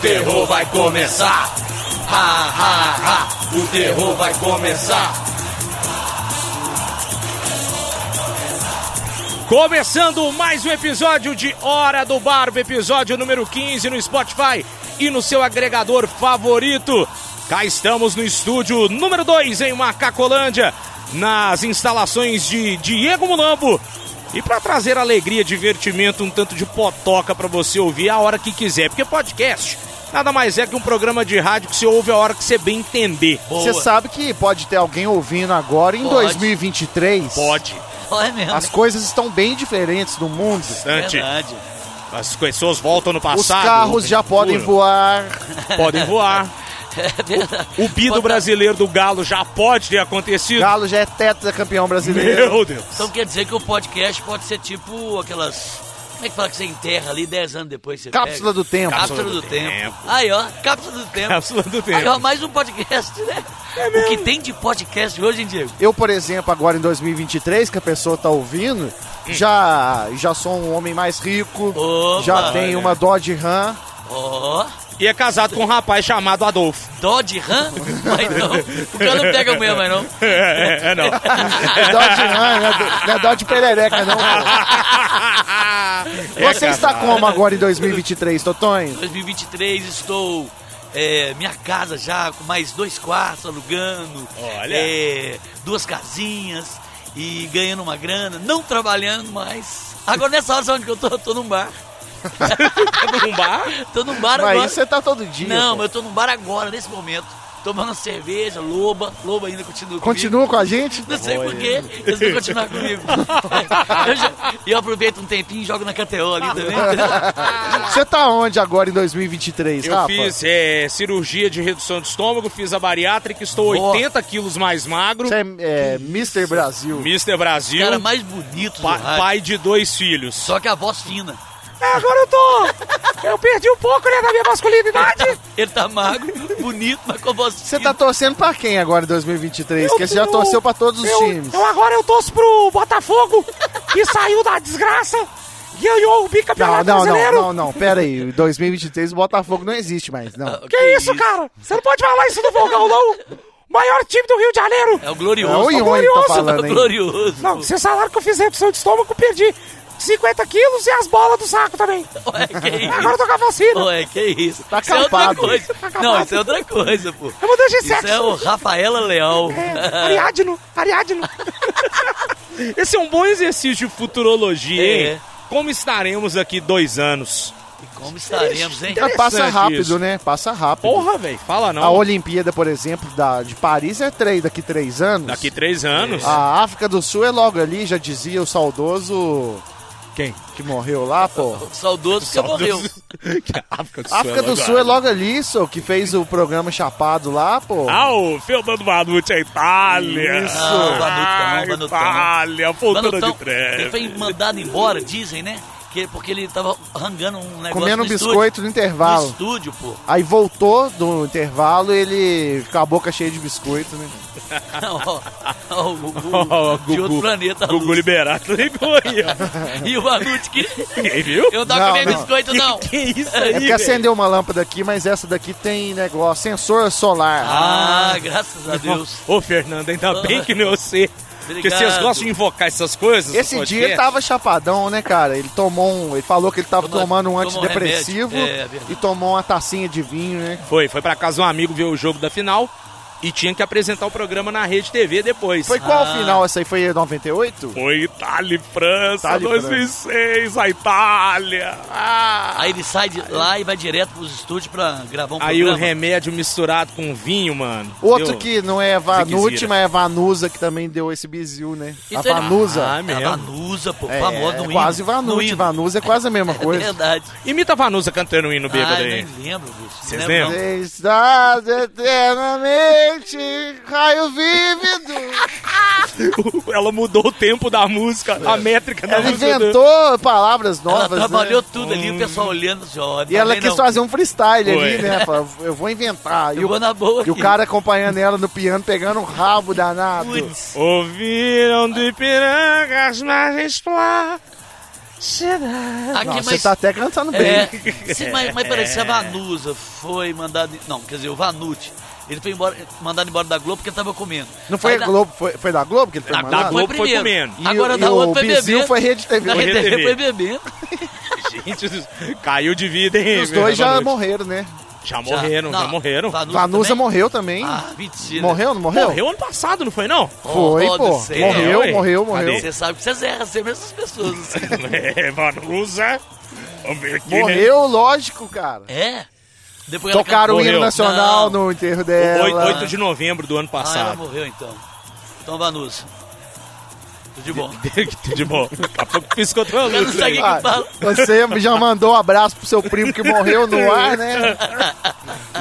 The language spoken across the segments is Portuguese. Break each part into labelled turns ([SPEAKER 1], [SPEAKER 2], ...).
[SPEAKER 1] terror vai começar. Ha, ha, ha. O terror vai começar.
[SPEAKER 2] Começando mais um episódio de Hora do Barba, episódio número 15 no Spotify e no seu agregador favorito. Cá estamos no estúdio número 2 em Macacolândia, nas instalações de Diego Mulambo. E para trazer alegria, divertimento, um tanto de potoca para você ouvir a hora que quiser, porque podcast nada mais é que um programa de rádio que você ouve a hora que você bem entender.
[SPEAKER 3] Você sabe que pode ter alguém ouvindo agora em
[SPEAKER 4] Pode.
[SPEAKER 3] 2023.
[SPEAKER 2] Pode,
[SPEAKER 4] É mesmo. é
[SPEAKER 3] As coisas estão bem diferentes no mundo.
[SPEAKER 2] Dante.
[SPEAKER 4] Verdade.
[SPEAKER 2] As pessoas voltam no
[SPEAKER 3] Os
[SPEAKER 2] passado.
[SPEAKER 3] carros já podem voar.
[SPEAKER 2] Podem voar.
[SPEAKER 4] É verdade.
[SPEAKER 2] O bido brasileiro do Galo já pode ter acontecido.
[SPEAKER 3] Galo já é tetracampeão brasileiro.
[SPEAKER 2] Meu Deus.
[SPEAKER 4] Então quer dizer que o podcast pode ser tipo aquelas. Como é que fala que você enterra ali 10 anos depois você
[SPEAKER 3] Cápsula do tempo.
[SPEAKER 4] pega? Cápsula,
[SPEAKER 2] Cápsula
[SPEAKER 4] do,
[SPEAKER 2] do
[SPEAKER 4] tempo.
[SPEAKER 2] tempo.
[SPEAKER 4] Aí, ó, cápsula do tempo.
[SPEAKER 2] Cápsula É do
[SPEAKER 4] Aí,
[SPEAKER 2] tempo. É
[SPEAKER 4] ó, mais um podcast, né? o que tem de podcast hoje, hein, Diego?
[SPEAKER 3] Eu, por exemplo, agora em 2023, que a pessoa tá ouvindo, já, já sou um homem mais rico,
[SPEAKER 4] Hum. Opa.
[SPEAKER 3] já tenho uma Dodge Ram.
[SPEAKER 4] Ó,
[SPEAKER 2] E é casado com um rapaz chamado Adolfo.
[SPEAKER 4] Dodge Ram? Mas não. O cara não pega a mulher, mas não.
[SPEAKER 2] É, é, é, não.
[SPEAKER 3] Dodge Ram, não é do- não é Dodge Perereca, não. pô.
[SPEAKER 2] É
[SPEAKER 3] Você está
[SPEAKER 2] casado.
[SPEAKER 3] como agora em 2023, Totonho?
[SPEAKER 4] 2023 estou. é, minha casa já com mais dois quartos alugando,
[SPEAKER 2] Olha.
[SPEAKER 4] é, duas casinhas e ganhando uma grana, não trabalhando mais. Agora nessa hora, sabe onde que eu tô? Eu tô num bar.
[SPEAKER 2] num um bar?
[SPEAKER 4] Tô num bar agora.
[SPEAKER 3] Mas isso você tá todo dia.
[SPEAKER 4] Não,
[SPEAKER 3] pô.
[SPEAKER 4] mas eu tô num bar agora, nesse momento, tomando cerveja, loba, loba ainda continua comigo.
[SPEAKER 3] Continua com a gente?
[SPEAKER 4] Não sei por quê, eles vão continuar comigo. eu, já- eu aproveito um tempinho e jogo na KTO ali
[SPEAKER 3] Ah,
[SPEAKER 4] também.
[SPEAKER 3] Você tá onde agora em 2023,
[SPEAKER 2] Eu
[SPEAKER 3] Rafa?
[SPEAKER 2] fiz é, cirurgia de redução de estômago, fiz a bariátrica, estou
[SPEAKER 4] Boa.
[SPEAKER 2] 80 quilos mais magro.
[SPEAKER 3] Você é, é Mr. Brasil.
[SPEAKER 2] Mr. Brasil,
[SPEAKER 4] Cara mais bonito do
[SPEAKER 2] pa-
[SPEAKER 4] rádio.
[SPEAKER 2] pai de dois filhos.
[SPEAKER 4] Só que a voz fina.
[SPEAKER 2] É, agora eu tô... Eu perdi um pouco, né, da minha masculinidade.
[SPEAKER 4] Ele tá magro, bonito, mas com a voz
[SPEAKER 3] Você
[SPEAKER 4] fina.
[SPEAKER 3] tá torcendo pra quem agora em 2023? Porque você já torceu pra todos os times.
[SPEAKER 2] agora eu torço pro Botafogo, que saiu da desgraça, ganhou o
[SPEAKER 3] Não,
[SPEAKER 2] bicampeonato
[SPEAKER 3] não, não, não, não, pera aí. Em 2023 o Botafogo não existe mais, não.
[SPEAKER 4] Ah,
[SPEAKER 2] cara? Você não pode falar isso do Volgão, não! Maior time do Rio de Janeiro!
[SPEAKER 4] É o
[SPEAKER 3] É o
[SPEAKER 4] glorioso.
[SPEAKER 3] Ion que tá
[SPEAKER 2] glorioso,
[SPEAKER 4] É o
[SPEAKER 3] falando, hein?
[SPEAKER 4] glorioso.
[SPEAKER 2] vocês falaram que eu fiz redução de estômago, perdi 50 quilos e as bolas do saco também.
[SPEAKER 4] Ué, que isso?
[SPEAKER 2] com a vacina.
[SPEAKER 4] Ué, que isso?
[SPEAKER 3] Tá
[SPEAKER 4] isso é outra
[SPEAKER 3] acabado.
[SPEAKER 4] coisa.
[SPEAKER 2] Tá acabado.
[SPEAKER 4] Não, isso é outra coisa, pô.
[SPEAKER 2] Eu mudei de
[SPEAKER 4] Isso é o Rafaela Leal.
[SPEAKER 2] É,
[SPEAKER 3] É,
[SPEAKER 2] Ariadno, Ariadno. Esse é um bom exercício de futurologia,
[SPEAKER 4] É.
[SPEAKER 2] hein? Como estaremos aqui dois anos?
[SPEAKER 4] E como estaremos, hein?
[SPEAKER 3] Mas passa
[SPEAKER 2] Interessante
[SPEAKER 3] rápido,
[SPEAKER 2] isso.
[SPEAKER 3] né? Passa rápido.
[SPEAKER 2] Porra, velho, fala não.
[SPEAKER 3] A Olimpíada, por exemplo, da, de Paris é três, daqui três anos.
[SPEAKER 2] Daqui três anos.
[SPEAKER 3] A África do Sul é logo ali, já dizia o saudoso
[SPEAKER 2] Quem?
[SPEAKER 3] que morreu lá, pô.
[SPEAKER 4] Saudoso que morreu.
[SPEAKER 2] Que a África do Sul,
[SPEAKER 3] África do Sul é logo ali, só que fez o programa Chapado lá, pô.
[SPEAKER 2] Ah, o Fernando Vanucci, a Itália. Ah,
[SPEAKER 3] Isso.
[SPEAKER 4] Não, Vanucci não, Vanucci não.
[SPEAKER 2] Itália,
[SPEAKER 4] Mano,
[SPEAKER 2] Fontana
[SPEAKER 4] então,
[SPEAKER 2] de
[SPEAKER 4] ele
[SPEAKER 2] Trevi.
[SPEAKER 4] foi mandado embora, dizem, né? Que, porque ele tava arrancando um negócio
[SPEAKER 3] comendo
[SPEAKER 4] no
[SPEAKER 3] um biscoito no
[SPEAKER 4] estúdio. No
[SPEAKER 3] intervalo.
[SPEAKER 4] estúdio, pô.
[SPEAKER 3] Aí voltou do intervalo e ele com a boca cheia de biscoito, né?
[SPEAKER 4] Ó, ó, o Gugu
[SPEAKER 2] Ó,
[SPEAKER 4] de outro
[SPEAKER 2] Gugu.
[SPEAKER 4] planeta. a
[SPEAKER 2] Gugu
[SPEAKER 4] luz.
[SPEAKER 2] liberado ligou aí, ó.
[SPEAKER 4] E o Vanucci que...
[SPEAKER 2] Ninguém viu?
[SPEAKER 4] Eu não
[SPEAKER 3] Não,
[SPEAKER 4] comi
[SPEAKER 3] não.
[SPEAKER 4] biscoito, não.
[SPEAKER 2] Que isso
[SPEAKER 3] É
[SPEAKER 2] aí,
[SPEAKER 3] porque acendeu uma lâmpada aqui, mas essa daqui tem negócio, sensor solar.
[SPEAKER 4] Ah, graças a
[SPEAKER 2] velho?
[SPEAKER 4] Deus.
[SPEAKER 2] Ô, Fernando, ainda bem que não é você. Porque
[SPEAKER 4] Obrigado.
[SPEAKER 2] vocês gostam de invocar essas coisas? no
[SPEAKER 3] Esse dia
[SPEAKER 2] podcast?
[SPEAKER 3] ele tá- tava chapadão, né, cara? Ele tomou um. Ele falou que ele tava
[SPEAKER 4] Tomou-
[SPEAKER 3] tomando um
[SPEAKER 4] tomou
[SPEAKER 3] antidepressivo
[SPEAKER 4] remédio. É, verdade.
[SPEAKER 3] e tomou uma tacinha de vinho, né?
[SPEAKER 2] Foi, foi pra casa de um amigo ver o jogo da final e tinha que apresentar o programa na Rede TV depois.
[SPEAKER 3] Foi qual
[SPEAKER 4] Ah.
[SPEAKER 3] final essa aí? Foi 98?
[SPEAKER 2] Foi Itália e França,
[SPEAKER 3] Itália e
[SPEAKER 2] 2006, a Itália. Ah.
[SPEAKER 4] Aí ele sai de lá e vai direto pros estúdios pra gravar um
[SPEAKER 2] Aí o
[SPEAKER 4] programa.
[SPEAKER 2] remédio misturado com vinho, mano.
[SPEAKER 3] Outro
[SPEAKER 2] Deu-
[SPEAKER 3] que não é Vanucci,
[SPEAKER 2] Ziquezira.
[SPEAKER 3] mas é Vanusa, que também deu esse bizil, né?
[SPEAKER 4] Isso
[SPEAKER 3] A
[SPEAKER 4] ele-
[SPEAKER 3] Vanusa.
[SPEAKER 2] Ah,
[SPEAKER 4] É a
[SPEAKER 2] mesmo.
[SPEAKER 4] Vanusa, pô,
[SPEAKER 3] é,
[SPEAKER 4] famosa
[SPEAKER 3] é
[SPEAKER 4] no hino.
[SPEAKER 3] quase
[SPEAKER 4] No
[SPEAKER 3] Vanucci.
[SPEAKER 4] hino.
[SPEAKER 3] Vanusa é quase a mesma
[SPEAKER 4] É
[SPEAKER 3] coisa.
[SPEAKER 4] verdade.
[SPEAKER 2] Imita a Vanusa cantando o hino bêbado
[SPEAKER 4] Ah, eu
[SPEAKER 2] aí.
[SPEAKER 3] né?
[SPEAKER 4] nem lembro disso.
[SPEAKER 2] Vocês
[SPEAKER 4] Não
[SPEAKER 2] lembram?
[SPEAKER 4] não.
[SPEAKER 3] Estás eternamente, raio vívido.
[SPEAKER 2] Ela mudou o tempo da música, a métrica da
[SPEAKER 3] É. Ela
[SPEAKER 2] música.
[SPEAKER 3] inventou palavras
[SPEAKER 4] Ela
[SPEAKER 3] novas.
[SPEAKER 4] trabalhou
[SPEAKER 3] né?
[SPEAKER 4] tudo
[SPEAKER 2] Hum.
[SPEAKER 4] ali, o pessoal olhando assim, ó.
[SPEAKER 3] E ela
[SPEAKER 4] também
[SPEAKER 3] quis
[SPEAKER 4] não.
[SPEAKER 3] fazer um freestyle
[SPEAKER 2] Foi.
[SPEAKER 3] ali, né? Fala, Eu vou inventar. E
[SPEAKER 4] Jogou
[SPEAKER 3] o,
[SPEAKER 4] na boa.
[SPEAKER 3] e o
[SPEAKER 4] aqui.
[SPEAKER 3] cara acompanhando ela no piano, pegando um rabo danado.
[SPEAKER 4] Putz.
[SPEAKER 2] Ouviram de pirangas margens plá,
[SPEAKER 4] Aqui,
[SPEAKER 3] Não, você tá até cantando bem.
[SPEAKER 4] Ah, É, se, mas, mas peraí, se a Vanusa foi mandada. em- Não, quer dizer, o Vanucci. Ele foi embora, mandado embora da Globo porque ele tava comendo.
[SPEAKER 3] Não foi,
[SPEAKER 4] Aí
[SPEAKER 3] a
[SPEAKER 4] da-
[SPEAKER 3] Globo, foi, foi da Globo que ele foi
[SPEAKER 4] Da,
[SPEAKER 3] mandado?
[SPEAKER 4] da Globo
[SPEAKER 2] Ah,
[SPEAKER 4] foi
[SPEAKER 2] Foi
[SPEAKER 4] primeiro.
[SPEAKER 2] comendo.
[SPEAKER 3] E
[SPEAKER 4] Agora
[SPEAKER 3] o-
[SPEAKER 4] da
[SPEAKER 3] e
[SPEAKER 4] outra
[SPEAKER 3] o
[SPEAKER 4] foi
[SPEAKER 3] Bizil
[SPEAKER 4] bebendo.
[SPEAKER 3] foi Rede TV.
[SPEAKER 4] Da Rede
[SPEAKER 2] Rede
[SPEAKER 4] TV
[SPEAKER 2] TV.
[SPEAKER 4] foi bebendo.
[SPEAKER 2] Gente, caiu de vida, hein?
[SPEAKER 3] Os dois já
[SPEAKER 2] Vanucci?
[SPEAKER 3] morreram, né?
[SPEAKER 2] Já morreram, já,
[SPEAKER 4] Não,
[SPEAKER 2] morreram.
[SPEAKER 4] Vanusa
[SPEAKER 3] Vanusa
[SPEAKER 4] também?
[SPEAKER 3] morreu também.
[SPEAKER 4] Ah, mentira.
[SPEAKER 3] morreu, não morreu?
[SPEAKER 2] Morreu ano passado, não foi, não?
[SPEAKER 3] Foi,
[SPEAKER 4] Oh,
[SPEAKER 3] pô.
[SPEAKER 4] do céu.
[SPEAKER 3] Morreu,
[SPEAKER 2] Ué,
[SPEAKER 3] morreu, morreu.
[SPEAKER 2] cadê?
[SPEAKER 4] Você sabe que vocês erram, você mesmo as pessoas. assim.
[SPEAKER 2] É, Vanusa. Vamos ver aqui, né?
[SPEAKER 3] Morreu, lógico, cara.
[SPEAKER 4] É? Depois ela
[SPEAKER 3] Tocaram o
[SPEAKER 4] cantou-
[SPEAKER 2] morreu.
[SPEAKER 3] hino nacional
[SPEAKER 4] Não.
[SPEAKER 3] no enterro
[SPEAKER 2] O oito-
[SPEAKER 3] dela.
[SPEAKER 2] 8, de novembro do ano
[SPEAKER 4] Ah, ela
[SPEAKER 2] passado.
[SPEAKER 4] morreu então. Então, Vanusa. Tudo de bom.
[SPEAKER 2] de bom. Daqui a pouco piscou tua
[SPEAKER 4] Eu não
[SPEAKER 2] luz.
[SPEAKER 4] sei
[SPEAKER 2] aí.
[SPEAKER 4] quem
[SPEAKER 3] Ah,
[SPEAKER 4] que fala.
[SPEAKER 3] você já mandou um abraço pro seu primo que morreu no ar, né?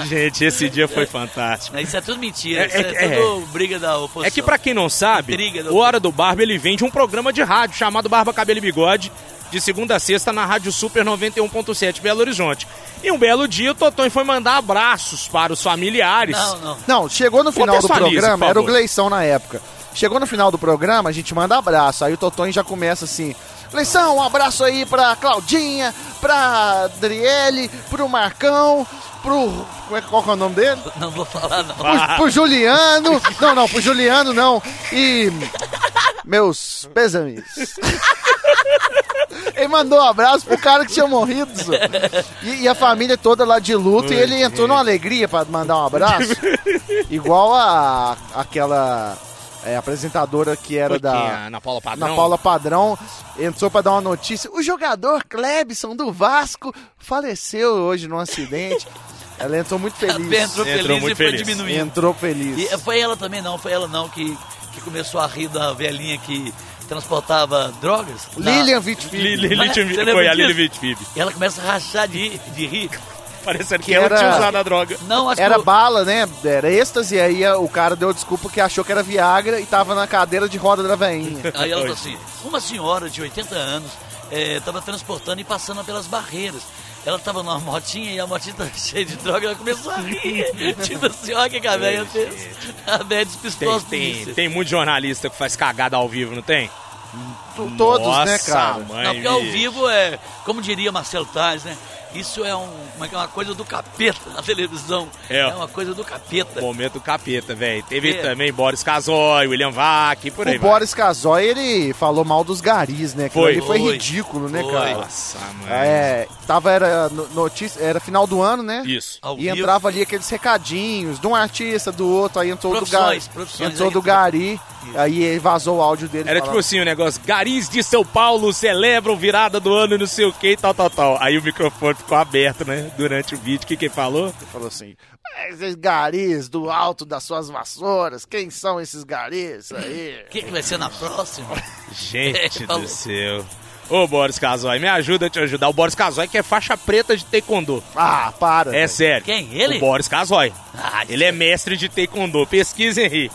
[SPEAKER 2] Gente, esse dia foi fantástico.
[SPEAKER 4] Mas Isso é tudo mentira.
[SPEAKER 2] É-
[SPEAKER 4] isso
[SPEAKER 2] é-
[SPEAKER 4] é, tudo briga da oposição.
[SPEAKER 2] É que pra quem não sabe,
[SPEAKER 4] Intriga do-
[SPEAKER 2] o Hora do Barba ele vende um programa de rádio chamado Barba Cabelo e Bigode, de segunda a sexta na Rádio Super 91.7 Belo Horizonte. E um belo dia o Totonho foi mandar abraços para os familiares.
[SPEAKER 4] Não, não.
[SPEAKER 3] Não, chegou no final do
[SPEAKER 2] Contextualize, por
[SPEAKER 3] programa, era o
[SPEAKER 2] favor.
[SPEAKER 3] Gleição na época. Chegou no final do programa, a gente manda abraço. Aí o Totonho já começa assim: Gleição, um abraço aí pra Claudinha, pra Adriele, pro Marcão, pro. como é- Qual que é o nome dele?
[SPEAKER 4] Não vou falar, não.
[SPEAKER 3] Pro, pro Juliano. Não, não, pro Juliano não. E. Meus pêsames. Ele mandou um abraço pro cara que tinha morrido. Zo. E, e a família toda lá de luto. E ele entrou numa alegria pra mandar um abraço. Igual a aquela é, apresentadora que
[SPEAKER 2] Foi
[SPEAKER 3] era
[SPEAKER 2] quem? Ah,
[SPEAKER 3] da.
[SPEAKER 2] A Ana Paula Padrão.
[SPEAKER 3] Ana Paula Padrão entrou pra dar uma notícia. O jogador Clebson do Vasco faleceu hoje num acidente. Ela entrou muito
[SPEAKER 4] Ela
[SPEAKER 3] feliz.
[SPEAKER 2] Entrou
[SPEAKER 4] entrou feliz
[SPEAKER 2] muito
[SPEAKER 4] e foi
[SPEAKER 2] feliz.
[SPEAKER 4] diminuindo.
[SPEAKER 3] Entrou feliz.
[SPEAKER 4] E foi ela também, não. Foi ela, não, que, que começou a rir da velhinha que transportava drogas. Da-
[SPEAKER 3] Lilian Vitfield,
[SPEAKER 2] Li- Li-
[SPEAKER 4] Mas
[SPEAKER 2] Li-
[SPEAKER 4] você lembra
[SPEAKER 2] foi a
[SPEAKER 4] disso?
[SPEAKER 2] Lili Vitfib.
[SPEAKER 4] E ela começa a rachar de, de rir.
[SPEAKER 2] Parecendo que,
[SPEAKER 3] Que
[SPEAKER 2] ela
[SPEAKER 3] era-
[SPEAKER 2] tinha usado a droga.
[SPEAKER 4] Não, acho
[SPEAKER 3] Era
[SPEAKER 4] que... o-
[SPEAKER 3] bala, né? Era êxtase, e aí a- o cara deu desculpa que achou que era Viagra e tava na cadeira de roda da veinha.
[SPEAKER 4] Aí ela falou assim, uma senhora de 80 anos estava transportando e passando pelas barreiras. Ela estava numa motinha e a motinha estava cheia de droga, ela começou a rir. tipo assim, olha o que que a velha fez. A velha despistou
[SPEAKER 2] Tem,
[SPEAKER 4] as
[SPEAKER 2] tem,
[SPEAKER 4] polícias.
[SPEAKER 2] tem muito jornalista que faz cagada ao vivo, não tem?
[SPEAKER 3] To- Todos,
[SPEAKER 2] Nossa,
[SPEAKER 3] né, cara?
[SPEAKER 2] Mãe,
[SPEAKER 4] Não, porque ao
[SPEAKER 2] bicho.
[SPEAKER 4] vivo é, como diria Marcelo Tais, né? Isso é, um, como é que é uma coisa do capeta na televisão.
[SPEAKER 2] É.
[SPEAKER 4] uma coisa do capeta.
[SPEAKER 2] Momento capeta, velho. Teve
[SPEAKER 4] É.
[SPEAKER 2] também Boris Casoy, William Vac, por aí.
[SPEAKER 3] O Boris Casoy, ele falou mal dos garis, né? Aquilo
[SPEAKER 2] Foi.
[SPEAKER 3] ali foi
[SPEAKER 4] Foi.
[SPEAKER 3] ridículo, né,
[SPEAKER 4] Foi.
[SPEAKER 2] vai.
[SPEAKER 3] cara?
[SPEAKER 2] Nossa, mãe.
[SPEAKER 3] É, tava, era no- notícia, era final do ano, né?
[SPEAKER 2] Isso.
[SPEAKER 4] Ao
[SPEAKER 3] E
[SPEAKER 4] vivo.
[SPEAKER 3] entrava ali aqueles recadinhos de um artista, do outro, aí entrou do Gari.
[SPEAKER 4] Profissões, profissões,
[SPEAKER 3] entrou
[SPEAKER 4] aí
[SPEAKER 3] do
[SPEAKER 4] entrou.
[SPEAKER 3] Gari, aí vazou o áudio dele.
[SPEAKER 2] Era tipo
[SPEAKER 3] falando.
[SPEAKER 2] assim o negócio, garis de São Paulo celebram virada do ano e não sei o que e tal, tal, tal. Aí o microfone ficou aberto, né, durante o vídeo. O que que ele falou?
[SPEAKER 3] Falou assim: "Ah, esses garis do alto das suas vassouras, quem são esses garis aí?
[SPEAKER 4] O que, que vai ser na próxima?
[SPEAKER 2] Gente
[SPEAKER 4] É, falou.
[SPEAKER 2] do céu. Ô, Boris Casoy, me ajuda a te ajudar. O Boris Casoy que é faixa preta de taekwondo.
[SPEAKER 3] Ah, para.
[SPEAKER 2] É
[SPEAKER 3] velho.
[SPEAKER 2] sério.
[SPEAKER 4] Tá Quem, ele?
[SPEAKER 2] O Boris Casoy.
[SPEAKER 4] Ah,
[SPEAKER 2] Ele é mestre de taekwondo. Pesquisem aí.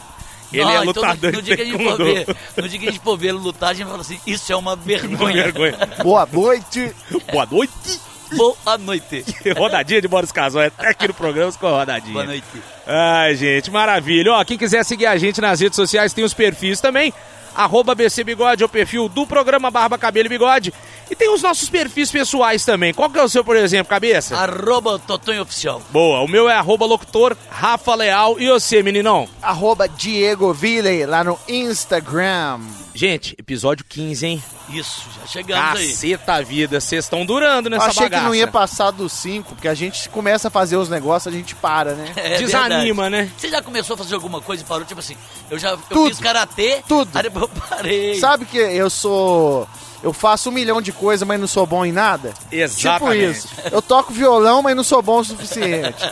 [SPEAKER 2] Ele
[SPEAKER 4] Não,
[SPEAKER 2] é
[SPEAKER 4] então
[SPEAKER 2] lutador
[SPEAKER 4] no, no
[SPEAKER 2] de
[SPEAKER 4] dia que a gente for ver,
[SPEAKER 2] taekwondo.
[SPEAKER 4] no dia que a gente for ver ele lutar, a gente fala assim, isso é uma
[SPEAKER 2] Com
[SPEAKER 4] vergonha.
[SPEAKER 2] vergonha.
[SPEAKER 3] Boa noite.
[SPEAKER 2] Boa noite.
[SPEAKER 4] Boa noite.
[SPEAKER 2] Rodadinha de Boris Casoy. Até aqui no programa com a rodadinha.
[SPEAKER 4] Boa noite.
[SPEAKER 2] Ai, gente, maravilha. Ó, quem quiser seguir a gente nas redes sociais, tem os perfis também. Arroba BC Bigode é o perfil do programa Barba Cabelo e Bigode. E tem os nossos perfis pessoais também. Qual que é o seu, por exemplo, cabeça?
[SPEAKER 4] Ah. Arroba Totonho Oficial.
[SPEAKER 2] Boa, o meu é arroba locutor Rafa Leal. E você, meninão?
[SPEAKER 3] Arroba Diego Ville lá no Instagram.
[SPEAKER 2] Gente, episódio 15, hein?
[SPEAKER 4] Isso, já chegamos aí.
[SPEAKER 2] Caceta vida, vocês estão durando nessa
[SPEAKER 3] Achei
[SPEAKER 2] bagaça.
[SPEAKER 3] que não ia passar dos cinco, porque a gente começa a fazer os negócios, a gente para, né?
[SPEAKER 4] É
[SPEAKER 2] Desanima,
[SPEAKER 4] verdade.
[SPEAKER 2] né?
[SPEAKER 4] Você já começou a fazer alguma coisa e parou? Tipo assim, eu já eu
[SPEAKER 3] Tudo.
[SPEAKER 4] fiz karatê,
[SPEAKER 3] Tudo.
[SPEAKER 4] aí depois eu parei.
[SPEAKER 3] Sabe que eu sou. Eu faço um milhão de coisas, mas não sou bom em nada?
[SPEAKER 2] Exatamente.
[SPEAKER 3] Tipo isso. Eu toco violão, mas não sou bom o suficiente.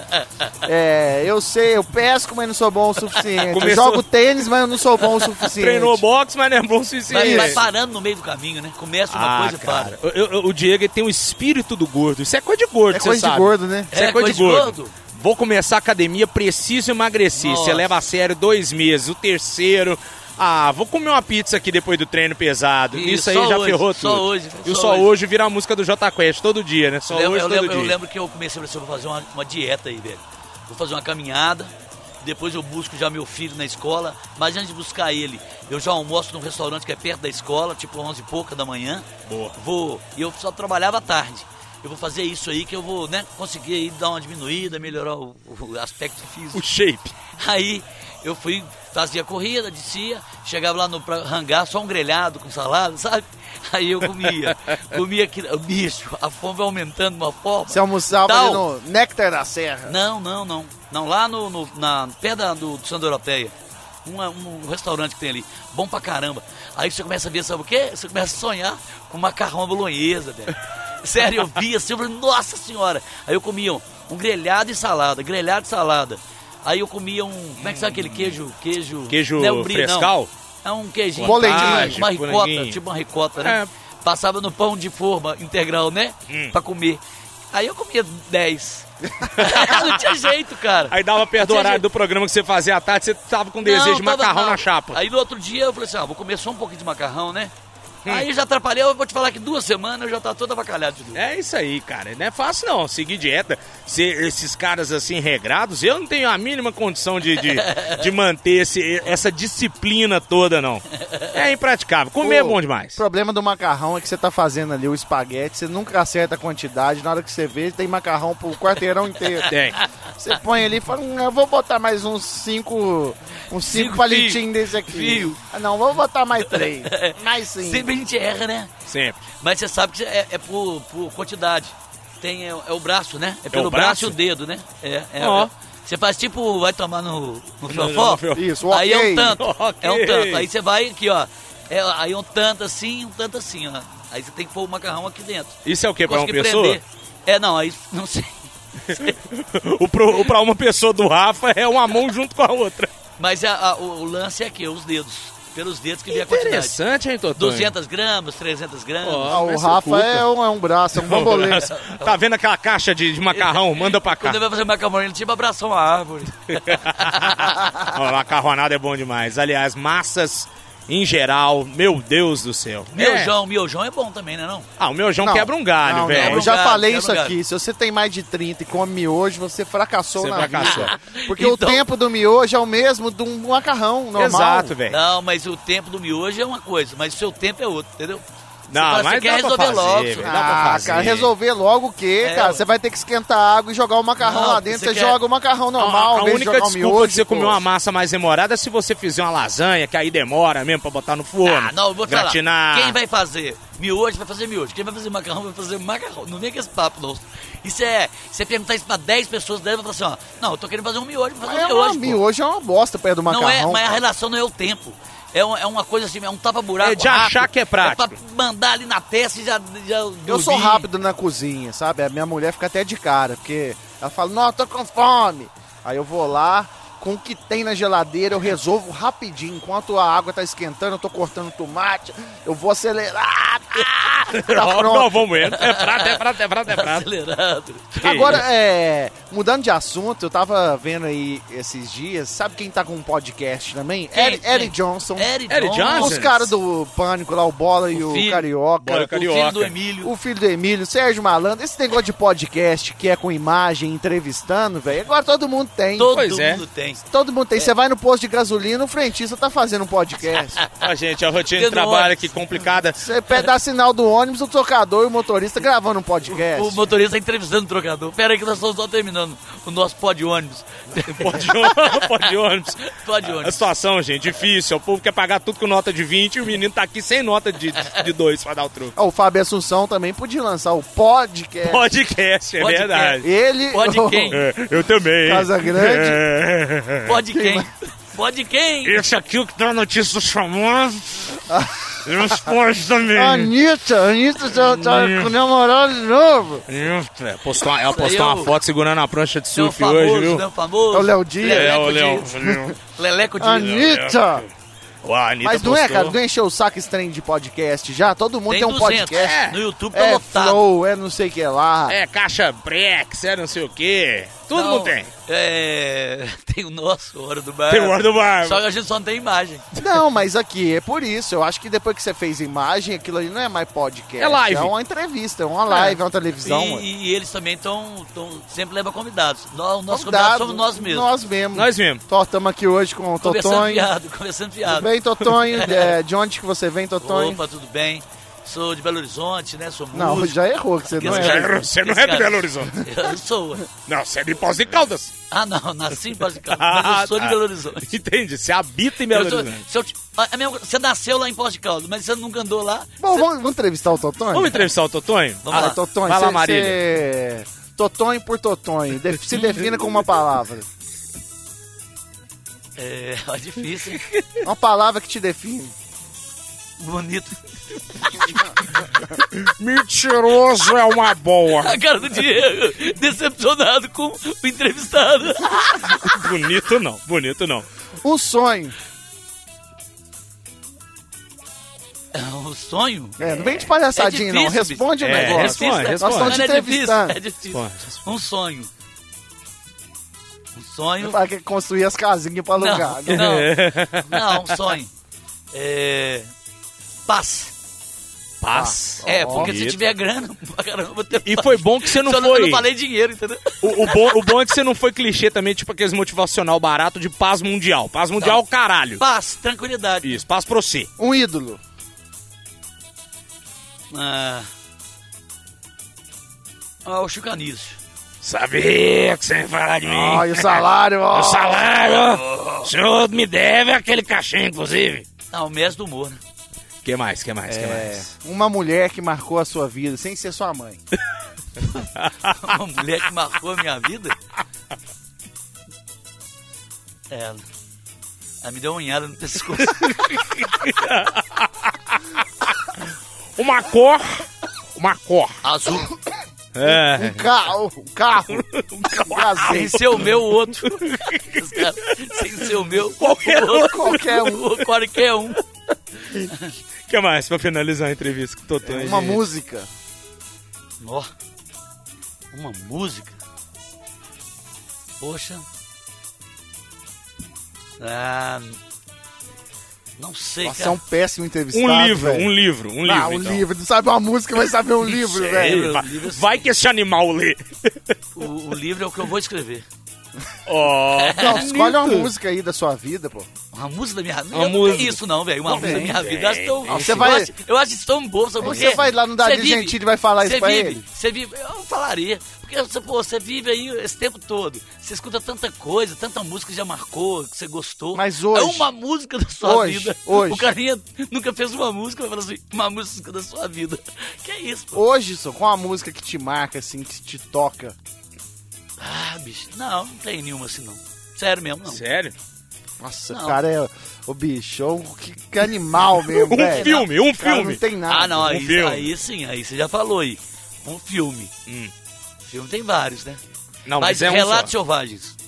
[SPEAKER 3] É, eu sei, eu pesco, mas não sou bom o suficiente. Eu
[SPEAKER 2] Começou-
[SPEAKER 3] jogo tênis, mas eu não sou bom o suficiente.
[SPEAKER 2] Treinou boxe, mas não é bom o suficiente.
[SPEAKER 4] Vai, vai
[SPEAKER 3] Isso.
[SPEAKER 4] parando no meio do caminho, né? Começa uma coisa e para.
[SPEAKER 2] Ah, cara, eu- eu- o Diego ele tem o espírito do gordo. Isso é coisa de gordo,
[SPEAKER 3] É
[SPEAKER 2] você
[SPEAKER 3] coisa de
[SPEAKER 2] sabe.
[SPEAKER 3] gordo, né?
[SPEAKER 2] Isso é, coisa de gordo. Vou começar a academia, preciso emagrecer. Você
[SPEAKER 4] Nossa.
[SPEAKER 2] leva a sério dois meses, o terceiro. Ah, vou comer uma pizza aqui depois do treino pesado.
[SPEAKER 4] Ih,
[SPEAKER 2] Isso aí
[SPEAKER 4] só
[SPEAKER 2] já
[SPEAKER 4] hoje,
[SPEAKER 2] ferrou
[SPEAKER 4] só
[SPEAKER 2] tudo.
[SPEAKER 4] hoje,
[SPEAKER 2] e o
[SPEAKER 4] só
[SPEAKER 2] só hoje.
[SPEAKER 4] hoje.
[SPEAKER 2] vira a música do Jota Quest todo dia, né? Só
[SPEAKER 4] Eu lembro,
[SPEAKER 2] hoje
[SPEAKER 4] eu
[SPEAKER 2] todo
[SPEAKER 4] lembro- eu
[SPEAKER 2] dia.
[SPEAKER 4] lembro que eu comecei a fazer uma, uma dieta aí, velho. Vou fazer uma caminhada, Depois eu busco já meu filho na escola. Mas antes de buscar ele, eu já almoço num restaurante que é perto da escola, tipo 11 e pouca da manhã.
[SPEAKER 2] Boa.
[SPEAKER 4] Vou. E eu só trabalhava à tarde. Eu vou fazer isso aí que eu vou, né, conseguir aí dar uma diminuída, melhorar o, o aspecto físico.
[SPEAKER 2] O shape.
[SPEAKER 4] Aí eu fui, fazia corrida, descia, chegava lá no pra- hangar, só um grelhado com salada, sabe? Aí eu comia. comia aquilo. Bicho, a fome vai aumentando de uma forma.
[SPEAKER 3] Você almoçava ali
[SPEAKER 4] Tal.
[SPEAKER 3] no Néctar da Serra.
[SPEAKER 4] Não, não, não. Não, lá no, no- na, perto da- do, do Santa Europeia. Um, um restaurante que tem ali. Bom pra caramba. Aí você começa a ver, sabe o quê? Você começa a sonhar com macarrão à bolonhesa, velho. Sério, eu via assim, eu falei, nossa senhora. Aí eu comia um, um grelhado e salada, grelhado e salada. Aí eu comia um, como é que sabe aquele queijo? Queijo,
[SPEAKER 2] Queijo
[SPEAKER 4] não é o brie,
[SPEAKER 2] frescal?
[SPEAKER 4] Não. É um queijinho,
[SPEAKER 3] Boletim.
[SPEAKER 4] tipo uma ricota,
[SPEAKER 2] Boletim.
[SPEAKER 4] tipo uma ricota, né?
[SPEAKER 2] É.
[SPEAKER 4] Passava no pão de forma integral, né?
[SPEAKER 2] Hum.
[SPEAKER 4] Pra comer. Aí eu comia 10. não tinha jeito, cara.
[SPEAKER 2] Aí dava perto do
[SPEAKER 4] Ou seja,
[SPEAKER 2] horário do programa que você fazia à tarde, você tava com desejo de
[SPEAKER 4] Não, tava
[SPEAKER 2] macarrão
[SPEAKER 4] mal.
[SPEAKER 2] na chapa.
[SPEAKER 4] Aí no outro dia eu falei assim, ah, vou comer só um pouquinho de macarrão, né?
[SPEAKER 2] Hum.
[SPEAKER 4] Aí já atrapalhei, eu vou te falar que duas semanas eu já tava todo abacalhado de novo.
[SPEAKER 2] É isso aí, cara. Não é fácil não, seguir dieta. Ser esses caras assim regrados, eu não tenho a mínima condição de, de, de manter esse- essa disciplina toda, não. É impraticável. Comer é
[SPEAKER 3] Pô,
[SPEAKER 2] bom demais.
[SPEAKER 3] O problema do macarrão é que você tá fazendo ali o espaguete, você nunca acerta a quantidade, na hora que você vê, tem macarrão pro quarteirão inteiro.
[SPEAKER 2] Tem.
[SPEAKER 3] Você põe ali e fala, hum, eu vou botar mais uns cinco, uns cinco,
[SPEAKER 4] Cinco
[SPEAKER 3] palitinhos
[SPEAKER 4] fio.
[SPEAKER 3] desse aqui.
[SPEAKER 4] Fio.
[SPEAKER 3] Ah, não, vou botar mais três. mais
[SPEAKER 2] assim.
[SPEAKER 3] cinco.
[SPEAKER 4] Sempre a gente erra, né?
[SPEAKER 2] Sempre.
[SPEAKER 4] Mas você sabe que é, é por, por quantidade. Tem, é, é o braço, né? É pelo
[SPEAKER 2] o
[SPEAKER 4] braço?
[SPEAKER 2] braço?
[SPEAKER 4] e o dedo, né? É, é,
[SPEAKER 2] Ó.
[SPEAKER 4] é. Você faz tipo, vai tomar no, no
[SPEAKER 2] no
[SPEAKER 4] fiofó?
[SPEAKER 2] fiofó.
[SPEAKER 3] Isso,
[SPEAKER 4] Aí é
[SPEAKER 3] ok.
[SPEAKER 4] um tanto. É um
[SPEAKER 2] Ok.
[SPEAKER 4] tanto. Aí você vai aqui, ó. É, aí é um tanto assim, um tanto assim, ó. Aí você tem que pôr o macarrão aqui dentro.
[SPEAKER 2] Isso é o quê? Pra uma
[SPEAKER 4] Consegui
[SPEAKER 2] pessoa?
[SPEAKER 4] prender. É, não, aí não sei.
[SPEAKER 2] O, pro, o pra uma pessoa do Rafa é uma mão junto com a outra.
[SPEAKER 4] Mas a- a- o, o lance é aqui, os dedos. Pelos dedos que vem a quantidade.
[SPEAKER 2] Interessante, hein, Totônio?
[SPEAKER 4] 200 gramas, 300 gramas.
[SPEAKER 2] Ó.
[SPEAKER 3] Ah, o
[SPEAKER 2] Mas
[SPEAKER 3] Rafa
[SPEAKER 2] oculta.
[SPEAKER 3] é um, é um braço, é um
[SPEAKER 4] né?
[SPEAKER 3] bambolê.
[SPEAKER 2] Tá vendo aquela caixa de, de macarrão? Manda pra cá.
[SPEAKER 4] Quando ele vai fazer macarrão, ele tipo abraçar uma árvore.
[SPEAKER 2] Ó, macarronada é bom demais. Aliás, massas em geral, meu Deus do céu. É.
[SPEAKER 4] Miojão, miojão é bom também, né não?
[SPEAKER 2] Ah, o miojão
[SPEAKER 3] Não,
[SPEAKER 2] quebra um galho,
[SPEAKER 3] não,
[SPEAKER 2] velho.
[SPEAKER 3] não, eu já
[SPEAKER 4] Quebra um
[SPEAKER 3] falei
[SPEAKER 4] galho,
[SPEAKER 3] isso
[SPEAKER 4] quebra um
[SPEAKER 3] aqui. Se você tem mais de 30 e come miojo, você fracassou
[SPEAKER 2] Você
[SPEAKER 3] na
[SPEAKER 2] fracassou.
[SPEAKER 3] vida. Porque o
[SPEAKER 4] Então-
[SPEAKER 3] tempo do miojo é o mesmo de um macarrão normal.
[SPEAKER 2] Exato, velho.
[SPEAKER 4] Não, mas o tempo do miojo é uma coisa, mas o seu tempo é outro, entendeu? Você
[SPEAKER 2] Não,
[SPEAKER 4] fala,
[SPEAKER 2] mas
[SPEAKER 4] você quer
[SPEAKER 2] dá pra
[SPEAKER 4] resolver
[SPEAKER 2] fazer,
[SPEAKER 4] logo.
[SPEAKER 2] velho.
[SPEAKER 4] senhor.
[SPEAKER 2] Dá pra
[SPEAKER 3] Ah,
[SPEAKER 2] fazer.
[SPEAKER 3] cara, resolver logo o quê,
[SPEAKER 4] É,
[SPEAKER 3] cara?
[SPEAKER 4] ué.
[SPEAKER 3] Você vai ter que esquentar a água e jogar o macarrão
[SPEAKER 4] Não,
[SPEAKER 3] lá dentro. Você
[SPEAKER 4] você quer-
[SPEAKER 3] joga o macarrão normal,
[SPEAKER 2] a, a
[SPEAKER 3] em vez de
[SPEAKER 2] única
[SPEAKER 3] jogar o
[SPEAKER 2] desculpa
[SPEAKER 3] miojo,
[SPEAKER 2] de você
[SPEAKER 3] pô.
[SPEAKER 2] comer uma massa mais demorada é se você fizer uma lasanha, que aí demora mesmo pra botar no forno.
[SPEAKER 4] Ah, não, eu vou te
[SPEAKER 2] gratinar.
[SPEAKER 4] falar. Quem vai fazer miojo, vai fazer miojo. Quem vai fazer macarrão, vai fazer macarrão. Não vem com esse papo, não. Isso é. Se você perguntar isso pra 10 pessoas, 10 vai falar assim: ó, não, eu tô querendo fazer um miojo, vou fazer
[SPEAKER 3] É
[SPEAKER 4] um
[SPEAKER 3] uma,
[SPEAKER 4] miojo. pô.
[SPEAKER 3] miojo é uma bosta perto do macarrão.
[SPEAKER 4] Não é, mas a
[SPEAKER 3] cara.
[SPEAKER 4] relação não é o tempo. É, um- é uma coisa assim, é um tapa-buraco.
[SPEAKER 2] É de achar
[SPEAKER 4] rápido.
[SPEAKER 2] que é prático.
[SPEAKER 4] É pra mandar ali na peça e já. já
[SPEAKER 3] Eu sou
[SPEAKER 4] dormir.
[SPEAKER 3] rápido na cozinha, sabe? A minha mulher fica até de cara, porque ela fala, não, eu tô com fome. Aí eu vou lá, com o que tem na geladeira, eu resolvo rapidinho. Enquanto a água tá esquentando, eu tô cortando tomate, eu vou acelerar. tá
[SPEAKER 2] Ó,
[SPEAKER 3] pronto.
[SPEAKER 2] Galvão Bueno. É prato, é prato, é prato, é prato.
[SPEAKER 4] Acelerado.
[SPEAKER 2] Que
[SPEAKER 3] Agora,
[SPEAKER 2] isso.
[SPEAKER 3] é, mudando de assunto, eu tava vendo aí esses dias, sabe quem tá com um podcast também?
[SPEAKER 4] Quem?
[SPEAKER 3] Eric Eric
[SPEAKER 4] Quem?
[SPEAKER 3] Johnson.
[SPEAKER 4] Eric,
[SPEAKER 2] Então, Eric Johnson?
[SPEAKER 3] Os caras do Pânico lá, o Bola e
[SPEAKER 4] O
[SPEAKER 3] o,
[SPEAKER 4] filho.
[SPEAKER 3] Carioca.
[SPEAKER 2] Bola e
[SPEAKER 4] O filho do
[SPEAKER 2] Carioca.
[SPEAKER 4] Emílio.
[SPEAKER 3] O filho do Emílio, Sérgio Malandro, esse negócio de podcast que é com imagem, entrevistando, velho, agora todo mundo tem.
[SPEAKER 4] Todo É.
[SPEAKER 2] Pois é.
[SPEAKER 4] mundo tem.
[SPEAKER 3] Todo mundo tem. Você vai no posto de gasolina, o frentista tá fazendo um podcast.
[SPEAKER 2] Ó, gente, a rotina de
[SPEAKER 4] Dedo
[SPEAKER 2] trabalho
[SPEAKER 4] ônibus.
[SPEAKER 2] aqui complicada.
[SPEAKER 3] Você pe- dá sinal do ônibus, o tocador e o motorista gravando um podcast.
[SPEAKER 4] O motorista tá entrevistando o trocador. Pera aí que nós estamos só terminando o nosso pó de ônibus.
[SPEAKER 2] Pode de ô- pode de ônibus.
[SPEAKER 4] Pó de
[SPEAKER 2] Ah, A
[SPEAKER 4] ônibus.
[SPEAKER 2] situação, gente, difícil. O povo quer pagar tudo com nota de 20 e o menino tá aqui sem nota de 2 de dois pra dar o truque.
[SPEAKER 3] Ó, o Fábio Assunção também podia lançar o podcast.
[SPEAKER 2] Podcast, é
[SPEAKER 4] Podcast.
[SPEAKER 2] verdade.
[SPEAKER 3] Ele.
[SPEAKER 4] Pode quem?
[SPEAKER 2] É, eu também.
[SPEAKER 3] Casa Grande.
[SPEAKER 2] É.
[SPEAKER 4] Pó de quem? Pó de quem?
[SPEAKER 2] Esse aqui é o que dá notícia do chamado. E os pós
[SPEAKER 3] Ah,
[SPEAKER 2] também.
[SPEAKER 3] Anitta, Anitta tá, tá com namorado de novo.
[SPEAKER 2] É, postou uma- Ela postou uma foto segurando a prancha de
[SPEAKER 4] Tem um
[SPEAKER 2] surf
[SPEAKER 4] famoso,
[SPEAKER 2] hoje, viu?
[SPEAKER 4] né? O famoso.
[SPEAKER 3] É o Léo Dias.
[SPEAKER 2] É,
[SPEAKER 4] Leleco
[SPEAKER 2] o Léo.
[SPEAKER 4] Dias. Leleco Dias.
[SPEAKER 3] Anitta!
[SPEAKER 2] Ó, a Anitta
[SPEAKER 3] Mas não é,
[SPEAKER 2] postou.
[SPEAKER 3] cara, não encheu o saco esse trem de podcast já? Todo mundo tem, um
[SPEAKER 4] 200.
[SPEAKER 3] podcast.
[SPEAKER 4] No É, YouTube tá
[SPEAKER 3] É
[SPEAKER 4] lotado.
[SPEAKER 3] flow, é não sei o que lá.
[SPEAKER 2] É caixa brex, é não sei o quê. Todo
[SPEAKER 4] Não,
[SPEAKER 2] mundo tem.
[SPEAKER 4] Então, É, tem o nosso Hora do Bar.
[SPEAKER 2] Tem o Hora do Barba.
[SPEAKER 4] Só que a gente só não tem imagem.
[SPEAKER 3] Não, mas aqui é por isso. Eu acho que depois que você fez imagem, aquilo ali não é mais podcast.
[SPEAKER 2] É live.
[SPEAKER 3] É uma entrevista, é uma live, é uma televisão.
[SPEAKER 4] E,
[SPEAKER 3] ué.
[SPEAKER 4] e eles também estão. Sempre levam convidados. Nós, o nosso
[SPEAKER 3] Convidado,
[SPEAKER 4] convidado somos nós mesmos.
[SPEAKER 3] Nós mesmos.
[SPEAKER 2] Nós mesmo.
[SPEAKER 3] Tó, estamos aqui hoje com o
[SPEAKER 4] Conversando
[SPEAKER 3] Totonho.
[SPEAKER 4] viado, conversando
[SPEAKER 3] Tudo
[SPEAKER 4] viado.
[SPEAKER 3] bem, Totonho? É, de onde que você vem, Totonho?
[SPEAKER 4] Opa, tudo bem? Sou de Belo Horizonte, né? Sou músico.
[SPEAKER 3] Não, já errou que você não
[SPEAKER 4] Esse
[SPEAKER 3] é.
[SPEAKER 4] cara-
[SPEAKER 2] errou, você não
[SPEAKER 4] esse
[SPEAKER 2] é de
[SPEAKER 4] cara-
[SPEAKER 2] Belo Horizonte.
[SPEAKER 4] Eu sou.
[SPEAKER 2] Não, você é de Pós de Caldas.
[SPEAKER 4] Ah, não, nasci em Paz de Caldas, mas
[SPEAKER 2] Ah,
[SPEAKER 4] eu sou
[SPEAKER 2] tá.
[SPEAKER 4] de Belo Horizonte.
[SPEAKER 2] Entende? Você habita em Belo
[SPEAKER 4] Eu sou-
[SPEAKER 2] Horizonte.
[SPEAKER 4] se eu te- a minha- você nasceu lá em Pós de Caldas, mas você nunca andou lá.
[SPEAKER 3] Bom, vamos, vamos entrevistar o Totonho?
[SPEAKER 2] Vamos entrevistar o Totonho?
[SPEAKER 4] Vamos lá.
[SPEAKER 3] Vai, Ah, Totonho,
[SPEAKER 2] Vai lá,
[SPEAKER 3] cê-
[SPEAKER 2] Marília.
[SPEAKER 3] cê- Totonho por Totonho. Def- Se defina com uma palavra.
[SPEAKER 4] É, é difícil, hein?
[SPEAKER 3] Uma palavra que te define.
[SPEAKER 4] Bonito.
[SPEAKER 2] Mentiroso é uma boa.
[SPEAKER 4] A cara do Diego, decepcionado com o entrevistado.
[SPEAKER 2] Bonito não, bonito não.
[SPEAKER 3] Um sonho.
[SPEAKER 4] É um sonho?
[SPEAKER 3] É, não vem de palhaçadinha,
[SPEAKER 4] É
[SPEAKER 3] não.
[SPEAKER 4] difícil,
[SPEAKER 3] Responde o
[SPEAKER 2] bicho. É,
[SPEAKER 3] negócio.
[SPEAKER 2] responde,
[SPEAKER 3] Nós
[SPEAKER 2] responde.
[SPEAKER 3] estamos te
[SPEAKER 4] Não, não é difícil,
[SPEAKER 3] entrevistando.
[SPEAKER 4] é difícil.
[SPEAKER 2] Pô,
[SPEAKER 4] Um sonho. Um sonho.
[SPEAKER 3] Fala que é construir as casinhas pra alugar.
[SPEAKER 4] Não,
[SPEAKER 3] né?
[SPEAKER 4] não, não, um sonho. É. Paz.
[SPEAKER 2] Paz.
[SPEAKER 4] É,
[SPEAKER 3] Ó.
[SPEAKER 4] porque se
[SPEAKER 2] Bonito.
[SPEAKER 4] tiver grana, pra caramba, ter
[SPEAKER 2] E
[SPEAKER 4] paz.
[SPEAKER 2] foi bom que você não
[SPEAKER 4] Só Eu
[SPEAKER 2] foi.
[SPEAKER 4] não falei dinheiro, entendeu?
[SPEAKER 2] O, o bom, o bom é que você não foi clichê também, tipo aqueles motivacional barato de paz mundial. Paz mundial, caralho.
[SPEAKER 4] Paz, tranquilidade.
[SPEAKER 2] Isso, paz pra você.
[SPEAKER 3] Um ídolo.
[SPEAKER 4] Ah, ah, o Chucanísio.
[SPEAKER 2] Sabia que você ia falar de mim.
[SPEAKER 3] Ó, Ah, e o salário, ó.
[SPEAKER 2] O salário, o senhor me deve aquele cachê, inclusive.
[SPEAKER 4] Ah, o mestre do humor, né?
[SPEAKER 2] Que mais, que mais, que
[SPEAKER 3] É,
[SPEAKER 2] mais?
[SPEAKER 3] uma mulher que marcou a sua vida sem ser sua mãe.
[SPEAKER 4] Uma mulher que marcou a minha vida. Ela. Ela me deu uma unhada no pescoço.
[SPEAKER 2] Uma cor, uma cor.
[SPEAKER 4] Azul.
[SPEAKER 2] É.
[SPEAKER 3] Um carro, um carro. um
[SPEAKER 4] Sem
[SPEAKER 3] caseiro.
[SPEAKER 2] é
[SPEAKER 4] ser o meu, o outro. Os caras, Sem ser o meu,
[SPEAKER 2] Qualquer
[SPEAKER 4] o outro.
[SPEAKER 3] Qualquer um.
[SPEAKER 4] O Qualquer um.
[SPEAKER 2] que mais, pra finalizar a entrevista com o Totão?
[SPEAKER 3] Uma música.
[SPEAKER 4] Ó. Uma música. Poxa. Ah, não sei,
[SPEAKER 3] Nossa, é
[SPEAKER 4] cara.
[SPEAKER 3] um péssimo entrevistado.
[SPEAKER 2] Um livro,
[SPEAKER 3] velho.
[SPEAKER 2] um livro, um livro.
[SPEAKER 3] Ah, um
[SPEAKER 2] então. é
[SPEAKER 3] livro. Não sabe uma música, mas sabe um livro,
[SPEAKER 2] Sei,
[SPEAKER 3] velho.
[SPEAKER 4] velho.
[SPEAKER 2] vai-
[SPEAKER 4] Livro, é assim. sim.
[SPEAKER 2] Vai que esse animal lê.
[SPEAKER 4] O, o livro é o que eu vou escrever.
[SPEAKER 2] Ó,
[SPEAKER 3] Não, escolhe uma
[SPEAKER 2] É bonito. É.
[SPEAKER 3] música aí da sua vida, pô.
[SPEAKER 4] Uma música da minha vida.
[SPEAKER 2] Uma
[SPEAKER 4] Não
[SPEAKER 2] música.
[SPEAKER 4] tem isso, não, velho. Uma música da minha vida. Eu acho tão,
[SPEAKER 3] tem. Você
[SPEAKER 4] eu,
[SPEAKER 3] vai-
[SPEAKER 4] acho, eu acho isso tão bom. Sabe por
[SPEAKER 3] Você
[SPEAKER 4] quê?
[SPEAKER 3] vai lá no Davi
[SPEAKER 4] Você vive-
[SPEAKER 3] Gentili e vai falar isso
[SPEAKER 4] Você
[SPEAKER 3] pra
[SPEAKER 4] vive,
[SPEAKER 3] ele?
[SPEAKER 4] Você vive, eu falaria. Porque você, pô, você vive aí esse tempo todo. Você escuta tanta coisa, tanta música que já marcou, que você gostou.
[SPEAKER 3] Mas hoje-
[SPEAKER 4] É uma música da sua
[SPEAKER 3] Hoje,
[SPEAKER 4] vida.
[SPEAKER 3] hoje.
[SPEAKER 4] O carinha nunca fez uma música, vai falar assim, uma música da sua vida. Que é isso, pô?
[SPEAKER 3] Hoje, só com a música que te marca, assim, que te toca.
[SPEAKER 4] Ah, bicho. Não, não tem nenhuma assim, não. Sério mesmo, não.
[SPEAKER 2] Sério?
[SPEAKER 3] Nossa,
[SPEAKER 4] Não.
[SPEAKER 3] cara, é. Ô, bicho, ô, que, que animal mesmo,
[SPEAKER 2] Um
[SPEAKER 3] velho.
[SPEAKER 2] filme, um
[SPEAKER 3] Cara,
[SPEAKER 2] filme.
[SPEAKER 3] não tem nada.
[SPEAKER 4] Ah, não, aí,
[SPEAKER 2] filme.
[SPEAKER 4] aí sim, aí você já falou aí. Um filme.
[SPEAKER 2] Hum.
[SPEAKER 4] Filme tem vários, né?
[SPEAKER 2] Não,
[SPEAKER 4] mas
[SPEAKER 2] mas, é um
[SPEAKER 4] Relatos
[SPEAKER 2] só.
[SPEAKER 4] Selvagens.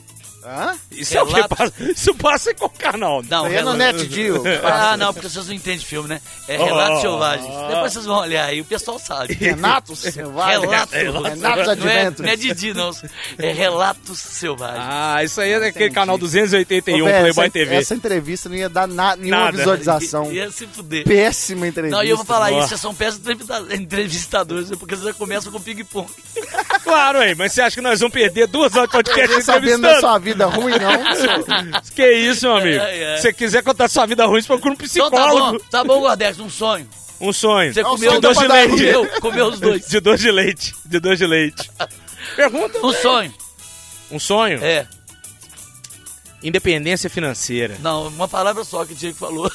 [SPEAKER 3] Hã?
[SPEAKER 2] Isso é o que
[SPEAKER 4] Relatos-
[SPEAKER 2] passa, isso passa em qual canal?
[SPEAKER 4] Não,
[SPEAKER 3] Aí é no
[SPEAKER 4] Relatos-
[SPEAKER 3] Net Deal.
[SPEAKER 4] Ah, não, porque vocês não entendem filme, né? É
[SPEAKER 2] Oh.
[SPEAKER 4] Relatos Selvagens. Depois vocês vão olhar aí, o pessoal sabe.
[SPEAKER 2] É,
[SPEAKER 3] Renato Selvagem.
[SPEAKER 4] Relatos
[SPEAKER 3] Renatos
[SPEAKER 4] Não é,
[SPEAKER 3] Adventos.
[SPEAKER 4] não é Didi, não. É Relatos Selvagens.
[SPEAKER 2] Ah, isso aí é aquele
[SPEAKER 3] Entendi.
[SPEAKER 2] canal 281
[SPEAKER 3] Ô, velho,
[SPEAKER 2] Playboy
[SPEAKER 3] essa,
[SPEAKER 2] TV.
[SPEAKER 3] Essa entrevista não ia dar na- nenhuma
[SPEAKER 2] Nada.
[SPEAKER 3] visualização.
[SPEAKER 4] Ia se assim fuder.
[SPEAKER 3] Péssima entrevista.
[SPEAKER 4] Não, e eu vou falar
[SPEAKER 2] Ó.
[SPEAKER 4] isso, vocês são péssimos entrevista- entrevistadores, né? porque vocês já começam com ping-pong.
[SPEAKER 2] Claro, aí, mas você acha que nós vamos perder duas horas de podcast
[SPEAKER 3] Fiquei Tá sabendo é da
[SPEAKER 2] entrevistando?
[SPEAKER 3] sua vida ruim, não. senhor.
[SPEAKER 2] Que isso, meu amigo.
[SPEAKER 4] Ai, ai.
[SPEAKER 2] Se você quiser contar sua vida ruim, você procura um
[SPEAKER 4] É, Então tá bom,
[SPEAKER 2] psicólogo.
[SPEAKER 4] tá bom, Gordex, um sonho.
[SPEAKER 2] Um sonho.
[SPEAKER 4] Você
[SPEAKER 3] Não,
[SPEAKER 4] comeu
[SPEAKER 3] sonho
[SPEAKER 2] dá pra dar
[SPEAKER 4] comeu, comeu os dois.
[SPEAKER 2] De doce de leite. De doce de leite. Pergunta.
[SPEAKER 4] Um sonho,
[SPEAKER 2] Um sonho?
[SPEAKER 4] é.
[SPEAKER 2] Independência financeira.
[SPEAKER 4] Não, uma palavra só que o Diego falou.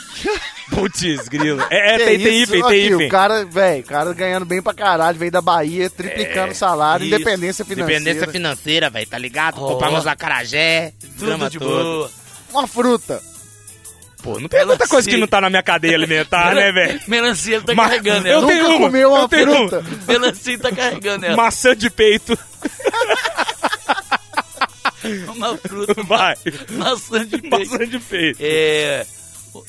[SPEAKER 2] Putz, grilo. É, é,
[SPEAKER 3] Que
[SPEAKER 2] tem, tem
[SPEAKER 3] isso?
[SPEAKER 2] hífen,
[SPEAKER 3] Aqui,
[SPEAKER 2] tem
[SPEAKER 3] O
[SPEAKER 2] hífen.
[SPEAKER 3] cara, velho, o cara ganhando bem pra caralho, veio da Bahia, triplicando o salário,
[SPEAKER 4] isso.
[SPEAKER 3] independência
[SPEAKER 2] É,
[SPEAKER 3] financeira.
[SPEAKER 2] Independência financeira, velho, tá ligado?
[SPEAKER 4] Ó.
[SPEAKER 2] Comprar umas acarajé,
[SPEAKER 4] Tudo
[SPEAKER 2] drama
[SPEAKER 4] de
[SPEAKER 2] todo.
[SPEAKER 4] boa.
[SPEAKER 3] Uma fruta.
[SPEAKER 2] Pô, não tem
[SPEAKER 4] Ela
[SPEAKER 2] muita coisa
[SPEAKER 4] se-
[SPEAKER 2] que não tá na minha cadeia alimentar, né, velho?
[SPEAKER 4] Melancia ele tá
[SPEAKER 2] Mas-
[SPEAKER 4] carregando
[SPEAKER 2] eu
[SPEAKER 4] ela.
[SPEAKER 3] Nunca
[SPEAKER 2] tenho uma,
[SPEAKER 3] comeu
[SPEAKER 2] eu
[SPEAKER 3] uma
[SPEAKER 2] tenho uma.
[SPEAKER 3] fruta.
[SPEAKER 4] Melancia tá carregando ela.
[SPEAKER 2] Maçã de peito.
[SPEAKER 4] Uma fruta, uma,
[SPEAKER 2] Vai.
[SPEAKER 4] maçã de peito.
[SPEAKER 2] Maçã de peito.
[SPEAKER 4] É,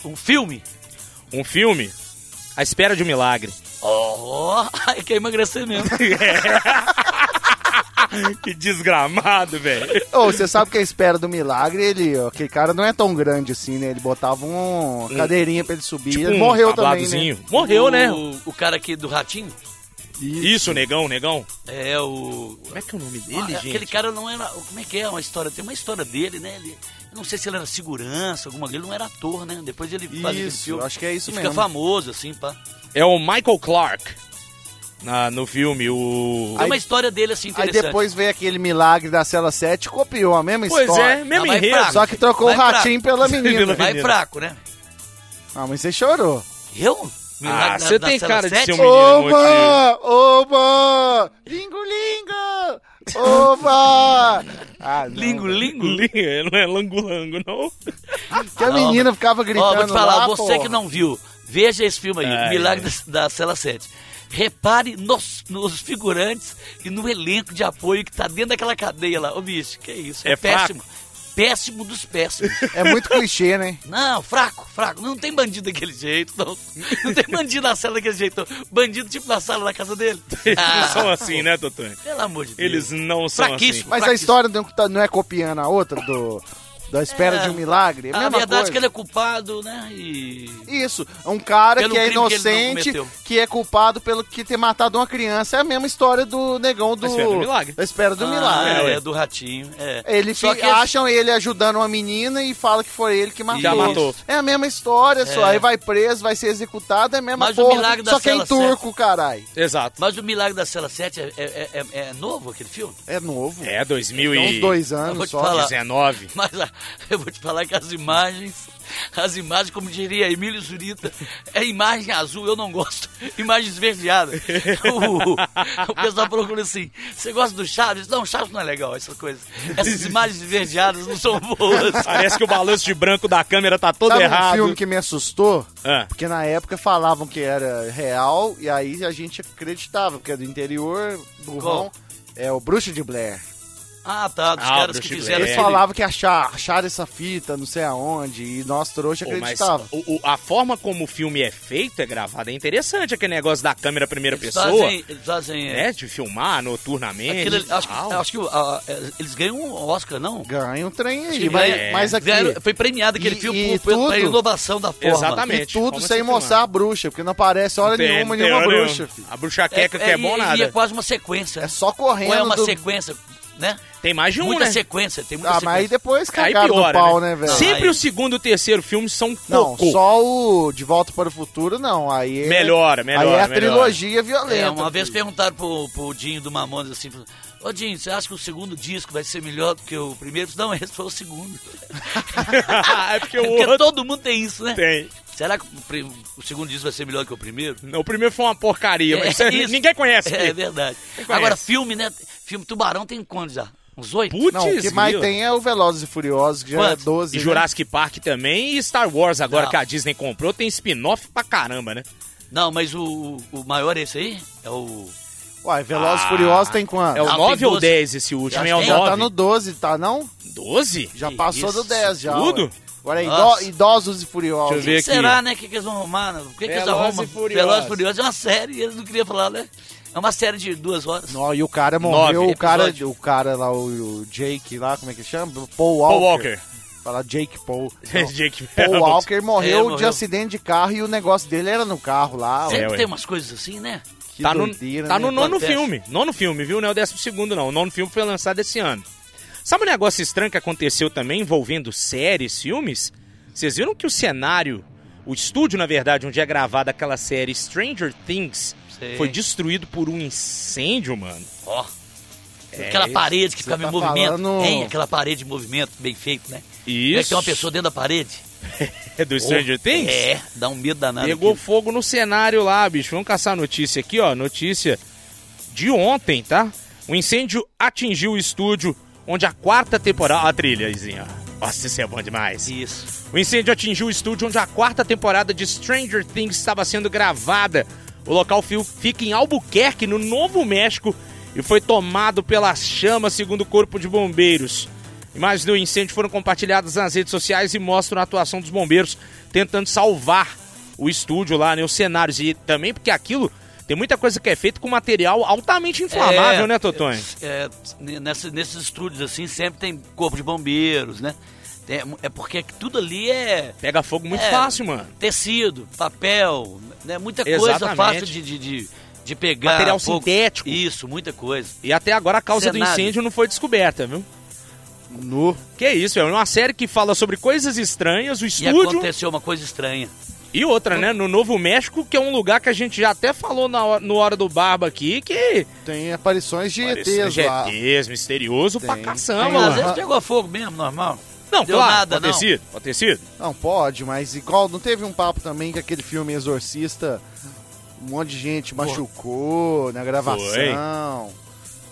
[SPEAKER 4] um filme.
[SPEAKER 2] Um filme? A espera de um milagre.
[SPEAKER 4] Ó, oh, aí quer emagrecer mesmo.
[SPEAKER 2] É. que desgramado, velho.
[SPEAKER 3] Ô, você sabe que a espera do milagre, ele, ó, aquele cara não é tão grande assim, né? Ele botava um cadeirinha pra ele subir. ele
[SPEAKER 2] Um
[SPEAKER 3] Tipo morreu também, né?
[SPEAKER 2] tabladozinho. Morreu,
[SPEAKER 4] o,
[SPEAKER 2] né?
[SPEAKER 4] O cara aqui do Ratinho
[SPEAKER 2] Isso, negão, negão.
[SPEAKER 4] é o.
[SPEAKER 2] Como é que é o nome dele,
[SPEAKER 4] Ah,
[SPEAKER 2] gente?
[SPEAKER 4] Aquele cara não era. Como é que é uma história? Tem uma história dele, né? Ele, eu não sei se ele era segurança, alguma coisa. Ele não era ator, né? Depois ele faz aquele
[SPEAKER 3] Isso,
[SPEAKER 4] filme.
[SPEAKER 3] acho que é isso
[SPEAKER 4] e
[SPEAKER 3] mesmo.
[SPEAKER 4] Fica famoso, assim, pá.
[SPEAKER 2] É o Michael Clark. na- no filme, o.
[SPEAKER 4] Tem uma história dele, assim,
[SPEAKER 3] Aí
[SPEAKER 4] interessante.
[SPEAKER 3] depois veio aquele milagre da cela 7 copiou a mesma
[SPEAKER 2] pois
[SPEAKER 3] história.
[SPEAKER 2] é, mesmo
[SPEAKER 4] Ah, vai
[SPEAKER 2] enredo.
[SPEAKER 4] pra-
[SPEAKER 3] Só que trocou
[SPEAKER 4] Vai
[SPEAKER 3] o
[SPEAKER 4] pra-
[SPEAKER 3] ratinho pela menina.
[SPEAKER 2] Pela-
[SPEAKER 4] Vai
[SPEAKER 2] Mineiro.
[SPEAKER 4] fraco, né?
[SPEAKER 3] Ah, mas você chorou.
[SPEAKER 4] Eu?
[SPEAKER 2] Ah, você tem
[SPEAKER 4] sala
[SPEAKER 2] cara de
[SPEAKER 4] sete?
[SPEAKER 2] ser um menino
[SPEAKER 3] Oba! Oba! Lingo, lingo! Oba! Ah, não.
[SPEAKER 4] Lingo, lingo.
[SPEAKER 2] Não é langolango, não.
[SPEAKER 3] Que a
[SPEAKER 4] Não,
[SPEAKER 3] menina ficava gritando
[SPEAKER 4] Ah, Ó, vou te falar,
[SPEAKER 3] lá,
[SPEAKER 4] você
[SPEAKER 3] porra.
[SPEAKER 4] que não viu, veja esse filme aí,
[SPEAKER 2] Ai,
[SPEAKER 4] Milagre da, da Cela 7. Repare nos, nos figurantes e no elenco de apoio que tá dentro daquela cadeia lá. Ô, bicho, que isso? É,
[SPEAKER 2] É fraco?
[SPEAKER 4] péssimo. Péssimo dos péssimos.
[SPEAKER 3] É muito clichê, né?
[SPEAKER 4] Não, fraco, fraco. Não tem bandido daquele jeito, não. Não tem bandido na cela daquele jeito, não. Bandido tipo na sala da casa dele.
[SPEAKER 2] Eles
[SPEAKER 4] Ah,
[SPEAKER 2] não são assim, né, Totonho?
[SPEAKER 4] Pelo amor de Deus.
[SPEAKER 2] Eles não são assim.
[SPEAKER 4] Fraquíssimo.
[SPEAKER 3] Mas a
[SPEAKER 4] Fraquíssimo.
[SPEAKER 3] história não tá- não é copiando a outra do da espera
[SPEAKER 4] É.
[SPEAKER 3] de um milagre? É a
[SPEAKER 4] A
[SPEAKER 3] mesma
[SPEAKER 4] verdade é
[SPEAKER 3] coisa.
[SPEAKER 4] que ele é culpado, né? E.
[SPEAKER 3] Isso, é um cara
[SPEAKER 4] Pelo
[SPEAKER 3] que é
[SPEAKER 4] crime que ele não
[SPEAKER 3] inocente, que,
[SPEAKER 4] cometeu.
[SPEAKER 3] é culpado pelo que ter matado uma criança. É a mesma história do negão do...
[SPEAKER 2] Da Espera do é um Milagre.
[SPEAKER 3] Da Espera do
[SPEAKER 4] Ah,
[SPEAKER 3] Milagre.
[SPEAKER 2] ué.
[SPEAKER 4] é, do ratinho. É.
[SPEAKER 3] Ele
[SPEAKER 4] Só
[SPEAKER 3] fi-
[SPEAKER 4] que esse-
[SPEAKER 3] acham ele ajudando uma menina e fala que foi ele que matou.
[SPEAKER 4] Já
[SPEAKER 2] matou.
[SPEAKER 3] É a mesma história, só.
[SPEAKER 4] É.
[SPEAKER 3] Aí vai preso, vai ser executado, é a mesma
[SPEAKER 4] Mas o
[SPEAKER 3] porra.
[SPEAKER 4] milagre da
[SPEAKER 3] só que é em
[SPEAKER 4] cela certa.
[SPEAKER 3] turco, carai.
[SPEAKER 2] Exato.
[SPEAKER 4] Mas o Milagre da Cela 7 é, é- é- é novo aquele filme?
[SPEAKER 3] É novo.
[SPEAKER 2] É,
[SPEAKER 3] Tem uns
[SPEAKER 2] 2019.
[SPEAKER 3] Então, dois
[SPEAKER 4] Eu vou
[SPEAKER 3] anos
[SPEAKER 4] te
[SPEAKER 3] só.
[SPEAKER 4] falar. Mas ah, eu vou te falar que as imagens, as imagens, como diria Emílio Zurita, é imagem azul, eu não gosto. Imagem esverdeada. O, o pessoal procura assim: você gosta do Chaves? Não, Chaves não é legal, essas coisas. Essas imagens esverdeadas não são boas.
[SPEAKER 2] Parece que o balanço de branco da câmera tá todo
[SPEAKER 3] Sabe um
[SPEAKER 2] errado.
[SPEAKER 3] filme que me assustou?
[SPEAKER 2] Ah.
[SPEAKER 3] Porque na época falavam que era real e aí a gente acreditava, porque é do interior, burrão.
[SPEAKER 4] Qual?
[SPEAKER 3] É o Bruxo de Blair.
[SPEAKER 4] Ah, tá, dos
[SPEAKER 2] Ah,
[SPEAKER 4] caras
[SPEAKER 2] o
[SPEAKER 4] que
[SPEAKER 2] Bruce
[SPEAKER 4] fizeram
[SPEAKER 2] Blair.
[SPEAKER 3] Eles
[SPEAKER 2] É.
[SPEAKER 4] aquele-
[SPEAKER 3] falavam que achar, acharam essa fita, não sei aonde, e nós trouxa
[SPEAKER 2] Pô, mas
[SPEAKER 3] acreditava.
[SPEAKER 2] o- o- a forma como o filme é feito, é gravado, é interessante. Aquele negócio da câmera primeira
[SPEAKER 4] Eles
[SPEAKER 2] pessoa,
[SPEAKER 4] fazem, eles fazem, é,
[SPEAKER 2] né? De filmar noturnamente.
[SPEAKER 4] aquele-
[SPEAKER 2] e
[SPEAKER 4] acho, que-
[SPEAKER 2] tal.
[SPEAKER 4] acho que ah, é, eles ganham um Oscar, não?
[SPEAKER 3] Ganha um trem aí,
[SPEAKER 4] que
[SPEAKER 3] mas,
[SPEAKER 4] ganha-
[SPEAKER 3] mas aqui...
[SPEAKER 4] Ganharam- foi premiado aquele
[SPEAKER 3] E-
[SPEAKER 4] filme
[SPEAKER 3] e
[SPEAKER 4] por, pela- pela
[SPEAKER 3] tudo-
[SPEAKER 4] inovação da forma.
[SPEAKER 2] Exatamente.
[SPEAKER 3] E tudo
[SPEAKER 2] Vamos
[SPEAKER 3] sem
[SPEAKER 2] filmar.
[SPEAKER 3] mostrar a bruxa, porque não aparece hora
[SPEAKER 2] Tem-
[SPEAKER 3] nenhuma,
[SPEAKER 2] tem
[SPEAKER 3] nenhuma
[SPEAKER 2] hora nenhuma.
[SPEAKER 3] bruxa, filho.
[SPEAKER 2] A bruxaqueca que é bom
[SPEAKER 4] e-
[SPEAKER 2] nada.
[SPEAKER 4] E é quase uma sequência.
[SPEAKER 3] É só correndo.
[SPEAKER 4] Ou é uma
[SPEAKER 3] do-
[SPEAKER 4] sequência, né?
[SPEAKER 2] Tem mais de um,
[SPEAKER 4] muita
[SPEAKER 2] né?
[SPEAKER 4] sequência, tem muita
[SPEAKER 3] Ah, mas aí
[SPEAKER 4] sequência.
[SPEAKER 3] depois
[SPEAKER 2] Aí
[SPEAKER 3] cagaram no
[SPEAKER 2] piora,
[SPEAKER 3] pau, né,
[SPEAKER 2] né?
[SPEAKER 3] velho?
[SPEAKER 4] Sim.
[SPEAKER 2] Sempre
[SPEAKER 4] Aí-
[SPEAKER 2] o segundo e o terceiro filme são
[SPEAKER 3] Não,
[SPEAKER 2] cocô.
[SPEAKER 3] só o De Volta para o Futuro, não. Aí é-
[SPEAKER 2] Melhora, melhora,
[SPEAKER 3] Aí é a
[SPEAKER 2] melhora.
[SPEAKER 3] trilogia violenta.
[SPEAKER 4] É, uma vez
[SPEAKER 3] filho.
[SPEAKER 4] perguntaram pro, pro Dinho do Mamonas assim, falou, ô Dinho, você acha que o segundo disco vai ser melhor do que o primeiro? Eu falei, Não, esse foi o segundo.
[SPEAKER 2] é porque o
[SPEAKER 4] Porque
[SPEAKER 2] outro
[SPEAKER 4] todo mundo tem isso, né?
[SPEAKER 2] tem.
[SPEAKER 4] Será que o, pri- o segundo disco vai ser melhor do que o primeiro?
[SPEAKER 2] O primeiro foi uma porcaria, mas
[SPEAKER 4] É, isso.
[SPEAKER 2] ninguém conhece.
[SPEAKER 4] É,
[SPEAKER 2] É,
[SPEAKER 4] verdade.
[SPEAKER 2] Quem conhece?
[SPEAKER 4] Agora, filme, né? Filme Tubarão tem quantos já? Uns oito?
[SPEAKER 2] Putz,
[SPEAKER 3] Não, o que mais
[SPEAKER 2] grila.
[SPEAKER 3] tem é o Velozes e Furiosos, que já
[SPEAKER 4] Quanto?
[SPEAKER 3] é 12.
[SPEAKER 2] E
[SPEAKER 3] né?
[SPEAKER 2] Jurassic Park também e Star Wars agora
[SPEAKER 4] Não.
[SPEAKER 2] que a Disney comprou tem spin-off pra caramba, né?
[SPEAKER 4] Não, mas o, o maior é esse aí? É o...
[SPEAKER 3] Uai, Velozes e
[SPEAKER 2] Ah,
[SPEAKER 3] Furiosos tem quanto?
[SPEAKER 2] É o
[SPEAKER 4] Ah, tem
[SPEAKER 2] 9 ou
[SPEAKER 4] 12.
[SPEAKER 2] 10 esse último?
[SPEAKER 4] Acho
[SPEAKER 2] É o
[SPEAKER 4] que
[SPEAKER 3] Já tá no
[SPEAKER 2] 9?
[SPEAKER 3] 12, tá não?
[SPEAKER 2] 12?
[SPEAKER 3] Já
[SPEAKER 4] Que
[SPEAKER 3] passou
[SPEAKER 4] isso,
[SPEAKER 3] do 10 já.
[SPEAKER 2] tudo?
[SPEAKER 3] ué. Agora é ido-
[SPEAKER 4] Nossa.
[SPEAKER 3] Idosos e Furiosos.
[SPEAKER 2] Deixa eu ver aqui.
[SPEAKER 4] Será, né? O que, que eles vão arrumar? né? O que, que eles
[SPEAKER 2] Velozes
[SPEAKER 4] arrumam?
[SPEAKER 2] e Furiosos.
[SPEAKER 4] Velozes e Furiosos é uma série, eles não queriam falar, né? É uma série de duas horas.
[SPEAKER 3] Não, e o cara morreu,
[SPEAKER 2] Nove
[SPEAKER 3] o cara,
[SPEAKER 4] episódios.
[SPEAKER 3] o cara lá, o, o Jake lá, como é que chama? Paul Walker.
[SPEAKER 2] Paul Walker.
[SPEAKER 3] Fala Jake Paul. Não,
[SPEAKER 2] Jake
[SPEAKER 3] Paul
[SPEAKER 2] Reynolds.
[SPEAKER 3] Walker morreu,
[SPEAKER 4] É, morreu.
[SPEAKER 3] de acidente de carro e o negócio dele era no carro lá.
[SPEAKER 2] É,
[SPEAKER 4] Sempre
[SPEAKER 2] ué.
[SPEAKER 4] tem umas coisas assim, né?
[SPEAKER 3] Que
[SPEAKER 2] tá no,
[SPEAKER 3] doideira,
[SPEAKER 2] tá
[SPEAKER 3] né?
[SPEAKER 2] no nono
[SPEAKER 4] Acontece.
[SPEAKER 2] filme. Nono filme, viu? Não é o décimo segundo, não. O nono filme foi lançado esse ano. Sabe um negócio estranho que aconteceu também envolvendo séries, filmes? Vocês viram que o cenário, o estúdio, na verdade, onde é gravada aquela série Stranger Things,
[SPEAKER 4] Sei.
[SPEAKER 2] foi destruído por um incêndio, mano.
[SPEAKER 4] Ó.
[SPEAKER 2] É,
[SPEAKER 4] aquela parede que
[SPEAKER 3] você
[SPEAKER 4] ficava
[SPEAKER 3] tá
[SPEAKER 4] em movimento.
[SPEAKER 3] falando-
[SPEAKER 4] Tem aquela parede em movimento bem feito, né? É que
[SPEAKER 2] Isso.
[SPEAKER 4] tem uma pessoa dentro da parede.
[SPEAKER 2] É do Stranger
[SPEAKER 4] Oh,
[SPEAKER 2] Things?
[SPEAKER 4] É, dá um medo danado.
[SPEAKER 2] Pegou
[SPEAKER 4] aquilo.
[SPEAKER 2] fogo no cenário lá, bicho. Vamos caçar a notícia aqui, ó. Notícia de ontem, tá? O incêndio atingiu o estúdio onde a quarta temporada. Ó, a trilhazinha. ó. Nossa, isso é bom demais.
[SPEAKER 4] Isso.
[SPEAKER 2] O incêndio atingiu o estúdio onde a quarta temporada de Stranger Things estava sendo gravada. O local fi- fica em Albuquerque, no Novo México, e foi tomado pelas chamas, segundo o Corpo de Bombeiros. Imagens do incêndio foram compartilhadas nas redes sociais e mostram a atuação dos bombeiros tentando salvar o estúdio lá, né, os cenários. E também porque aquilo Tem muita coisa que é feita com material altamente inflamável, né, Totonho?
[SPEAKER 4] É, n- nessa- nesses estúdios assim, sempre tem corpo de bombeiros, né? Tem- é porque tudo ali é
[SPEAKER 2] Pega fogo muito
[SPEAKER 4] É.
[SPEAKER 2] fácil, mano.
[SPEAKER 4] tecido, papel, né? Muita coisa
[SPEAKER 2] Exatamente.
[SPEAKER 4] fácil de, de, de, de pegar.
[SPEAKER 2] Material
[SPEAKER 4] pouco.
[SPEAKER 2] sintético.
[SPEAKER 4] Isso, muita coisa.
[SPEAKER 2] E até agora a causa do
[SPEAKER 4] Senado.
[SPEAKER 2] incêndio não foi descoberta, viu?
[SPEAKER 3] No.
[SPEAKER 2] Que isso, é uma série que fala sobre coisas estranhas, o
[SPEAKER 4] E
[SPEAKER 2] estúdio
[SPEAKER 4] aconteceu uma coisa estranha.
[SPEAKER 2] e outra, né? No Novo México, que é um lugar que a gente já até falou na, hora- no Hora do Barba aqui, que
[SPEAKER 3] Tem aparições de ETs lá.
[SPEAKER 2] GTs, misterioso pra
[SPEAKER 3] Tem.
[SPEAKER 2] caçamba,
[SPEAKER 3] Tem,
[SPEAKER 4] Mas às
[SPEAKER 2] mano.
[SPEAKER 4] vezes pegou fogo mesmo, normal.
[SPEAKER 2] Não,
[SPEAKER 4] deu
[SPEAKER 2] claro,
[SPEAKER 4] nada,
[SPEAKER 2] pode ter
[SPEAKER 4] não.
[SPEAKER 2] sido, pode ter sido.
[SPEAKER 3] Não, pode, mas igual, não teve um papo também que aquele filme Exorcista, um monte de gente machucou na gravação.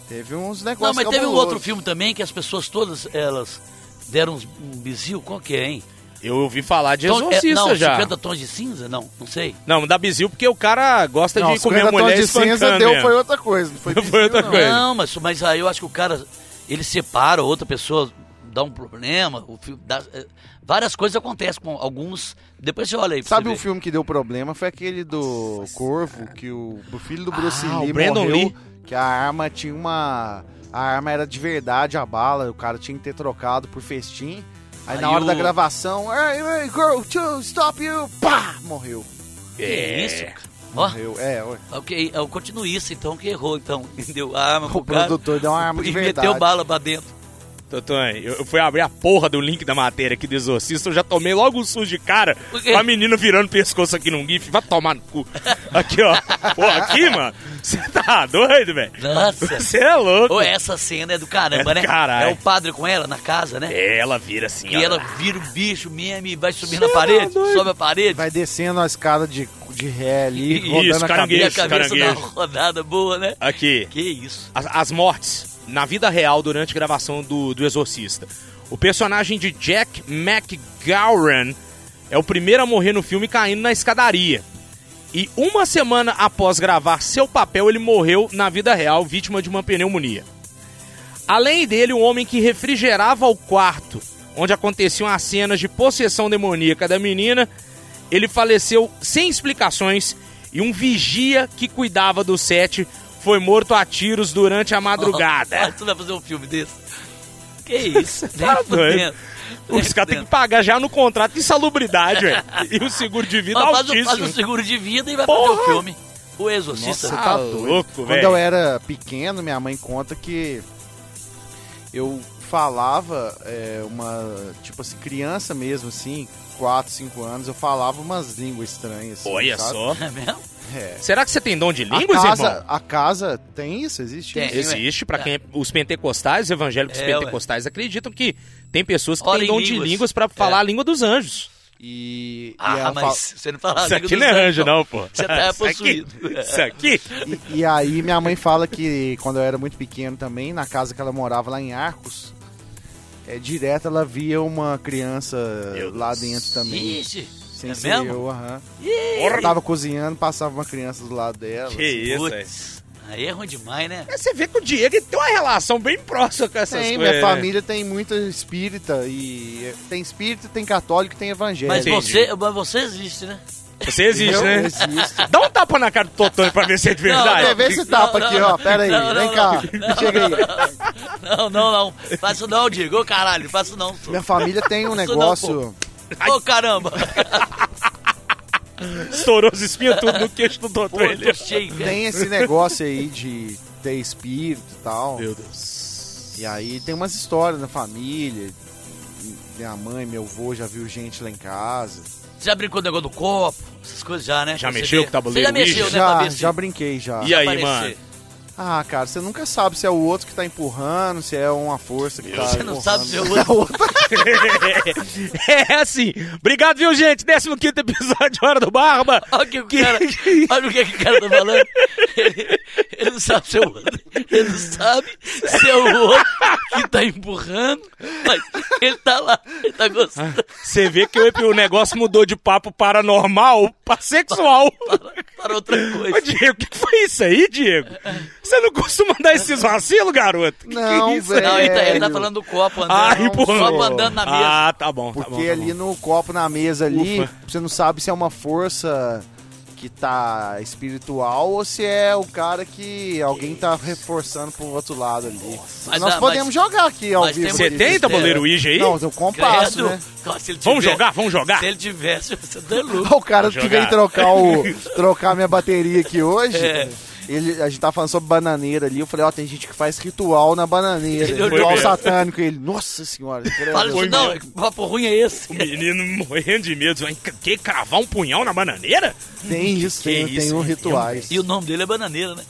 [SPEAKER 3] Teve uns
[SPEAKER 4] Não,
[SPEAKER 3] negócios
[SPEAKER 4] mas teve um
[SPEAKER 3] cabulosos.
[SPEAKER 4] outro filme também que as pessoas todas, elas deram uns- um bizil, qual que é, hein?
[SPEAKER 2] Eu ouvi falar de
[SPEAKER 4] Tom- é,
[SPEAKER 2] exorcista
[SPEAKER 4] não,
[SPEAKER 2] já.
[SPEAKER 4] 50 tons de cinza? Não, não sei.
[SPEAKER 2] Não, não dá bizil porque o cara gosta
[SPEAKER 3] Não,
[SPEAKER 2] de comer
[SPEAKER 3] 50 tons
[SPEAKER 2] mulher
[SPEAKER 3] de cinza
[SPEAKER 2] espancando
[SPEAKER 3] deu,
[SPEAKER 4] né?
[SPEAKER 2] mesmo.
[SPEAKER 3] foi outra coisa. Não foi,
[SPEAKER 2] Foi
[SPEAKER 3] bizil,
[SPEAKER 2] outra
[SPEAKER 3] não.
[SPEAKER 2] coisa.
[SPEAKER 4] Não, mas, mas aí eu acho que o cara, ele separa, outra pessoa dá um problema, o filme dá- é, várias coisas acontecem com alguns, depois você olha aí. pra
[SPEAKER 3] Sabe
[SPEAKER 4] você
[SPEAKER 3] o
[SPEAKER 4] ver.
[SPEAKER 3] filme que deu problema? Foi aquele do Corvo, que o, o filho do Bruce
[SPEAKER 2] Ah, o
[SPEAKER 3] Lee
[SPEAKER 2] Brandon
[SPEAKER 3] morreu,
[SPEAKER 2] Lee.
[SPEAKER 3] que a arma tinha uma... A arma era de verdade, a bala, o cara tinha que ter trocado por festim. Aí,
[SPEAKER 4] Aí
[SPEAKER 3] na hora da
[SPEAKER 4] o-
[SPEAKER 3] gravação, hey, hey, girl, two, stop you, pá, morreu.
[SPEAKER 4] Que
[SPEAKER 2] É.
[SPEAKER 4] isso, cara? Ó,
[SPEAKER 3] Morreu, é, ué.
[SPEAKER 4] ok, é o continuista então que errou, então, deu a arma
[SPEAKER 3] O
[SPEAKER 4] pro cara
[SPEAKER 3] produtor
[SPEAKER 2] é
[SPEAKER 3] deu uma arma de
[SPEAKER 4] e
[SPEAKER 3] verdade.
[SPEAKER 4] meteu bala pra dentro.
[SPEAKER 2] Totonho, eu eu fui abrir a porra do link da matéria aqui do Exorcista, eu já tomei logo um susto de cara
[SPEAKER 4] Por quê?
[SPEAKER 2] com a menina virando o pescoço aqui num gif. Vai tomar no cu. Aqui, ó. Pô, aqui, mano. Você tá doido, velho?
[SPEAKER 4] Nossa.
[SPEAKER 2] Você é louco.
[SPEAKER 4] Ô, essa cena é do caramba,
[SPEAKER 2] É do
[SPEAKER 4] né?
[SPEAKER 2] caralho.
[SPEAKER 4] É o padre com ela na casa, né?
[SPEAKER 2] Ela vira assim,
[SPEAKER 4] E
[SPEAKER 2] ó.
[SPEAKER 4] ela vira o bicho mesmo e vai subir
[SPEAKER 2] Cê
[SPEAKER 4] na
[SPEAKER 2] tá
[SPEAKER 4] parede,
[SPEAKER 2] doido.
[SPEAKER 4] sobe a parede.
[SPEAKER 3] Vai descendo a escada de, de ré ali,
[SPEAKER 4] Isso,
[SPEAKER 3] rodando a
[SPEAKER 2] caranguejo.
[SPEAKER 4] E a
[SPEAKER 3] cabeça.
[SPEAKER 4] cabeça dá
[SPEAKER 2] caranguejo.
[SPEAKER 4] uma rodada boa, né?
[SPEAKER 2] Aqui.
[SPEAKER 4] Que isso.
[SPEAKER 2] As, as mortes na vida real durante a gravação do, do Exorcista. O personagem de Jack McGowan é o primeiro a morrer no filme caindo na escadaria. E uma semana após gravar seu papel, ele morreu na vida real, vítima de uma pneumonia. Além dele, o homem que refrigerava o quarto, onde aconteciam as cenas de possessão demoníaca da menina, ele faleceu sem explicações e um vigia que cuidava do set foi morto a tiros durante a
[SPEAKER 4] Ah,
[SPEAKER 2] madrugada.
[SPEAKER 4] tu vai fazer um filme desse? Que isso. Nem
[SPEAKER 2] tá doido.
[SPEAKER 4] fudendo. Nem
[SPEAKER 2] Os caras têm que
[SPEAKER 4] fudendo.
[SPEAKER 2] pagar já no contrato de insalubridade, velho. E o seguro de vida
[SPEAKER 4] Mas faz, o-
[SPEAKER 2] altíssimo.
[SPEAKER 4] faz o seguro de vida e vai fazer
[SPEAKER 2] Porra.
[SPEAKER 4] o filme. O
[SPEAKER 3] Nossa,
[SPEAKER 4] Exorcista.
[SPEAKER 3] você tá
[SPEAKER 2] Ah,
[SPEAKER 3] doido.
[SPEAKER 2] louco,
[SPEAKER 3] Quando
[SPEAKER 2] velho.
[SPEAKER 3] eu era pequeno, minha mãe conta que eu falava é, uma, tipo assim, criança mesmo, assim, 4, 5 anos, eu falava umas línguas estranhas. assim,
[SPEAKER 2] Olha
[SPEAKER 3] sabe?
[SPEAKER 2] só.
[SPEAKER 4] É mesmo?
[SPEAKER 3] É.
[SPEAKER 2] Será que você tem dom de línguas,
[SPEAKER 3] a casa,
[SPEAKER 2] irmão?
[SPEAKER 3] A casa tem isso? Existe
[SPEAKER 4] Tem.
[SPEAKER 3] isso?
[SPEAKER 2] Existe, pra quem é- os pentecostais, os evangélicos
[SPEAKER 4] É, ué.
[SPEAKER 2] pentecostais acreditam que tem pessoas que
[SPEAKER 4] Ora
[SPEAKER 2] têm
[SPEAKER 4] em
[SPEAKER 2] dom de
[SPEAKER 4] línguas.
[SPEAKER 2] línguas pra falar
[SPEAKER 4] É.
[SPEAKER 2] a língua dos anjos.
[SPEAKER 3] E, e
[SPEAKER 4] Ah,
[SPEAKER 3] ela
[SPEAKER 4] mas
[SPEAKER 3] fala-
[SPEAKER 4] você não fala
[SPEAKER 2] Isso
[SPEAKER 4] amigo
[SPEAKER 2] aqui
[SPEAKER 4] dos
[SPEAKER 2] não é
[SPEAKER 4] anjos,
[SPEAKER 2] anjo, não, pô.
[SPEAKER 4] Você tá
[SPEAKER 2] Isso aqui-
[SPEAKER 4] possuído.
[SPEAKER 2] Isso aqui.
[SPEAKER 3] E, e aí minha mãe fala que quando eu era muito pequeno também, na casa que ela morava lá em Arcos, é direto ela via uma criança
[SPEAKER 2] Meu
[SPEAKER 3] lá
[SPEAKER 2] Deus.
[SPEAKER 3] dentro também.
[SPEAKER 4] Ixi,
[SPEAKER 3] Sem
[SPEAKER 4] é
[SPEAKER 3] ser
[SPEAKER 4] mesmo?
[SPEAKER 3] eu, aham.
[SPEAKER 2] Porra.
[SPEAKER 3] Ela tava cozinhando, passava uma criança do lado dela. assim.
[SPEAKER 2] Que isso, velho.
[SPEAKER 4] Putz, aí é ruim demais, né?
[SPEAKER 2] Você vê que o Diego ele tem uma relação bem próxima com essas
[SPEAKER 3] Tem,
[SPEAKER 2] coisas.
[SPEAKER 3] minha
[SPEAKER 2] né?
[SPEAKER 3] família tem muita espírita e tem espírita, tem católico, tem evangélico.
[SPEAKER 4] Mas
[SPEAKER 2] É, Entendi.
[SPEAKER 4] você, mas você existe, né?
[SPEAKER 2] Você existe,
[SPEAKER 3] Eu
[SPEAKER 2] né?
[SPEAKER 3] existo.
[SPEAKER 2] Dá um tapa na cara do Totônio pra ver se é de verdade.
[SPEAKER 3] Quer ver esse tapa
[SPEAKER 4] não,
[SPEAKER 3] aqui,
[SPEAKER 4] não.
[SPEAKER 3] ó? Pera aí,
[SPEAKER 4] Não,
[SPEAKER 3] vem
[SPEAKER 4] não,
[SPEAKER 3] cá.
[SPEAKER 4] não.
[SPEAKER 3] Chega aí.
[SPEAKER 4] Não, não, não. Faço não, Diego. Ô, caralho, faço não.
[SPEAKER 3] Minha família tem um
[SPEAKER 4] Isso não,
[SPEAKER 3] negócio.
[SPEAKER 4] Ô, caramba.
[SPEAKER 2] Estourou os espinhos tudo no queixo do
[SPEAKER 4] Pô, eu tô
[SPEAKER 2] Totônio.
[SPEAKER 4] cheio, velho.
[SPEAKER 3] Tem esse negócio aí de ter espírito e tal.
[SPEAKER 2] Meu Deus.
[SPEAKER 3] E aí tem umas histórias na família. Minha mãe, meu avô já viu gente lá em casa.
[SPEAKER 4] Você já brincou com o negócio do copo? Essas coisas já, né?
[SPEAKER 2] Já
[SPEAKER 4] Você
[SPEAKER 2] mexeu
[SPEAKER 4] vê.
[SPEAKER 2] com o tabuleiro
[SPEAKER 4] Você já mexeu,
[SPEAKER 2] Ouija?
[SPEAKER 4] né, pra
[SPEAKER 3] Já,
[SPEAKER 4] ver se
[SPEAKER 3] já brinquei já.
[SPEAKER 2] E aí,
[SPEAKER 4] aparecer.
[SPEAKER 2] mano?
[SPEAKER 3] Ah, cara, você nunca sabe se é o outro que tá empurrando, se é uma força que tá
[SPEAKER 4] Você não sabe se é o
[SPEAKER 3] empurrando.
[SPEAKER 2] É assim. Obrigado, viu, gente? 15 quinto episódio, Hora do Barba.
[SPEAKER 4] Olha o que o cara. Olha o que, que o cara tá falando. Ele, ele não sabe se é o outro. Ele não sabe se é o outro que tá empurrando. Mas ele tá lá, ele tá gostando.
[SPEAKER 2] Você vê que o epi- o negócio mudou de papo paranormal pra sexual.
[SPEAKER 4] Para, para outra
[SPEAKER 2] Ô,
[SPEAKER 4] coisa.
[SPEAKER 2] Diego, o que que foi isso aí, Diego? Você não costuma dar esses vacilos, garoto? Que que
[SPEAKER 3] Não,
[SPEAKER 2] é isso
[SPEAKER 3] velho.
[SPEAKER 4] Não, ele tá, ele tá
[SPEAKER 3] Velho.
[SPEAKER 4] falando do copo andando.
[SPEAKER 2] Ah,
[SPEAKER 4] o
[SPEAKER 2] empurrando.
[SPEAKER 4] copo andando na mesa.
[SPEAKER 2] Ah, tá bom. tá
[SPEAKER 3] Porque
[SPEAKER 2] bom, tá
[SPEAKER 3] ali
[SPEAKER 2] bom.
[SPEAKER 3] no copo na mesa ali,
[SPEAKER 2] Ufa.
[SPEAKER 3] você não sabe se é uma força que que tá espiritual ou se é o cara que alguém tá reforçando pro outro lado ali.
[SPEAKER 4] Mas,
[SPEAKER 3] Nós
[SPEAKER 4] ah,
[SPEAKER 3] podemos
[SPEAKER 4] mas-
[SPEAKER 3] jogar aqui ao
[SPEAKER 4] mas
[SPEAKER 3] vivo.
[SPEAKER 4] tem
[SPEAKER 3] aqui.
[SPEAKER 2] Você tem tabuleiro Ouija aí?
[SPEAKER 3] Não, tem o compasso,
[SPEAKER 4] Credo.
[SPEAKER 3] né?
[SPEAKER 4] Nossa, se ele
[SPEAKER 2] Vamos
[SPEAKER 4] tiver-
[SPEAKER 2] jogar, vamos jogar.
[SPEAKER 4] Se ele tivesse, você tá louco.
[SPEAKER 3] O cara que
[SPEAKER 2] Jogar.
[SPEAKER 3] veio trocar, o, trocar minha bateria aqui hoje.
[SPEAKER 4] É.
[SPEAKER 3] Ele, a gente tava falando sobre bananeira ali. Eu falei, ó, tem gente que faz ritual na bananeira.
[SPEAKER 4] Ele olhou
[SPEAKER 3] Ritual
[SPEAKER 2] mesmo.
[SPEAKER 3] satânico. Ele, nossa senhora. credo.
[SPEAKER 4] Fala isso,
[SPEAKER 2] Foi
[SPEAKER 4] não,
[SPEAKER 2] mesmo.
[SPEAKER 4] que papo ruim é esse?
[SPEAKER 2] O menino morrendo de medo. Vai que cravar um punhal na bananeira?
[SPEAKER 3] Tem isso,
[SPEAKER 2] Que
[SPEAKER 3] tem,
[SPEAKER 2] isso,
[SPEAKER 3] tem um
[SPEAKER 2] hein?
[SPEAKER 3] rituais.
[SPEAKER 4] E o nome dele é Bananeira, né?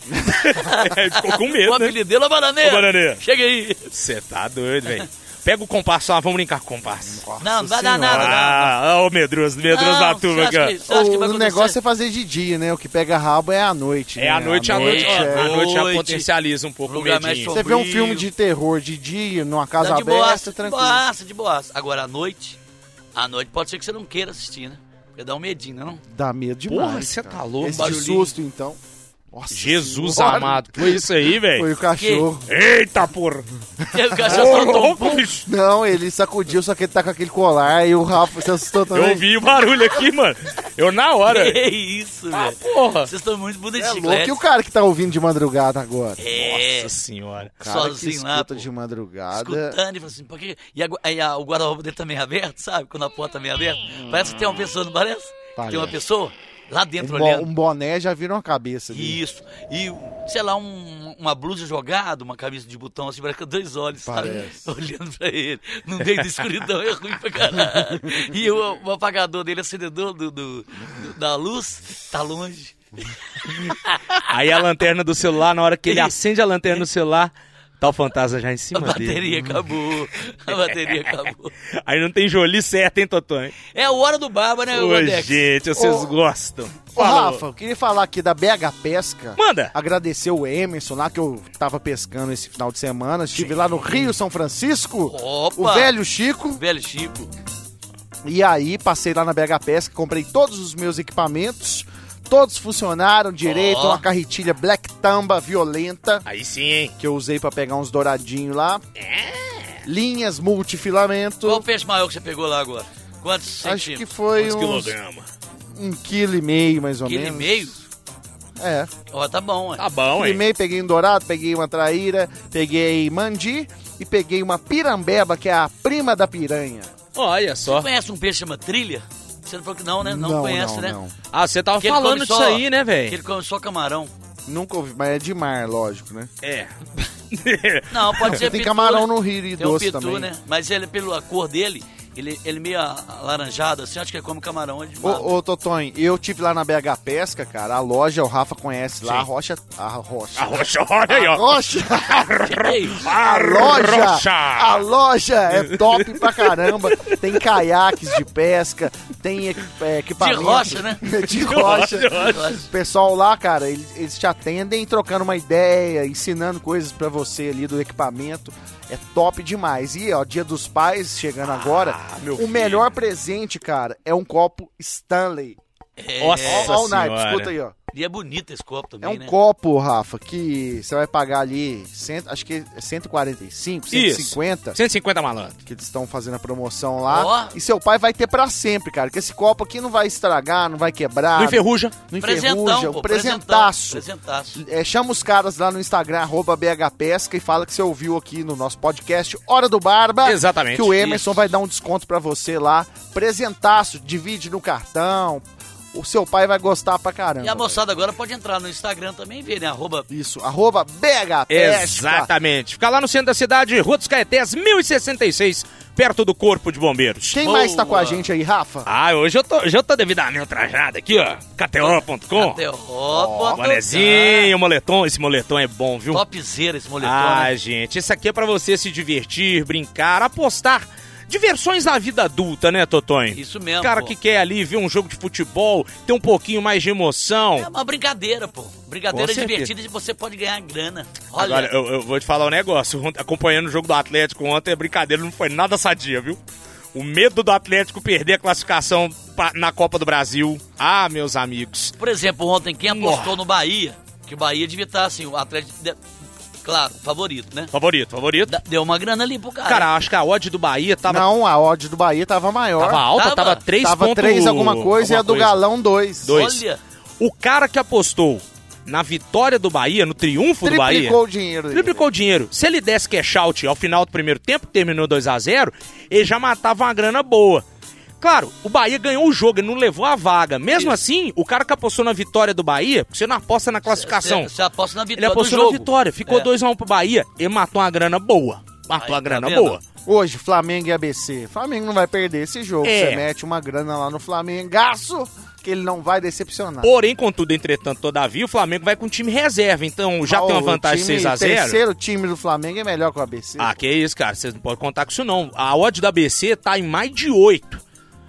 [SPEAKER 2] Ele Ficou com
[SPEAKER 4] O
[SPEAKER 2] medo, né?
[SPEAKER 4] apelido dele é Bananeira.
[SPEAKER 2] Ô, Bananeira.
[SPEAKER 4] Chega aí.
[SPEAKER 2] Você tá doido, velho. Pega o compasso lá, vamos brincar com o compasso.
[SPEAKER 3] Nossa
[SPEAKER 4] Não, não vai dar
[SPEAKER 3] Senhora.
[SPEAKER 4] nada, não.
[SPEAKER 2] Ah, ó o medroso, medroso da
[SPEAKER 4] Não, você
[SPEAKER 2] turma,
[SPEAKER 4] acha
[SPEAKER 2] cara.
[SPEAKER 4] que- você acha que
[SPEAKER 3] o
[SPEAKER 4] vai acontecer?
[SPEAKER 3] negócio é fazer de dia, né? O que pega rabo é à noite.
[SPEAKER 2] É,
[SPEAKER 3] né?
[SPEAKER 2] à noite, à noite,
[SPEAKER 4] noite,
[SPEAKER 2] ó,
[SPEAKER 4] é.
[SPEAKER 2] à noite já
[SPEAKER 4] Noite.
[SPEAKER 2] potencializa um pouco o
[SPEAKER 4] Lugar mais
[SPEAKER 2] medinho.
[SPEAKER 3] Você vê um
[SPEAKER 4] sombrio.
[SPEAKER 3] filme de terror de dia, numa casa
[SPEAKER 4] Não, Tá de boaça,
[SPEAKER 3] aberta,
[SPEAKER 4] de
[SPEAKER 3] tranquilo.
[SPEAKER 4] boaça, de boaça. Agora, à noite, à noite pode ser que você não queira assistir, né? Porque dá um medinho, não?
[SPEAKER 3] Dá medo demais.
[SPEAKER 2] Porra, você
[SPEAKER 3] cara.
[SPEAKER 2] calou,
[SPEAKER 3] Esse de
[SPEAKER 4] barulhinho.
[SPEAKER 3] susto, então. Nossa
[SPEAKER 2] Jesus
[SPEAKER 3] Senhora.
[SPEAKER 2] amado, foi isso aí, velho.
[SPEAKER 3] Foi o cachorro.
[SPEAKER 2] Eita porra!
[SPEAKER 4] E o cachorro
[SPEAKER 2] Ô,
[SPEAKER 4] soltou um
[SPEAKER 2] louco,
[SPEAKER 4] pum.
[SPEAKER 2] bicho!
[SPEAKER 3] Não, ele sacudiu, só que ele tá com aquele colar e o Rafa se assustou também.
[SPEAKER 2] Eu ouvi o barulho aqui, mano. Eu na hora.
[SPEAKER 4] Que isso, velho.
[SPEAKER 2] Porra!
[SPEAKER 4] Vocês estão muito bunda de
[SPEAKER 3] É louco.
[SPEAKER 4] chiclete.
[SPEAKER 3] E o cara que tá ouvindo de madrugada agora?
[SPEAKER 4] É,
[SPEAKER 2] Nossa senhora.
[SPEAKER 3] O cara que
[SPEAKER 4] sozinho lá,
[SPEAKER 3] escuta
[SPEAKER 4] pô.
[SPEAKER 3] de madrugada.
[SPEAKER 4] escutando e falando assim, por quê? E, a, gu- aí a- o guarda-roupa dele também é aberto, sabe? Quando a porta também é aberta. Parece que tem uma pessoa, não parece?
[SPEAKER 3] Parece.
[SPEAKER 4] Tem uma pessoa lá dentro
[SPEAKER 3] Um, bo-
[SPEAKER 4] olhando.
[SPEAKER 3] um boné já vira uma cabeça ali.
[SPEAKER 4] Isso. E, sei lá, um- uma blusa jogada, uma camisa de botão, assim, parece que dois olhos, sabe?
[SPEAKER 3] Parece.
[SPEAKER 4] Olhando pra ele. No meio da escuridão é ruim pra caralho. E o, o apagador dele, acendedor do, do- do- da luz, tá longe.
[SPEAKER 2] Aí a lanterna do celular, na hora que ele
[SPEAKER 4] Isso.
[SPEAKER 2] acende a lanterna do celular, tá o fantasma já em
[SPEAKER 4] A
[SPEAKER 2] cima dele.
[SPEAKER 4] bateria acabou. A bateria acabou.
[SPEAKER 2] Aí não tem Jolie certo, hein, Totó? hein?
[SPEAKER 4] É a hora do barba, né,
[SPEAKER 2] Ô,
[SPEAKER 4] Wandex?
[SPEAKER 2] gente, vocês
[SPEAKER 3] Ô,
[SPEAKER 2] gostam.
[SPEAKER 3] Ô,
[SPEAKER 2] Falou.
[SPEAKER 3] Rafa, eu queria falar aqui da BH Pesca.
[SPEAKER 2] Manda!
[SPEAKER 3] Agradecer o Emerson lá que eu tava pescando esse final de semana. Estive lá no Rio São Francisco.
[SPEAKER 4] Opa!
[SPEAKER 3] O velho Chico.
[SPEAKER 4] Velho Chico.
[SPEAKER 3] E aí passei lá na BH Pesca, comprei todos os meus equipamentos. Todos funcionaram direito,
[SPEAKER 4] Ó.
[SPEAKER 3] uma carretilha black tamba violenta
[SPEAKER 2] Aí sim, hein?
[SPEAKER 3] que eu usei pra pegar uns douradinhos lá. Linhas multifilamento.
[SPEAKER 4] É. Qual o peixe maior que você pegou lá agora? Quantos
[SPEAKER 3] Acho que
[SPEAKER 4] centímetros?
[SPEAKER 3] foi
[SPEAKER 2] Uns
[SPEAKER 3] uns,
[SPEAKER 2] quilograma.
[SPEAKER 3] um quilo e meio, mais ou
[SPEAKER 4] Quilo e
[SPEAKER 3] menos.
[SPEAKER 4] meio?
[SPEAKER 3] É.
[SPEAKER 4] Ó, tá bom, ué.
[SPEAKER 2] Tá bom, hein?
[SPEAKER 3] Primei, peguei um dourado, peguei uma traíra, peguei mandi e peguei uma pirambeba, que é a prima da piranha.
[SPEAKER 2] Olha só.
[SPEAKER 4] Conhece um peixe que chama trilha? Você não falou que não, né? Não,
[SPEAKER 3] Não,
[SPEAKER 4] conhece,
[SPEAKER 3] não,
[SPEAKER 4] né?
[SPEAKER 3] não.
[SPEAKER 2] Ah, você tava
[SPEAKER 4] Que ele
[SPEAKER 2] falando
[SPEAKER 4] come
[SPEAKER 2] disso
[SPEAKER 4] só-
[SPEAKER 2] aí, né,
[SPEAKER 4] Que
[SPEAKER 2] velho?
[SPEAKER 4] ele come só camarão.
[SPEAKER 3] Nunca ouvi, mas é de mar, lógico, né?
[SPEAKER 2] É.
[SPEAKER 4] Não, pode ser
[SPEAKER 3] Tem
[SPEAKER 4] pitu,
[SPEAKER 3] camarão
[SPEAKER 4] né?
[SPEAKER 3] no rio e
[SPEAKER 4] Tem um
[SPEAKER 3] doce
[SPEAKER 4] pitu,
[SPEAKER 3] também.
[SPEAKER 4] né? Mas ele, pela cor dele, ele, ele meio alaranjado, assim, acho que ele come camarão. É de
[SPEAKER 3] Ô,
[SPEAKER 4] mar.
[SPEAKER 3] ô Totonho, eu tive lá na BH Pesca, cara, a loja, o Rafa conhece lá, a Rocha... A Rocha...
[SPEAKER 2] A rocha, olha aí, ó.
[SPEAKER 3] Rocha!
[SPEAKER 4] Que isso?
[SPEAKER 2] A
[SPEAKER 3] A loja, a
[SPEAKER 2] rocha!
[SPEAKER 3] loja é top pra caramba. Tem caiaques de pesca, tem equi- é, equipamento.
[SPEAKER 4] rocha, né?
[SPEAKER 3] De rocha.
[SPEAKER 2] De rocha.
[SPEAKER 3] O pessoal lá, cara, eles, eles te atendem trocando uma ideia, ensinando coisas pra você ali do equipamento. É top demais. E, ó, Dia dos Pais chegando agora.
[SPEAKER 2] Ah, meu
[SPEAKER 3] o
[SPEAKER 2] filho.
[SPEAKER 3] melhor presente, cara, é um copo Stanley.
[SPEAKER 2] Nossa
[SPEAKER 3] Ó, ó o naipe,
[SPEAKER 2] senhora.
[SPEAKER 3] escuta aí, ó.
[SPEAKER 4] E é bonito esse copo
[SPEAKER 3] É
[SPEAKER 4] também,
[SPEAKER 3] um
[SPEAKER 4] né?
[SPEAKER 3] copo, Rafa, que você vai pagar ali, cento, acho que é 145, 150,
[SPEAKER 2] 150 malandro.
[SPEAKER 3] que eles estão fazendo a promoção lá.
[SPEAKER 4] Ó.
[SPEAKER 3] E seu pai vai ter pra sempre, cara, que esse copo aqui não vai estragar, não vai quebrar.
[SPEAKER 2] Do enferruja.
[SPEAKER 3] não enferruja,
[SPEAKER 4] Presentão,
[SPEAKER 3] um
[SPEAKER 4] pô,
[SPEAKER 3] presentaço.
[SPEAKER 4] Presentaço.
[SPEAKER 3] É, chama os caras lá no Instagram, arroba BHPesca, e fala que você ouviu aqui no nosso podcast Hora do Barba.
[SPEAKER 2] Exatamente.
[SPEAKER 3] Que o Emerson
[SPEAKER 4] Isso.
[SPEAKER 3] vai dar um desconto pra você lá. Presentaço, divide no cartão. O seu pai vai gostar pra caramba.
[SPEAKER 4] E a moçada agora pode entrar no Instagram também e ver, né? Arroba
[SPEAKER 3] Isso, arroba BHPesca.
[SPEAKER 2] Exatamente. Fica lá no centro da cidade, Rua dos Caetés, 1066, perto do Corpo de Bombeiros.
[SPEAKER 3] Quem mais tá com a
[SPEAKER 4] Boa.
[SPEAKER 3] gente aí, Rafa?
[SPEAKER 2] Ah, hoje eu tô, hoje eu tô devidamente trajado aqui, ó. KTO.com.
[SPEAKER 4] Até Ó,
[SPEAKER 2] Bonezinho, moletom. Esse moletom é bom, viu?
[SPEAKER 4] Topzera esse moletom,
[SPEAKER 2] ah,
[SPEAKER 4] né?
[SPEAKER 2] gente, isso aqui é pra você se divertir, brincar, apostar. Diversões da vida adulta, né, Totonho?
[SPEAKER 4] Isso mesmo,
[SPEAKER 2] Cara
[SPEAKER 4] pô.
[SPEAKER 2] que quer ali ver um jogo de futebol, ter um pouquinho mais de emoção.
[SPEAKER 4] É uma brincadeira, pô. Brincadeira
[SPEAKER 2] Com certeza.
[SPEAKER 4] divertida e você pode ganhar grana. Olha,
[SPEAKER 2] Agora, eu, eu vou te falar um negócio. Ont- Acompanhando o jogo do Atlético ontem, a brincadeira não foi nada sadia, viu? O medo do Atlético perder a classificação pra- na Copa do Brasil. Ah, meus amigos.
[SPEAKER 4] por exemplo, ontem quem apostou
[SPEAKER 2] Nossa.
[SPEAKER 4] no Bahia, que o Bahia devia estar assim, o Atlético, de- claro, favorito, né?
[SPEAKER 2] Favorito, favorito.
[SPEAKER 4] Da- Deu uma grana ali pro cara.
[SPEAKER 2] Cara, acho que a odd do Bahia tava,
[SPEAKER 3] Não, a odd do Bahia tava maior.
[SPEAKER 2] tava alta,
[SPEAKER 4] Tava.
[SPEAKER 2] tava 3
[SPEAKER 3] Tava
[SPEAKER 2] ponto...
[SPEAKER 3] três alguma coisa e a do
[SPEAKER 2] alguma
[SPEAKER 3] Galão 2.
[SPEAKER 2] Dois.
[SPEAKER 4] Olha,
[SPEAKER 2] O cara que apostou na vitória do Bahia, no triunfo do Bahia,
[SPEAKER 3] Triplicou o dinheiro. dele.
[SPEAKER 2] triplicou o dinheiro. Se ele desse cash out ao final do primeiro tempo, que terminou 2 a 0 ele já matava uma grana boa. Claro, o Bahia ganhou o jogo, ele não levou a vaga. Mesmo assim, o cara que apostou na vitória do Bahia, porque você não aposta na classificação.
[SPEAKER 4] é, Você aposta na
[SPEAKER 2] Ele
[SPEAKER 4] vitória do
[SPEAKER 2] apostou
[SPEAKER 4] jogo.
[SPEAKER 2] na vitória, ficou
[SPEAKER 4] É.
[SPEAKER 2] 2x1 pro Bahia, ele matou uma grana boa. Matou
[SPEAKER 4] Aí,
[SPEAKER 2] uma
[SPEAKER 4] tá
[SPEAKER 2] grana
[SPEAKER 4] vendo?
[SPEAKER 2] boa.
[SPEAKER 3] Hoje, Flamengo e ABC. Flamengo não vai perder esse jogo.
[SPEAKER 2] É.
[SPEAKER 3] Você mete uma grana lá no Flamengaço, que ele não vai decepcionar.
[SPEAKER 2] Porém, contudo, entretanto, todavia, o Flamengo vai com time reserva, então já
[SPEAKER 3] Ah,
[SPEAKER 2] tem uma
[SPEAKER 3] o
[SPEAKER 2] vantagem
[SPEAKER 3] time-
[SPEAKER 2] 6x0.
[SPEAKER 3] O terceiro time do Flamengo é melhor que o ABC.
[SPEAKER 2] Ah, que isso, cara, vocês não podem contar com isso não. A odd do ABC tá em mais de 8.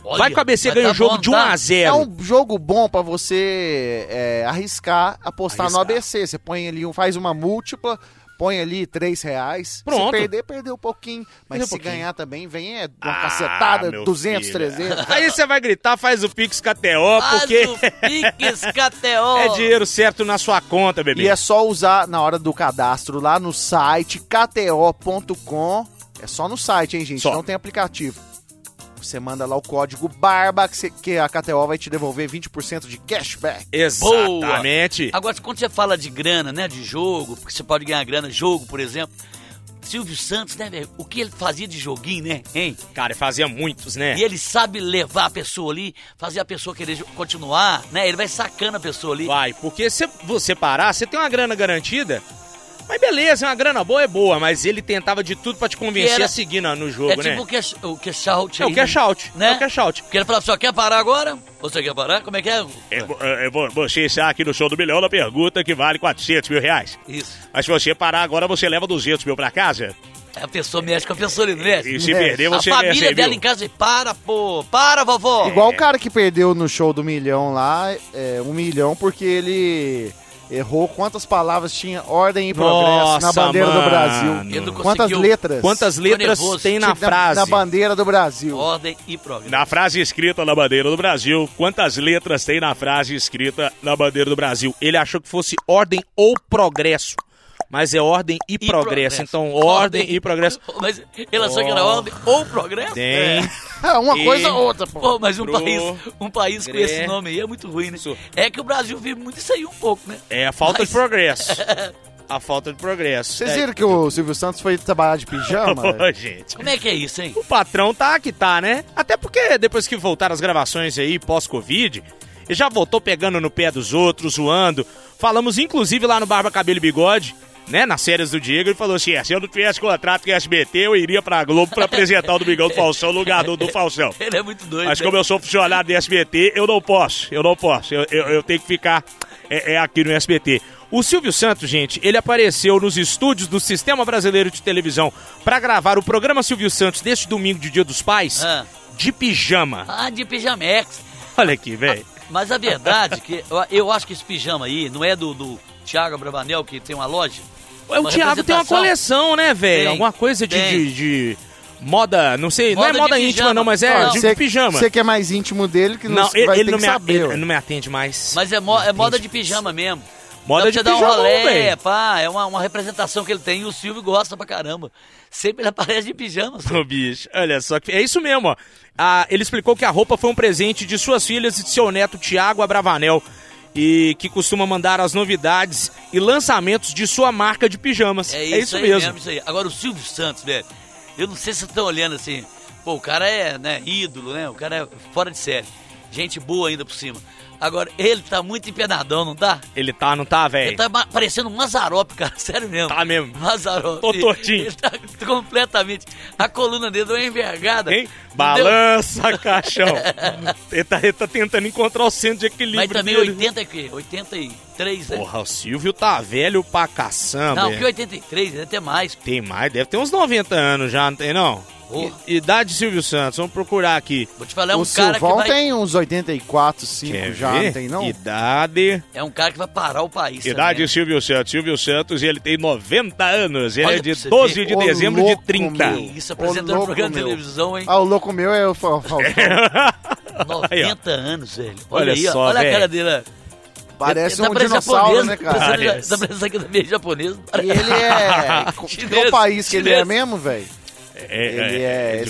[SPEAKER 4] Olha,
[SPEAKER 2] vai que o ABC
[SPEAKER 4] mas
[SPEAKER 2] ganha
[SPEAKER 4] tá
[SPEAKER 2] o jogo
[SPEAKER 4] bom,
[SPEAKER 2] de
[SPEAKER 4] tá?
[SPEAKER 2] 1x0.
[SPEAKER 3] É um jogo bom pra você é, arriscar apostar no
[SPEAKER 2] Arriscar.
[SPEAKER 3] ABC. Você põe ali, um- faz uma múltipla, põe ali três reais.
[SPEAKER 2] Pronto.
[SPEAKER 3] Se perder, perdeu um pouquinho. Mas
[SPEAKER 2] Perdeu um
[SPEAKER 3] se
[SPEAKER 2] pouquinho.
[SPEAKER 3] ganhar também, vem é uma
[SPEAKER 2] Ah,
[SPEAKER 3] cacetada,
[SPEAKER 2] meu
[SPEAKER 3] 200,
[SPEAKER 2] filho.
[SPEAKER 3] 300.
[SPEAKER 2] Aí você vai gritar, faz o Pix KTO,
[SPEAKER 4] Faz
[SPEAKER 2] porque
[SPEAKER 4] o Pix KTO.
[SPEAKER 2] é dinheiro certo na sua conta, bebê.
[SPEAKER 3] E é só usar na hora do cadastro lá no site kto.com. É só no site, hein, gente?
[SPEAKER 2] Só.
[SPEAKER 3] Não tem aplicativo. Você manda lá o código BARBA, que, você- que a KTO vai te devolver 20% de cashback.
[SPEAKER 2] Exatamente.
[SPEAKER 4] Agora, quando você fala de grana, né, de jogo, porque você pode ganhar grana, jogo, por exemplo. Silvio Santos, né, velho? O que ele fazia de joguinho, né, hein?
[SPEAKER 2] Cara, ele fazia muitos, né?
[SPEAKER 4] E ele sabe levar a pessoa ali, fazer a pessoa querer jo- continuar, né? Ele vai sacando a pessoa ali.
[SPEAKER 2] Vai, porque se você parar, você tem uma grana garantida. Mas beleza, é uma grana boa é boa, mas ele tentava de tudo pra te convencer
[SPEAKER 4] Que era-
[SPEAKER 2] a seguir na- no jogo,
[SPEAKER 4] é tipo
[SPEAKER 2] né?
[SPEAKER 4] o cash, o cash out
[SPEAKER 2] É
[SPEAKER 4] aí,
[SPEAKER 2] o cash
[SPEAKER 4] né?
[SPEAKER 2] out,
[SPEAKER 4] né?
[SPEAKER 2] é o cash out.
[SPEAKER 4] Porque ele falava, só quer parar agora? Você quer parar? Como é que é?
[SPEAKER 2] você está aqui no show do milhão na pergunta que vale 400 mil reais.
[SPEAKER 4] Isso.
[SPEAKER 2] Mas se você parar agora, você leva 200 mil pra casa.
[SPEAKER 4] A pessoa mexe com a pessoa, ele não mexe.
[SPEAKER 3] se perder,
[SPEAKER 4] É. a família dela em casa, para, pô, para,
[SPEAKER 2] É.
[SPEAKER 4] vovó.
[SPEAKER 3] Igual o cara que perdeu no show do milhão lá, é, um milhão, porque ele errou quantas palavras tinha ordem e progresso
[SPEAKER 2] Nossa,
[SPEAKER 3] na bandeira
[SPEAKER 2] mano.
[SPEAKER 3] do Brasil.
[SPEAKER 4] Ele não
[SPEAKER 3] Quantas
[SPEAKER 4] conseguiu
[SPEAKER 3] letras?
[SPEAKER 2] Quantas letras
[SPEAKER 4] nervoso.
[SPEAKER 2] tem na
[SPEAKER 3] tinha
[SPEAKER 2] frase?
[SPEAKER 3] Na bandeira do Brasil.
[SPEAKER 4] Ordem e progresso.
[SPEAKER 2] Na frase escrita na bandeira do Brasil, quantas letras tem na frase escrita na bandeira do Brasil? Ele achou que fosse ordem ou progresso. Mas é ordem e,
[SPEAKER 4] E
[SPEAKER 2] progresso. Então, ordem, e progresso.
[SPEAKER 4] Mas ele achou que era ordem ou progresso? É.
[SPEAKER 2] Tem.
[SPEAKER 3] Ah, uma
[SPEAKER 2] E-
[SPEAKER 3] coisa ou outra, pô.
[SPEAKER 4] Pô, mas um
[SPEAKER 2] Pro-
[SPEAKER 4] país, um país com
[SPEAKER 2] Gre-
[SPEAKER 4] esse nome aí é muito ruim, né?
[SPEAKER 2] Isso.
[SPEAKER 4] É que o Brasil vive muito isso aí um pouco, né?
[SPEAKER 2] É a falta
[SPEAKER 4] Mas-
[SPEAKER 2] de progresso. A falta de progresso.
[SPEAKER 3] Vocês viram que né? o Silvio Santos foi trabalhar de pijama?
[SPEAKER 2] Ô, gente.
[SPEAKER 4] Como é que é isso, hein?
[SPEAKER 2] O patrão tá que tá, né? Até porque depois que voltaram as gravações aí pós-Covid, ele já voltou pegando no pé dos outros, zoando. Falamos inclusive lá no Barba Cabelo e Bigode, né? Nas séries do Diego, ele falou assim: "É, se eu não tivesse contrato com a SBT, eu iria pra Globo pra apresentar o Domingão do Falsão no lugar do, do Falsão.
[SPEAKER 4] Ele é muito doido.
[SPEAKER 2] Mas
[SPEAKER 4] né?
[SPEAKER 2] como eu sou funcionário do SBT, eu não posso, eu não posso. Eu, eu, eu tenho que ficar é, é, aqui no SBT. O Silvio Santos, gente, ele apareceu nos estúdios do Sistema Brasileiro de Televisão pra gravar o programa Silvio Santos deste domingo de Dia dos Pais
[SPEAKER 4] Ah.
[SPEAKER 2] de pijama.
[SPEAKER 4] Ah, de pijamex.
[SPEAKER 2] Olha aqui, velho.
[SPEAKER 4] Mas a verdade é que eu- eu acho que esse pijama aí não é do, do Thiago Bravanel, que tem uma loja?
[SPEAKER 2] É O Thiago tem uma
[SPEAKER 4] representação?
[SPEAKER 2] coleção, né, velho?
[SPEAKER 4] Tem,
[SPEAKER 2] Alguma coisa de,
[SPEAKER 4] tem.
[SPEAKER 2] de- de moda, não sei, não
[SPEAKER 4] Moda
[SPEAKER 2] é
[SPEAKER 4] de
[SPEAKER 2] moda
[SPEAKER 4] pijama.
[SPEAKER 2] íntima, não, mas é
[SPEAKER 4] Ah,
[SPEAKER 2] de
[SPEAKER 3] Você-
[SPEAKER 2] pijama.
[SPEAKER 3] Você que é mais íntimo dele, que não,
[SPEAKER 2] Não,
[SPEAKER 3] vai
[SPEAKER 2] ele,
[SPEAKER 3] ter
[SPEAKER 2] ele não
[SPEAKER 3] que
[SPEAKER 2] me,
[SPEAKER 3] saber.
[SPEAKER 2] ele
[SPEAKER 3] ué.
[SPEAKER 2] não me atende mais.
[SPEAKER 4] Mas é, mo- é moda de pijama mesmo.
[SPEAKER 2] Moda
[SPEAKER 4] Dá pra
[SPEAKER 2] de
[SPEAKER 4] você dar um
[SPEAKER 2] pijamão,
[SPEAKER 4] rolê,
[SPEAKER 2] velho.
[SPEAKER 4] pá, é uma, uma representação que ele tem e o Silvio gosta pra caramba. Sempre ele aparece de pijama. só.
[SPEAKER 2] Ô, bicho, olha só. que É isso mesmo, ó. Ah, ele explicou que a roupa foi um presente de suas filhas e de seu neto, Tiago Abravanel, e que costuma mandar as novidades e lançamentos de sua marca de pijamas.
[SPEAKER 4] É isso, aí mesmo. isso aí. Agora, o Silvio Santos, velho, eu não sei se vocês estão olhando assim. Pô, o cara é né, ídolo, né? O cara é fora de série. Gente boa ainda por cima. Agora, ele tá muito empenadão, não tá?
[SPEAKER 2] Ele tá, não tá,
[SPEAKER 4] Ele
[SPEAKER 2] velho?
[SPEAKER 4] tá ma- parecendo um Mazarop, cara, sério mesmo.
[SPEAKER 2] Tá mesmo.
[SPEAKER 4] Mazarop.
[SPEAKER 2] Tô tortinho.
[SPEAKER 4] Ele tá completamente. A coluna dele não é envergada.
[SPEAKER 2] Hein?
[SPEAKER 4] Entendeu?
[SPEAKER 2] Balança, caixão. ele, tá, ele tá tentando encontrar o centro de equilíbrio
[SPEAKER 4] Mas também
[SPEAKER 2] dele.
[SPEAKER 4] 80 e quê? 83, né?
[SPEAKER 2] Porra, o Silvio tá velho pra caçamba.
[SPEAKER 4] Não,
[SPEAKER 2] é.
[SPEAKER 4] que 83, né? até mais.
[SPEAKER 2] Tem mais, deve ter uns 90 anos já, não tem não?
[SPEAKER 4] Porra.
[SPEAKER 2] I- Idade Silvio Santos, vamos procurar aqui.
[SPEAKER 4] Vou te falar, é um
[SPEAKER 3] o
[SPEAKER 4] cara
[SPEAKER 3] Silvão
[SPEAKER 4] que vai.
[SPEAKER 3] tem uns 84, 5
[SPEAKER 2] Quer
[SPEAKER 3] já,
[SPEAKER 2] ver?
[SPEAKER 3] não tem não? é
[SPEAKER 2] Idade.
[SPEAKER 4] É um cara que vai parar o país. também. né?
[SPEAKER 2] Idade Silvio Santos. Silvio Santos, ele tem 90 anos. Ele
[SPEAKER 4] Olha
[SPEAKER 2] é de
[SPEAKER 4] pra você
[SPEAKER 2] 12
[SPEAKER 4] ver.
[SPEAKER 2] de
[SPEAKER 3] Ô,
[SPEAKER 2] dezembro
[SPEAKER 3] louco,
[SPEAKER 2] de 30.
[SPEAKER 3] meu. Ô,
[SPEAKER 4] Isso, apresentando um
[SPEAKER 3] louco,
[SPEAKER 4] programa de
[SPEAKER 3] meu.
[SPEAKER 4] televisão, hein?
[SPEAKER 3] Ah, o louco meu é o Fal- Falcão.
[SPEAKER 2] Aí, ó.
[SPEAKER 4] 90 anos, velho.
[SPEAKER 2] Olha
[SPEAKER 4] Olha, aí, ó.
[SPEAKER 2] só,
[SPEAKER 4] olha
[SPEAKER 2] velho.
[SPEAKER 4] a cara dele. ó.
[SPEAKER 3] Parece
[SPEAKER 4] Ele
[SPEAKER 3] um
[SPEAKER 4] parecendo
[SPEAKER 3] dinossauro,
[SPEAKER 4] japonês,
[SPEAKER 3] né, cara?
[SPEAKER 4] parecendo-
[SPEAKER 2] Parece.
[SPEAKER 4] Tá parecendo que também é japonês.
[SPEAKER 3] E ele é...
[SPEAKER 4] Chinês,
[SPEAKER 3] Qual país que ele é
[SPEAKER 4] chinês.
[SPEAKER 3] mesmo, velho?
[SPEAKER 2] É,
[SPEAKER 3] Ele é
[SPEAKER 2] de-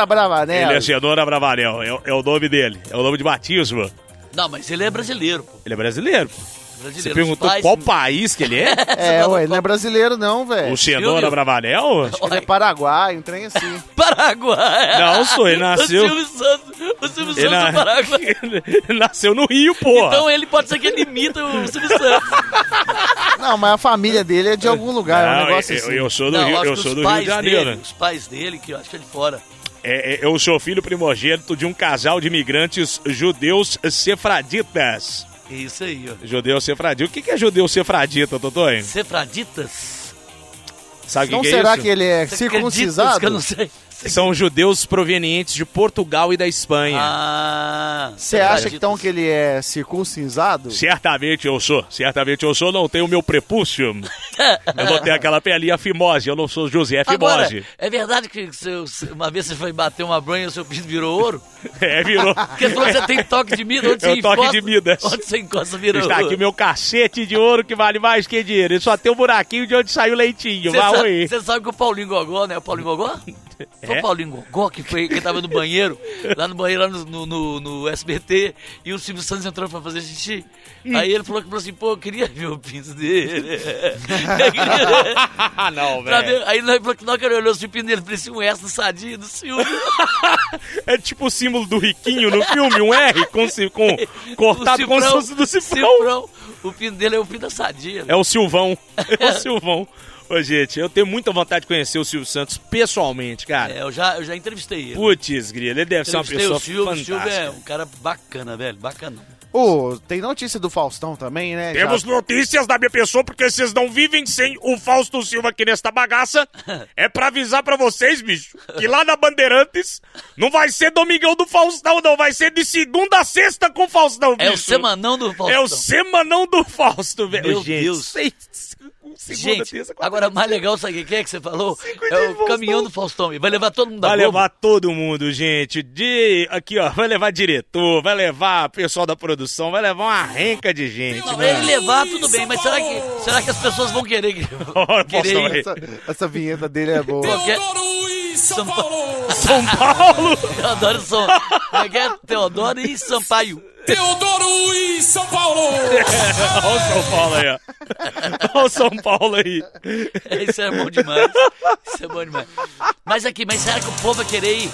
[SPEAKER 2] Ele assim,
[SPEAKER 3] Bravanel.
[SPEAKER 2] é Cenoura Bravanel, é, o- é o nome dele, é o nome de batismo.
[SPEAKER 4] Não, mas ele é brasileiro, pô.
[SPEAKER 2] Ele é brasileiro.
[SPEAKER 4] Brasileiro.
[SPEAKER 2] Você
[SPEAKER 4] Os
[SPEAKER 2] perguntou
[SPEAKER 4] é pais- né?
[SPEAKER 2] qual país que ele é?
[SPEAKER 3] É, ué, ele não é brasileiro não, velho.
[SPEAKER 2] o
[SPEAKER 3] Acho
[SPEAKER 4] viu,
[SPEAKER 2] Xenona
[SPEAKER 4] viu?
[SPEAKER 2] Bravanel?
[SPEAKER 3] que Ele é paraguaio, um trem assim.
[SPEAKER 4] Paraguai.
[SPEAKER 2] Não, sou, ele nasceu-
[SPEAKER 4] O Silvio Santos, o Silvio
[SPEAKER 2] Ele
[SPEAKER 4] Santos
[SPEAKER 2] na-
[SPEAKER 4] do Paraguai.
[SPEAKER 2] Ele nasceu no Rio, porra.
[SPEAKER 4] Então ele pode ser que ele imita o Silvio Santos.
[SPEAKER 3] Não, mas a família dele é de algum lugar, é um
[SPEAKER 2] Não,
[SPEAKER 3] negócio
[SPEAKER 2] eu,
[SPEAKER 3] assim.
[SPEAKER 2] eu sou do
[SPEAKER 4] Não,
[SPEAKER 2] Rio,
[SPEAKER 4] acho
[SPEAKER 2] eu
[SPEAKER 4] que
[SPEAKER 2] sou
[SPEAKER 4] os
[SPEAKER 2] do Rio de
[SPEAKER 4] pais
[SPEAKER 2] Janeiro. né?
[SPEAKER 4] Dele, os pais dele, que eu acho que é de fora.
[SPEAKER 2] É, é, eu sou filho primogênito de um casal de imigrantes judeus sefraditas.
[SPEAKER 4] É isso aí, ó.
[SPEAKER 2] Judeu sefradita. O que que é judeu sefradita, Totonho?
[SPEAKER 4] Cefraditas?
[SPEAKER 2] Sabe o
[SPEAKER 3] Então
[SPEAKER 2] que que é
[SPEAKER 3] será
[SPEAKER 2] isso?
[SPEAKER 3] que ele é
[SPEAKER 4] Você acredita que eu
[SPEAKER 3] circuncisado?
[SPEAKER 4] não sei.
[SPEAKER 2] São judeus provenientes de Portugal e da Espanha.
[SPEAKER 4] Ah,
[SPEAKER 3] Você acha
[SPEAKER 4] cefraditas.
[SPEAKER 3] então que ele é circuncisado?
[SPEAKER 2] Certamente eu sou, certamente eu sou, não tenho o meu prepúcio. eu não tenho aquela pelinha fimose, eu não sou José
[SPEAKER 4] Agora,
[SPEAKER 2] Fimose.
[SPEAKER 4] é verdade que seu- uma vez você foi bater uma bronha e o seu pinto virou ouro?
[SPEAKER 2] É, virou.
[SPEAKER 4] Porque você falou que você tem toque de Midas, onde você
[SPEAKER 2] Eu É toque
[SPEAKER 4] encosta-
[SPEAKER 2] de Midas.
[SPEAKER 4] Onde você encosta virou
[SPEAKER 2] Está aqui
[SPEAKER 4] ouro.
[SPEAKER 2] meu cacete de ouro que vale mais que dinheiro. E só tem um buraquinho de onde saiu o leitinho.
[SPEAKER 4] Você
[SPEAKER 2] Vai
[SPEAKER 4] sabe,
[SPEAKER 2] ruim.
[SPEAKER 4] você sabe que o Paulinho Gogó, né? O Paulinho Gogó? Foi
[SPEAKER 2] É.
[SPEAKER 4] o Paulinho Gogó que, foi, que tava no banheiro, lá no banheiro, lá no, no, no- no SBT, e o Silvio Santos entrou pra fazer xixi.
[SPEAKER 2] Hum.
[SPEAKER 4] Aí ele falou que falou assim, pô, eu queria ver o pinto dele. Eu queria-
[SPEAKER 2] Ah, não,
[SPEAKER 4] pra
[SPEAKER 2] velho.
[SPEAKER 4] ver. Aí ele falou que não, que ele olhou assim, o pinto dele, parecia um S do Sadinho, do Silvio.
[SPEAKER 2] É tipo o símbolo do riquinho no filme, um R com, ci- com,
[SPEAKER 4] O
[SPEAKER 2] cortado com o
[SPEAKER 4] Cifrão,
[SPEAKER 2] do cifrão.
[SPEAKER 4] Cifrão. O pinto dele é o pinto da Sadia.
[SPEAKER 2] É o Silvão. É o Silvão. Ô, gente, eu tenho muita vontade de conhecer o Silvio Santos pessoalmente, cara.
[SPEAKER 4] É, eu, já, eu já entrevistei ele.
[SPEAKER 2] Putz, grilo, ele deve ser é uma
[SPEAKER 4] Entrevistei
[SPEAKER 2] pessoa
[SPEAKER 4] o Silvio, o Silvio é
[SPEAKER 2] fantástica.
[SPEAKER 4] um cara bacana, velho, bacana.
[SPEAKER 3] Ô, tem notícia do Faustão também, né? Já-
[SPEAKER 2] Temos notícias da minha pessoa, porque vocês não vivem sem o Fausto Silva aqui nesta bagaça. É pra avisar pra vocês, bicho, que lá na Bandeirantes não vai ser Domingão do Faustão, não. Vai ser de segunda a sexta com o Faustão, bicho.
[SPEAKER 4] É o semanão do Faustão.
[SPEAKER 2] É o semanão do Fausto, velho.
[SPEAKER 4] Meu
[SPEAKER 2] Gente,
[SPEAKER 4] Deus.
[SPEAKER 2] seis- segunda,
[SPEAKER 4] Gente,
[SPEAKER 2] terça, quarta,
[SPEAKER 4] agora mais legal, sabe o que é que você falou?
[SPEAKER 2] Cinco
[SPEAKER 4] É
[SPEAKER 2] dias
[SPEAKER 4] o
[SPEAKER 2] Faustão.
[SPEAKER 4] caminhão do Faustão. E vai levar todo mundo da
[SPEAKER 2] Vai
[SPEAKER 4] Globo.
[SPEAKER 2] levar todo mundo, gente. De aqui, ó, vai levar diretor, vai levar pessoal da produção, vai levar uma renca de gente.
[SPEAKER 4] Não,
[SPEAKER 2] mano.
[SPEAKER 4] ele levar, tudo bem, mas será que, será que as pessoas vão querer que...
[SPEAKER 2] Ora,
[SPEAKER 4] querer
[SPEAKER 2] Faustão,
[SPEAKER 4] ir?
[SPEAKER 3] Essa, essa vinheta dele é boa.
[SPEAKER 4] Qualquer-
[SPEAKER 1] Teodoro e São
[SPEAKER 4] São
[SPEAKER 1] Paulo.
[SPEAKER 2] São Paulo.
[SPEAKER 4] Teodoro e São... Como é que é? Teodoro e Sampaio.
[SPEAKER 1] Teodoro e São Paulo.
[SPEAKER 2] Olha o São Paulo aí, ó. Olha o São Paulo aí.
[SPEAKER 4] Isso é bom demais. Isso é bom demais. Mas aqui, mas será que o povo vai querer ir?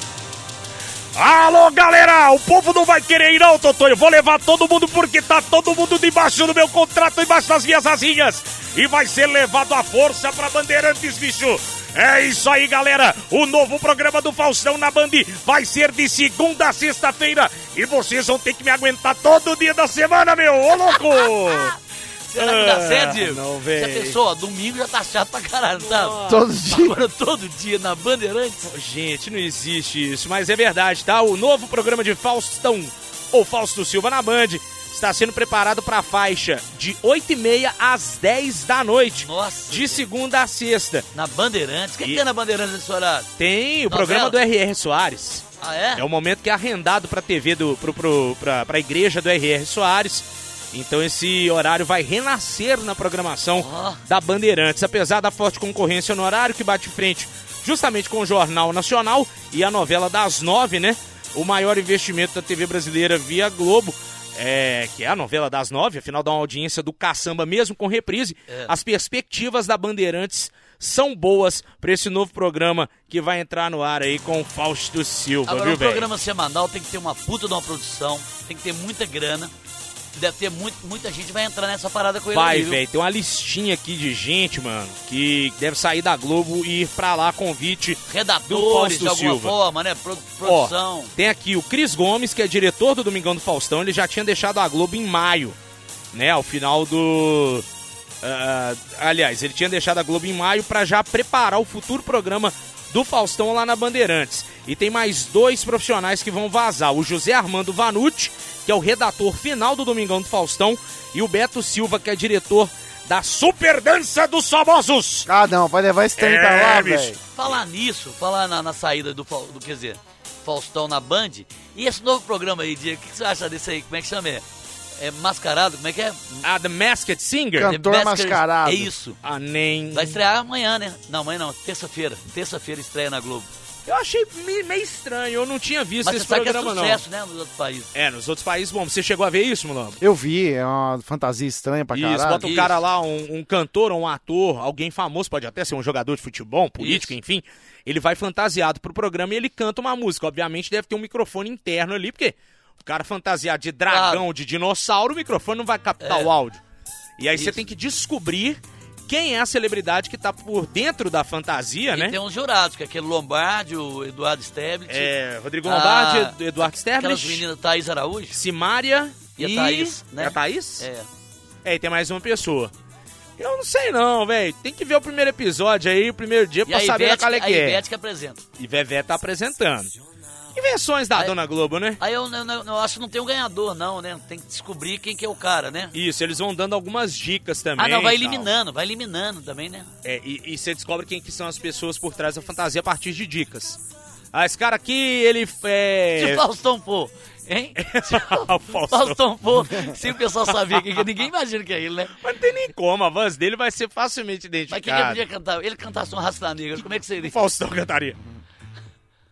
[SPEAKER 2] Alô, galera! O povo não vai querer ir, não, Totonho. Vou levar todo mundo porque tá todo mundo debaixo do meu contrato, embaixo das minhas asinhas. E vai ser levado à força pra Bandeirantes, bicho. É isso aí, galera. O novo programa do Faustão na Band vai ser de segunda a sexta-feira. E vocês vão ter que me aguentar todo dia da semana, meu. Ô, louco!
[SPEAKER 4] Será que dá
[SPEAKER 2] Ah,
[SPEAKER 4] certo, Diego?
[SPEAKER 2] não,
[SPEAKER 4] Já
[SPEAKER 2] véi.
[SPEAKER 4] pensou? Ó, domingo já tá chato pra caralho, sabe?
[SPEAKER 3] Todos os dias.
[SPEAKER 4] Agora todo dia na Bandeirantes.
[SPEAKER 2] Gente, não existe isso, mas é verdade, tá? O novo programa de Faustão, ou Fausto Silva na Band, está sendo preparado para a faixa de 8h30 às 10 da noite,
[SPEAKER 4] Nossa.
[SPEAKER 2] de segunda a sexta.
[SPEAKER 4] Na Bandeirantes? O que, que
[SPEAKER 2] E-
[SPEAKER 4] tem na Bandeirantes nesse horário?
[SPEAKER 2] Tem o
[SPEAKER 4] Novela?
[SPEAKER 2] programa do R.R. Soares.
[SPEAKER 4] Ah, é?
[SPEAKER 2] É um momento que é arrendado para TV do pro, pro, pra, pra igreja do R.R. Soares. Então esse horário vai renascer na programação
[SPEAKER 4] Ó.
[SPEAKER 2] da Bandeirantes, apesar da forte concorrência no horário que bate frente justamente com o Jornal Nacional e a novela das nove, né? O maior investimento da TV brasileira via Globo. É, que é a novela das nove, afinal dá uma audiência do caçamba mesmo com reprise.
[SPEAKER 4] É.
[SPEAKER 2] As perspectivas da Bandeirantes são boas para esse novo programa que vai entrar no ar aí com o Fausto Silva,
[SPEAKER 4] Agora,
[SPEAKER 2] viu,
[SPEAKER 4] um
[SPEAKER 2] velho?
[SPEAKER 4] programa semanal tem que ter uma puta de uma produção, tem que ter muita grana, deve ter muito, muita gente vai entrar nessa parada com ele
[SPEAKER 2] Vai,
[SPEAKER 4] aí, viu?
[SPEAKER 2] velho, tem uma listinha aqui de gente, mano, que deve sair da Globo e ir pra lá convite. Do Fausto
[SPEAKER 4] Redatores, de alguma
[SPEAKER 2] Silva.
[SPEAKER 4] forma, né? Pro-
[SPEAKER 2] Ó,
[SPEAKER 4] produção.
[SPEAKER 2] tem aqui o Cris Gomes, que é diretor do Domingão do Faustão, ele já tinha deixado a Globo em maio, né, ao final do... ah, aliás, ele tinha deixado a Globo em maio pra já preparar o futuro programa do Faustão lá na Bandeirantes. E tem mais dois profissionais que vão vazar, o José Armando Vanucci, que é o redator final do Domingão do Faustão, e o Beto Silva, que é diretor da Super Dança dos Famosos.
[SPEAKER 3] Ah, não, vai levar esse trem pra
[SPEAKER 2] É,
[SPEAKER 3] lá,
[SPEAKER 2] bicho.
[SPEAKER 3] velho.
[SPEAKER 4] Falar nisso, falar na, na saída do, Fau- do, quer dizer, Faustão na Band. E esse novo programa aí, Diego, o que, que você acha desse aí? Como é que chama? É, é mascarado? Como é que é?
[SPEAKER 2] A The Masked Singer?
[SPEAKER 3] Cantor
[SPEAKER 4] Masquerade-
[SPEAKER 3] Mascarado.
[SPEAKER 4] É isso.
[SPEAKER 2] Ah, nem...
[SPEAKER 4] Vai estrear amanhã, né? Não, amanhã não, terça-feira. Terça-feira estreia na Globo.
[SPEAKER 2] Eu achei me- meio estranho, eu não tinha visto
[SPEAKER 4] Mas
[SPEAKER 2] esse
[SPEAKER 4] você sabe que é
[SPEAKER 2] programa, não.
[SPEAKER 4] sucesso, né, nos outros países.
[SPEAKER 2] É, nos outros países, bom, você chegou a ver isso, Mulambo?
[SPEAKER 3] Eu vi, é uma fantasia estranha pra
[SPEAKER 2] Isso,
[SPEAKER 3] Ah, caralho.
[SPEAKER 2] bota um
[SPEAKER 4] Isso.
[SPEAKER 2] cara lá, um, um cantor, um ator, alguém famoso, pode até ser um jogador de futebol, um político, enfim. Ele vai fantasiado pro programa e ele canta uma música. Obviamente deve ter um microfone interno ali, porque o cara fantasiado de dragão, de dinossauro, o microfone não vai captar o áudio. E aí você
[SPEAKER 4] É. Isso.
[SPEAKER 2] tem que descobrir quem é a celebridade que tá por dentro da fantasia,
[SPEAKER 4] E
[SPEAKER 2] né?
[SPEAKER 4] tem uns jurados, que é aquele Lombardi, o Eduardo Stablet,
[SPEAKER 2] É, Rodrigo
[SPEAKER 4] Ah,
[SPEAKER 2] Lombardi, Eduardo
[SPEAKER 4] aquelas
[SPEAKER 2] Sterblich,
[SPEAKER 4] meninas Thaís Araújo.
[SPEAKER 2] Simária
[SPEAKER 4] E a Thaís, né?
[SPEAKER 2] É a Thaís?
[SPEAKER 4] É.
[SPEAKER 2] É, e tem mais uma pessoa. Eu não sei não, velho. Tem que ver o primeiro episódio aí, o primeiro dia,
[SPEAKER 4] E
[SPEAKER 2] pra
[SPEAKER 4] a
[SPEAKER 2] saber
[SPEAKER 4] Ivete,
[SPEAKER 2] qual é
[SPEAKER 4] a
[SPEAKER 2] que é.
[SPEAKER 4] Ivete que apresenta.
[SPEAKER 2] E Vevé tá apresentando. Invenções da
[SPEAKER 4] Aí-
[SPEAKER 2] Dona Globo, né?
[SPEAKER 4] Aí eu, eu- eu- eu acho que não tem um ganhador, não, né? Tem que descobrir quem que é o cara, né?
[SPEAKER 2] Isso, eles vão dando algumas dicas também.
[SPEAKER 4] Ah, não, vai
[SPEAKER 2] e tal.
[SPEAKER 4] eliminando, vai eliminando também, né?
[SPEAKER 2] É, e, e você descobre quem que são as pessoas por trás da fantasia a partir de dicas. Ah, esse cara aqui, ele
[SPEAKER 4] Se
[SPEAKER 2] é...
[SPEAKER 4] o Faustão for, Tipo hein? Se
[SPEAKER 2] O
[SPEAKER 4] o
[SPEAKER 2] Faustão.
[SPEAKER 4] Faustão for, se o pessoal sabia quem que é, ninguém imagina que é ele, né?
[SPEAKER 2] Mas não tem nem como, a voz dele vai ser facilmente
[SPEAKER 4] Mas quem que ele
[SPEAKER 2] identificada.
[SPEAKER 4] podia cantar? Ele cantasse um Rasta Negra, como é que seria?
[SPEAKER 2] O Faustão cantaria.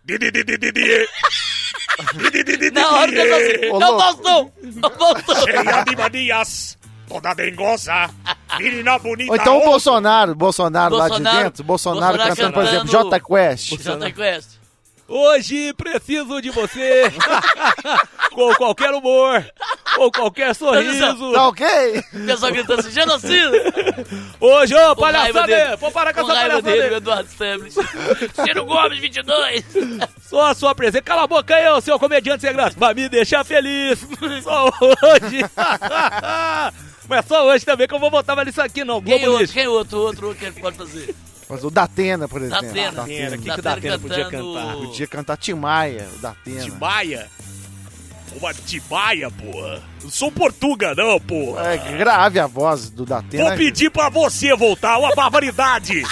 [SPEAKER 2] Di, di, di, di, di, di.
[SPEAKER 4] Na hora que
[SPEAKER 3] Ô,
[SPEAKER 4] ele falou assim, é o
[SPEAKER 3] louco.
[SPEAKER 4] Faustão! É o Faustão!
[SPEAKER 2] Cheia de manias, toda dengosa, menina bonita.
[SPEAKER 3] Ou então o
[SPEAKER 2] ô.
[SPEAKER 3] Bolsonaro, Bolsonaro, lá de
[SPEAKER 4] Bolsonaro-
[SPEAKER 3] dentro, Bolsonaro,
[SPEAKER 4] Bolsonaro
[SPEAKER 3] cantando, por exemplo,
[SPEAKER 4] cantando-
[SPEAKER 3] Jota Quest.
[SPEAKER 4] Já tá com essa.
[SPEAKER 2] Hoje preciso de você, com qualquer humor, com qualquer sorriso.
[SPEAKER 3] Tá ok?
[SPEAKER 4] O pessoal gritando assim, genocida!
[SPEAKER 2] Hoje, ô,
[SPEAKER 4] Com raiva
[SPEAKER 2] palhaçada,
[SPEAKER 4] dele.
[SPEAKER 2] vou parar Tá com
[SPEAKER 4] Com
[SPEAKER 2] essa
[SPEAKER 4] raiva dele,
[SPEAKER 2] palhaçada.
[SPEAKER 4] o Eduardo Stabler. Ciro Gomes, 22!
[SPEAKER 2] Só a sua presença. Cala a boca aí, ô, seu comediante sem graça. Vai me deixar feliz. Só hoje. Mas só hoje também que eu vou votar mais nisso aqui, não.
[SPEAKER 4] Quem é
[SPEAKER 2] Globo
[SPEAKER 4] outro?
[SPEAKER 2] lixo.
[SPEAKER 4] Quem outro? Outro que ele pode fazer? Tá
[SPEAKER 3] Mas o Datena, por exemplo.
[SPEAKER 4] Datena.
[SPEAKER 2] Datena, tá o que, que o
[SPEAKER 4] Datena
[SPEAKER 2] Datena podia
[SPEAKER 4] cantando-
[SPEAKER 2] cantar?
[SPEAKER 3] Podia cantar Tim Maia, o Datena.
[SPEAKER 2] Tibaia? Uma Tibaia, porra. Não sou portuga, não, porra.
[SPEAKER 3] É grave a voz do Datena.
[SPEAKER 2] Vou pedir pra você voltar, uma barbaridade.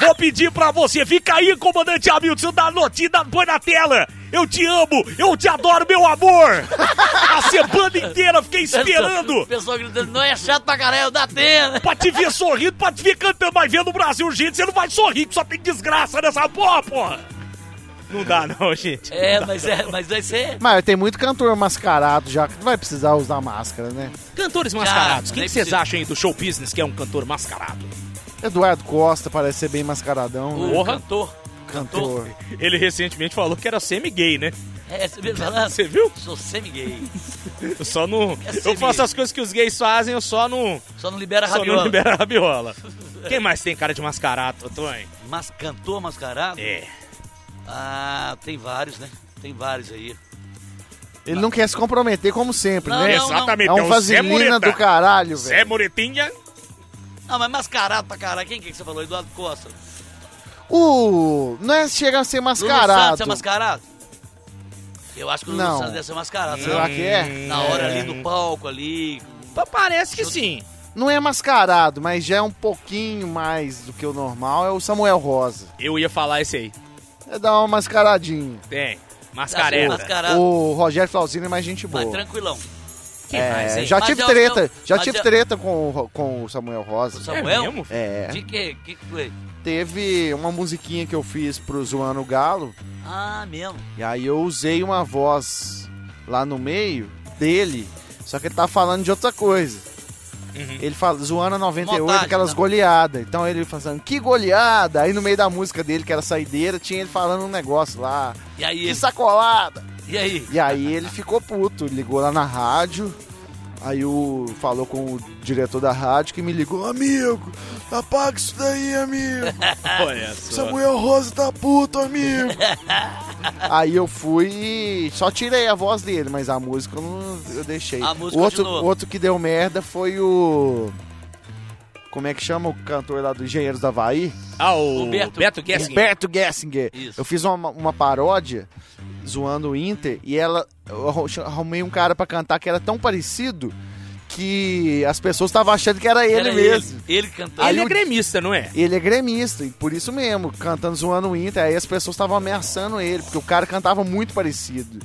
[SPEAKER 2] Vou pedir pra você, fica aí, comandante Hamilton, dá notícia, põe na tela. Eu te amo, eu te adoro, meu amor. A semana inteira fiquei
[SPEAKER 4] O
[SPEAKER 2] esperando
[SPEAKER 4] pessoal gritando, não é chato pra caralho, é o Datena!
[SPEAKER 2] pra te ver sorrindo, pra te ver cantando, mas vendo o Brasil, gente, você não vai sorrir, que só tem desgraça nessa porra, porra. Não dá, não, gente.
[SPEAKER 4] É, mas é, mas vai ser.
[SPEAKER 3] Mas tem muito cantor mascarado já, que não vai precisar usar máscara, né?
[SPEAKER 2] Cantores
[SPEAKER 4] mascarados, quem que vocês
[SPEAKER 2] acham aí do show business que é um cantor mascarado?
[SPEAKER 3] Eduardo Costa parece ser bem mascaradão,
[SPEAKER 4] O
[SPEAKER 3] né?
[SPEAKER 2] Porra.
[SPEAKER 4] cantor.
[SPEAKER 3] cantor.
[SPEAKER 2] Ele recentemente falou que era semi-gay, né?
[SPEAKER 4] É, você viu falando?
[SPEAKER 2] Você viu?
[SPEAKER 4] Sou semi-gay.
[SPEAKER 2] Eu só não.
[SPEAKER 4] É
[SPEAKER 2] Eu
[SPEAKER 4] semi-gay.
[SPEAKER 2] faço as coisas que os gays fazem, eu só não.
[SPEAKER 4] Só não libera
[SPEAKER 2] Só não
[SPEAKER 4] rabiola.
[SPEAKER 2] libera a Tá rabiola. Quem mais tem cara de mascarado, Tony?
[SPEAKER 4] Mas cantor mascarado?
[SPEAKER 2] É.
[SPEAKER 4] Ah, tem vários, né? Tem vários aí.
[SPEAKER 3] Ele não quer se comprometer, como sempre,
[SPEAKER 4] Não,
[SPEAKER 3] né?
[SPEAKER 4] não.
[SPEAKER 3] É um vaselina do caralho,
[SPEAKER 2] Zé
[SPEAKER 3] velho.
[SPEAKER 2] Muretinha.
[SPEAKER 4] Não, mas mascarado pra caralho. Quem que, é que você falou? Eduardo Costa. Lulu
[SPEAKER 3] O... Não é chegar a ser mascarado.
[SPEAKER 4] Santos é mascarado? Eu acho que o Lulu
[SPEAKER 3] Não.
[SPEAKER 4] Santos deve ser mascarado.
[SPEAKER 3] Será
[SPEAKER 4] né?
[SPEAKER 3] que é?
[SPEAKER 4] Na hora ali
[SPEAKER 2] Hum.
[SPEAKER 4] do palco ali.
[SPEAKER 2] Parece que sim.
[SPEAKER 3] Não é mascarado, mas já é um pouquinho mais do que o normal. É o Samuel Rosa.
[SPEAKER 2] Eu ia falar esse aí.
[SPEAKER 3] É dar uma mascaradinha.
[SPEAKER 2] Tem.
[SPEAKER 4] assim,
[SPEAKER 2] Mascareta.
[SPEAKER 4] Mascarado.
[SPEAKER 3] O Rogério Flauzino é mais gente
[SPEAKER 4] Mas
[SPEAKER 3] boa.
[SPEAKER 4] tranquilão.
[SPEAKER 2] Quem
[SPEAKER 3] É,
[SPEAKER 2] mais, hein?
[SPEAKER 3] já
[SPEAKER 4] Mas
[SPEAKER 3] tive
[SPEAKER 4] eu-
[SPEAKER 3] treta,
[SPEAKER 4] eu-
[SPEAKER 3] já
[SPEAKER 4] mas
[SPEAKER 3] tive
[SPEAKER 4] eu-
[SPEAKER 3] treta com, o Ro- com o Samuel Rosa.
[SPEAKER 4] O
[SPEAKER 2] É
[SPEAKER 4] Samuel?
[SPEAKER 2] mesmo?
[SPEAKER 3] É,
[SPEAKER 4] De que? que que foi?
[SPEAKER 3] teve uma musiquinha que eu fiz pro Zoando o Galo,
[SPEAKER 4] Ah, mesmo.
[SPEAKER 3] e aí eu usei uma voz lá no meio dele, só que ele tá falando de outra coisa.
[SPEAKER 2] Uhum.
[SPEAKER 3] Ele fala, zoando a 98,
[SPEAKER 4] Montagem,
[SPEAKER 3] aquelas
[SPEAKER 4] né?
[SPEAKER 3] goleadas. Então ele falando, que goleada! Aí no meio da música dele, que era saideira, tinha ele falando um negócio lá,
[SPEAKER 4] E aí?
[SPEAKER 3] que sacolada!
[SPEAKER 4] E aí?
[SPEAKER 3] E aí ele ficou puto, ligou lá na rádio. Aí o falou com o diretor da rádio que me ligou, amigo, apaga isso daí, amigo.
[SPEAKER 2] Olha só.
[SPEAKER 3] Samuel Rosa tá puto, amigo. aí eu fui e só tirei a voz dele, mas a música eu, não, eu deixei.
[SPEAKER 4] A música
[SPEAKER 3] O outro,
[SPEAKER 4] continuou.
[SPEAKER 3] outro que deu merda foi o como é que chama o cantor lá do Engenheiros da Havaí?
[SPEAKER 2] Ah, o
[SPEAKER 4] Humberto-
[SPEAKER 2] Beto é assim. Guess.
[SPEAKER 3] Humberto Gessinger.
[SPEAKER 4] Isso.
[SPEAKER 3] Eu fiz uma, uma paródia zoando o Inter e ela eu arru- arrumei um cara pra cantar que era tão parecido que as pessoas estavam achando que era é ele
[SPEAKER 4] Era
[SPEAKER 3] mesmo.
[SPEAKER 4] Ele, ele cantando.
[SPEAKER 2] Ele é
[SPEAKER 3] o-
[SPEAKER 2] gremista, não é?
[SPEAKER 3] Ele. é gremista, e por isso mesmo, cantando zoando o Inter, aí as pessoas estavam ameaçando ele, porque o cara cantava muito parecido.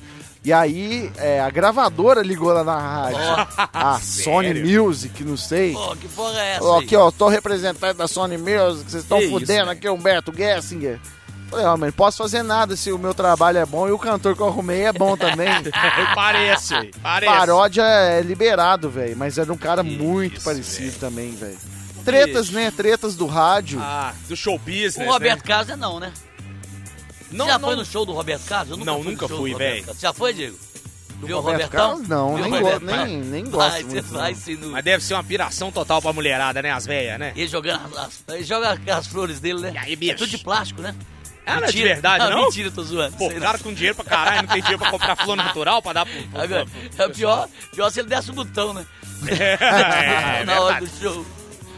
[SPEAKER 3] E aí, é, a gravadora ligou lá na rádio. a Sony
[SPEAKER 2] Sério?
[SPEAKER 3] Music, não sei.
[SPEAKER 4] Pô, que porra é essa?
[SPEAKER 3] Ó,
[SPEAKER 4] aí?
[SPEAKER 3] aqui, ó, tô representante da Sony Music, vocês estão
[SPEAKER 2] Que isso,
[SPEAKER 3] fudendo
[SPEAKER 2] né?
[SPEAKER 3] aqui, Humberto Gessinger. Falei, ó, mas não posso fazer nada se o meu trabalho é bom e o cantor que eu arrumei é bom também.
[SPEAKER 2] Parece, parece.
[SPEAKER 3] Paródia é liberado, velho, mas era um cara muito
[SPEAKER 2] isso,
[SPEAKER 3] parecido
[SPEAKER 2] velho.
[SPEAKER 3] também, velho. Tretas, né? Tretas do rádio.
[SPEAKER 2] Ah, do show business,
[SPEAKER 4] O
[SPEAKER 2] né?
[SPEAKER 4] Roberto Carlos é não, né?
[SPEAKER 2] Não,
[SPEAKER 4] já
[SPEAKER 2] não.
[SPEAKER 4] foi no show do Roberto Carlos? Eu nunca
[SPEAKER 2] Não,
[SPEAKER 4] fui no
[SPEAKER 2] nunca
[SPEAKER 4] show
[SPEAKER 2] fui,
[SPEAKER 4] do Roberto
[SPEAKER 2] véi.
[SPEAKER 4] Carlos. Já foi, Diego? Viu o
[SPEAKER 3] Roberto
[SPEAKER 4] Robertão?
[SPEAKER 3] Carlos, não,
[SPEAKER 4] Viu o
[SPEAKER 3] nem,
[SPEAKER 2] Roberto
[SPEAKER 3] go-
[SPEAKER 2] Carlos?
[SPEAKER 3] nem, nem gosto
[SPEAKER 4] Vai, você
[SPEAKER 3] muito.
[SPEAKER 4] vai
[SPEAKER 3] não.
[SPEAKER 4] sim. No...
[SPEAKER 2] Mas deve ser uma piração total pra mulherada, né? As velhas, né?
[SPEAKER 4] Ele jogando as, as- ele joga as flores dele, né?
[SPEAKER 2] E aí, bicho?
[SPEAKER 4] É tudo de plástico, né?
[SPEAKER 2] Ah, não é de
[SPEAKER 4] Mentira.
[SPEAKER 2] verdade, não?
[SPEAKER 4] Mentira, tô zoando.
[SPEAKER 2] Pô,
[SPEAKER 4] Sei
[SPEAKER 2] o
[SPEAKER 4] não.
[SPEAKER 2] cara com dinheiro pra caralho, não tem dinheiro pra comprar flor natural pra dar pro... pro-
[SPEAKER 4] Agora,
[SPEAKER 2] pro-
[SPEAKER 4] é o pior, pior se ele desse o botão, né?
[SPEAKER 2] É, é
[SPEAKER 4] Na hora
[SPEAKER 2] verdade.
[SPEAKER 4] do show.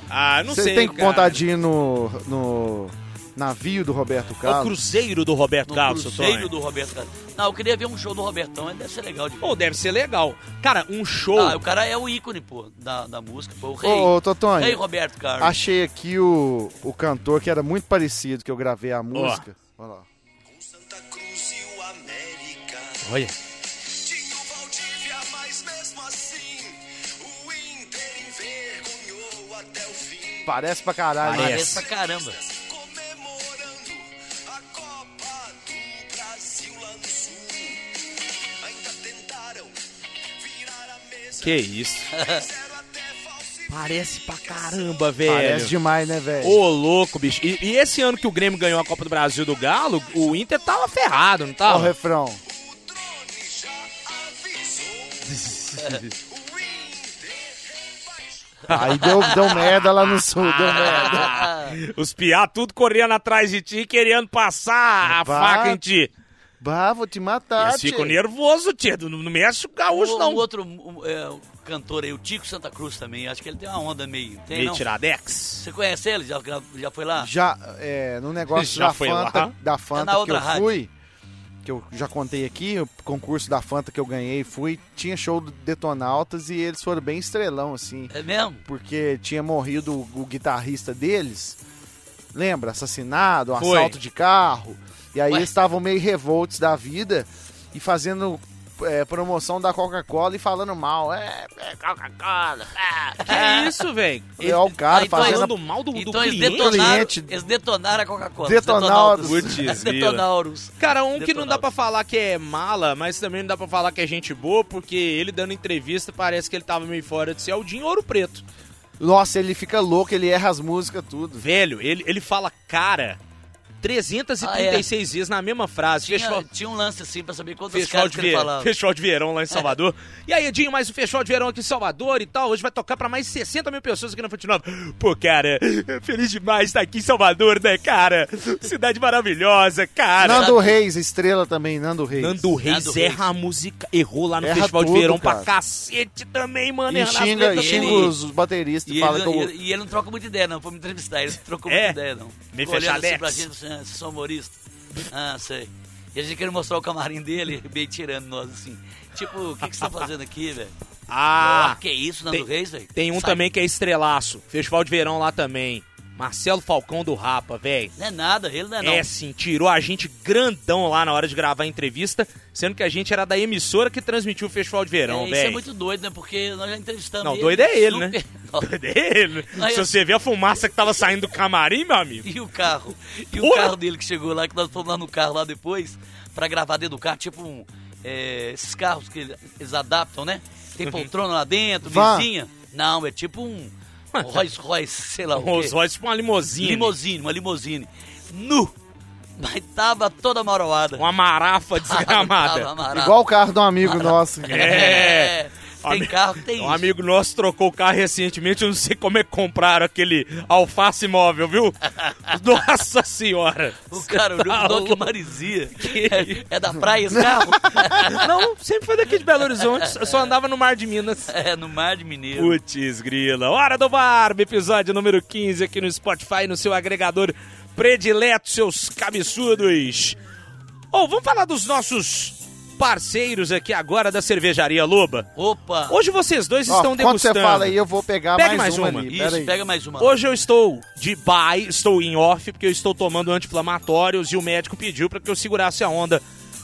[SPEAKER 2] Ah, não
[SPEAKER 3] Você
[SPEAKER 2] sei,
[SPEAKER 3] tem que
[SPEAKER 2] cara.
[SPEAKER 3] vontade de ir no, no navio do Roberto
[SPEAKER 2] É O
[SPEAKER 3] Carlos?
[SPEAKER 2] cruzeiro do Roberto
[SPEAKER 4] No
[SPEAKER 2] Carlos, seu
[SPEAKER 4] cruzeiro
[SPEAKER 2] sonho.
[SPEAKER 4] do Roberto Carlos. Não, eu queria ver um show do Robertão, ele deve ser legal de ver.
[SPEAKER 2] Pô, deve ser legal. Cara, um show...
[SPEAKER 4] Ah, o cara é o ícone, pô, da, da música, pô, o rei.
[SPEAKER 3] Ô, ô, Totonho.
[SPEAKER 4] Rei Roberto Carlos.
[SPEAKER 3] Achei aqui o, o cantor que era muito parecido, que eu gravei a música. Olha lá.
[SPEAKER 5] Com Santa Cruz e o América.
[SPEAKER 2] Olha.
[SPEAKER 5] Tito Valdívia, mas mesmo assim, o Inter envergonhou até o fim.
[SPEAKER 3] Parece pra caralho. né?
[SPEAKER 2] Parece.
[SPEAKER 4] Parece pra caramba.
[SPEAKER 5] Comemorando a Copa do Brasil lá no Sul. Ainda tentaram virar a mesa.
[SPEAKER 2] Que isso.
[SPEAKER 5] Fizeram até falsificação.
[SPEAKER 2] Parece pra caramba,
[SPEAKER 3] Parece
[SPEAKER 2] velho.
[SPEAKER 3] demais, né, velho?
[SPEAKER 2] Ô, louco, bicho. E, e esse ano que o Grêmio ganhou a Copa do Brasil do Galo, o Inter tava ferrado, não
[SPEAKER 3] Olha o
[SPEAKER 2] tava?
[SPEAKER 3] refrão.
[SPEAKER 5] O drone já avisou. o Inter rebaixou.
[SPEAKER 3] Aí deu, deu merda lá no sul, deu
[SPEAKER 2] Ah.
[SPEAKER 3] merda.
[SPEAKER 4] Ah.
[SPEAKER 2] Os piá tudo correndo atrás de ti, querendo passar a
[SPEAKER 3] Vai.
[SPEAKER 2] faca em ti.
[SPEAKER 3] Bah, vou te matar,
[SPEAKER 2] Eles ficam
[SPEAKER 3] tchê.
[SPEAKER 2] nervosos, tia. Não, não mexe o gaúcho,
[SPEAKER 4] O,
[SPEAKER 2] não.
[SPEAKER 4] o outro um, é, o cantor aí, o Tico Santa Cruz também, acho que ele tem uma onda meio. Tem, não?
[SPEAKER 2] Tiradex.
[SPEAKER 4] Você conhece ele? Já, já- já foi lá?
[SPEAKER 3] Já, é, no negócio
[SPEAKER 2] Já
[SPEAKER 3] da
[SPEAKER 2] foi
[SPEAKER 3] Fanta,
[SPEAKER 2] lá?
[SPEAKER 3] da
[SPEAKER 4] É
[SPEAKER 3] Fanta
[SPEAKER 4] na
[SPEAKER 3] que
[SPEAKER 4] outra
[SPEAKER 3] eu
[SPEAKER 4] rádio.
[SPEAKER 3] fui, que eu já contei aqui, o concurso da Fanta que eu ganhei, fui, tinha show do Detonautas e eles foram bem estrelão, assim.
[SPEAKER 4] É mesmo?
[SPEAKER 3] porque tinha morrido o, o guitarrista deles. Lembra? Assassinado, um
[SPEAKER 2] Foi.
[SPEAKER 3] assalto de carro. E aí
[SPEAKER 4] Ué.
[SPEAKER 3] eles estavam meio revoltos da vida e fazendo é, promoção da Coca-Cola e falando mal. É, é Coca-Cola.
[SPEAKER 2] Que isso, velho?
[SPEAKER 3] É o cara
[SPEAKER 4] Ah, então
[SPEAKER 3] fazendo.
[SPEAKER 2] Falando mal do, do
[SPEAKER 4] então eles
[SPEAKER 2] cliente.
[SPEAKER 4] detonaram,
[SPEAKER 3] Cliente.
[SPEAKER 4] eles detonaram a Coca-Cola.
[SPEAKER 3] Detonauros.
[SPEAKER 2] Putz, grila.
[SPEAKER 4] Detonauros.
[SPEAKER 2] Cara, um que não dá
[SPEAKER 4] Detonauros.
[SPEAKER 2] pra falar que é mala, mas também não dá pra falar que é gente boa, porque ele dando entrevista parece que ele tava meio fora de si, é o Dinho Ouro Preto.
[SPEAKER 3] Nossa, ele fica louco, ele erra as músicas, tudo.
[SPEAKER 2] Velho, ele, ele fala cara 336 vezes na mesma frase.
[SPEAKER 4] Tinha,
[SPEAKER 2] Festival,
[SPEAKER 4] tinha um lance assim pra saber quantas
[SPEAKER 2] festival,
[SPEAKER 4] caras
[SPEAKER 2] de
[SPEAKER 4] que ele
[SPEAKER 2] verão,
[SPEAKER 4] falava.
[SPEAKER 2] festival de verão lá em Salvador. E aí, Dinho, mais um festival de verão aqui em Salvador e tal. Hoje vai tocar pra mais 60 mil pessoas aqui na Fonte Nova. Pô, cara, feliz demais estar aqui em Salvador, né, cara? Cidade maravilhosa, cara.
[SPEAKER 3] Nando Reis, estrela também, Nando Reis.
[SPEAKER 2] Nando Reis
[SPEAKER 4] Nando
[SPEAKER 2] erra a música, errou lá no
[SPEAKER 3] Erra
[SPEAKER 2] Festival de
[SPEAKER 3] tudo,
[SPEAKER 2] Verão
[SPEAKER 3] cara.
[SPEAKER 2] pra cacete também, mano.
[SPEAKER 3] E
[SPEAKER 2] erra nas
[SPEAKER 3] xinga,
[SPEAKER 2] letras
[SPEAKER 3] xinga
[SPEAKER 2] dele.
[SPEAKER 3] os bateristas
[SPEAKER 4] E
[SPEAKER 3] e
[SPEAKER 4] ele,
[SPEAKER 3] fala que
[SPEAKER 4] e
[SPEAKER 3] eu.
[SPEAKER 4] ele- e ele não troca muita ideia, não. Foi me entrevistar, ele não trocou
[SPEAKER 2] então, É?
[SPEAKER 4] muita ideia, não.
[SPEAKER 2] Me
[SPEAKER 4] Ficou olhando
[SPEAKER 2] fechar
[SPEAKER 4] assim pra
[SPEAKER 2] Dex.
[SPEAKER 4] gente, assim, ah, vocês são humorista. Ah, sei. E a gente queria mostrar o camarim dele, meio tirando nós, assim. Tipo, o que que vocês estão fazendo aqui, velho?
[SPEAKER 2] Ah,
[SPEAKER 4] que isso, Nando
[SPEAKER 2] tem-
[SPEAKER 4] Reis, velho?
[SPEAKER 2] tem um
[SPEAKER 4] Sai.
[SPEAKER 2] também que é estrelaço. Festival de Verão lá também. Marcelo Falcão do Rapa, velho.
[SPEAKER 4] Não é nada, ele não é não.
[SPEAKER 2] É sim, tirou a gente grandão lá na hora de gravar a entrevista, sendo que a gente era da emissora que transmitiu o Festival de Verão,
[SPEAKER 4] É, isso é
[SPEAKER 2] velho.
[SPEAKER 4] muito doido, né? Porque nós já entrevistamos
[SPEAKER 2] Não,
[SPEAKER 4] ele.
[SPEAKER 2] doido é ele, né?
[SPEAKER 4] super-
[SPEAKER 2] Doido é ele.
[SPEAKER 4] Aí
[SPEAKER 2] Se
[SPEAKER 4] eu-
[SPEAKER 2] você vê a fumaça que tava saindo do camarim, meu amigo.
[SPEAKER 4] E o carro. E o
[SPEAKER 2] Porra!
[SPEAKER 4] carro dele que chegou lá, que nós fomos lá no carro lá depois, pra gravar dentro do carro, tipo um. é, esses carros que ele- eles adaptam, né?
[SPEAKER 2] Uhum.
[SPEAKER 4] Tem poltrona lá dentro,
[SPEAKER 3] Van.
[SPEAKER 4] vizinha. Não, é tipo um um
[SPEAKER 2] tá.
[SPEAKER 4] Rolls Royce, sei lá o
[SPEAKER 2] Os
[SPEAKER 4] quê.
[SPEAKER 2] olhos com uma limousine.
[SPEAKER 4] Limousine, uma limousine. Nu! Mas tava toda maroada.
[SPEAKER 2] Uma marafa desgramada.
[SPEAKER 4] Tava amarada.
[SPEAKER 3] Igual o carro de um amigo nosso.
[SPEAKER 2] É.
[SPEAKER 4] Tem
[SPEAKER 2] Ami-
[SPEAKER 4] carro, tem
[SPEAKER 2] Um
[SPEAKER 4] isso.
[SPEAKER 2] amigo nosso trocou o carro recentemente, eu não sei como é que compraram aquele alface móvel, viu? Nossa senhora!
[SPEAKER 4] O cara olhou
[SPEAKER 2] Tá
[SPEAKER 4] pro Doc
[SPEAKER 2] louco.
[SPEAKER 4] Marizia. É, é da praia esse carro?
[SPEAKER 2] Não, sempre foi daqui de Belo Horizonte, eu só andava no Mar de Minas.
[SPEAKER 4] é, no Mar de Mineiro.
[SPEAKER 2] Putz, grila. Hora do Barba, episódio número 15 aqui no Spotify, no seu agregador predileto, seus cabeçudos. Ou vamos falar dos nossos parceiros aqui agora da Cervejaria Loba.
[SPEAKER 4] Opa!
[SPEAKER 2] Hoje vocês dois
[SPEAKER 3] Ó,
[SPEAKER 2] estão
[SPEAKER 3] Quando você
[SPEAKER 2] degustando.
[SPEAKER 3] fala aí, eu vou pegar
[SPEAKER 2] Pegue mais
[SPEAKER 3] mais, uma,
[SPEAKER 2] uma.
[SPEAKER 3] ali.
[SPEAKER 4] Isso,
[SPEAKER 3] Pera aí.
[SPEAKER 4] pega mais uma.
[SPEAKER 2] Hoje eu estou de bye, estou em off, porque eu estou tomando anti-inflamatórios e o médico pediu para que eu segurasse a onda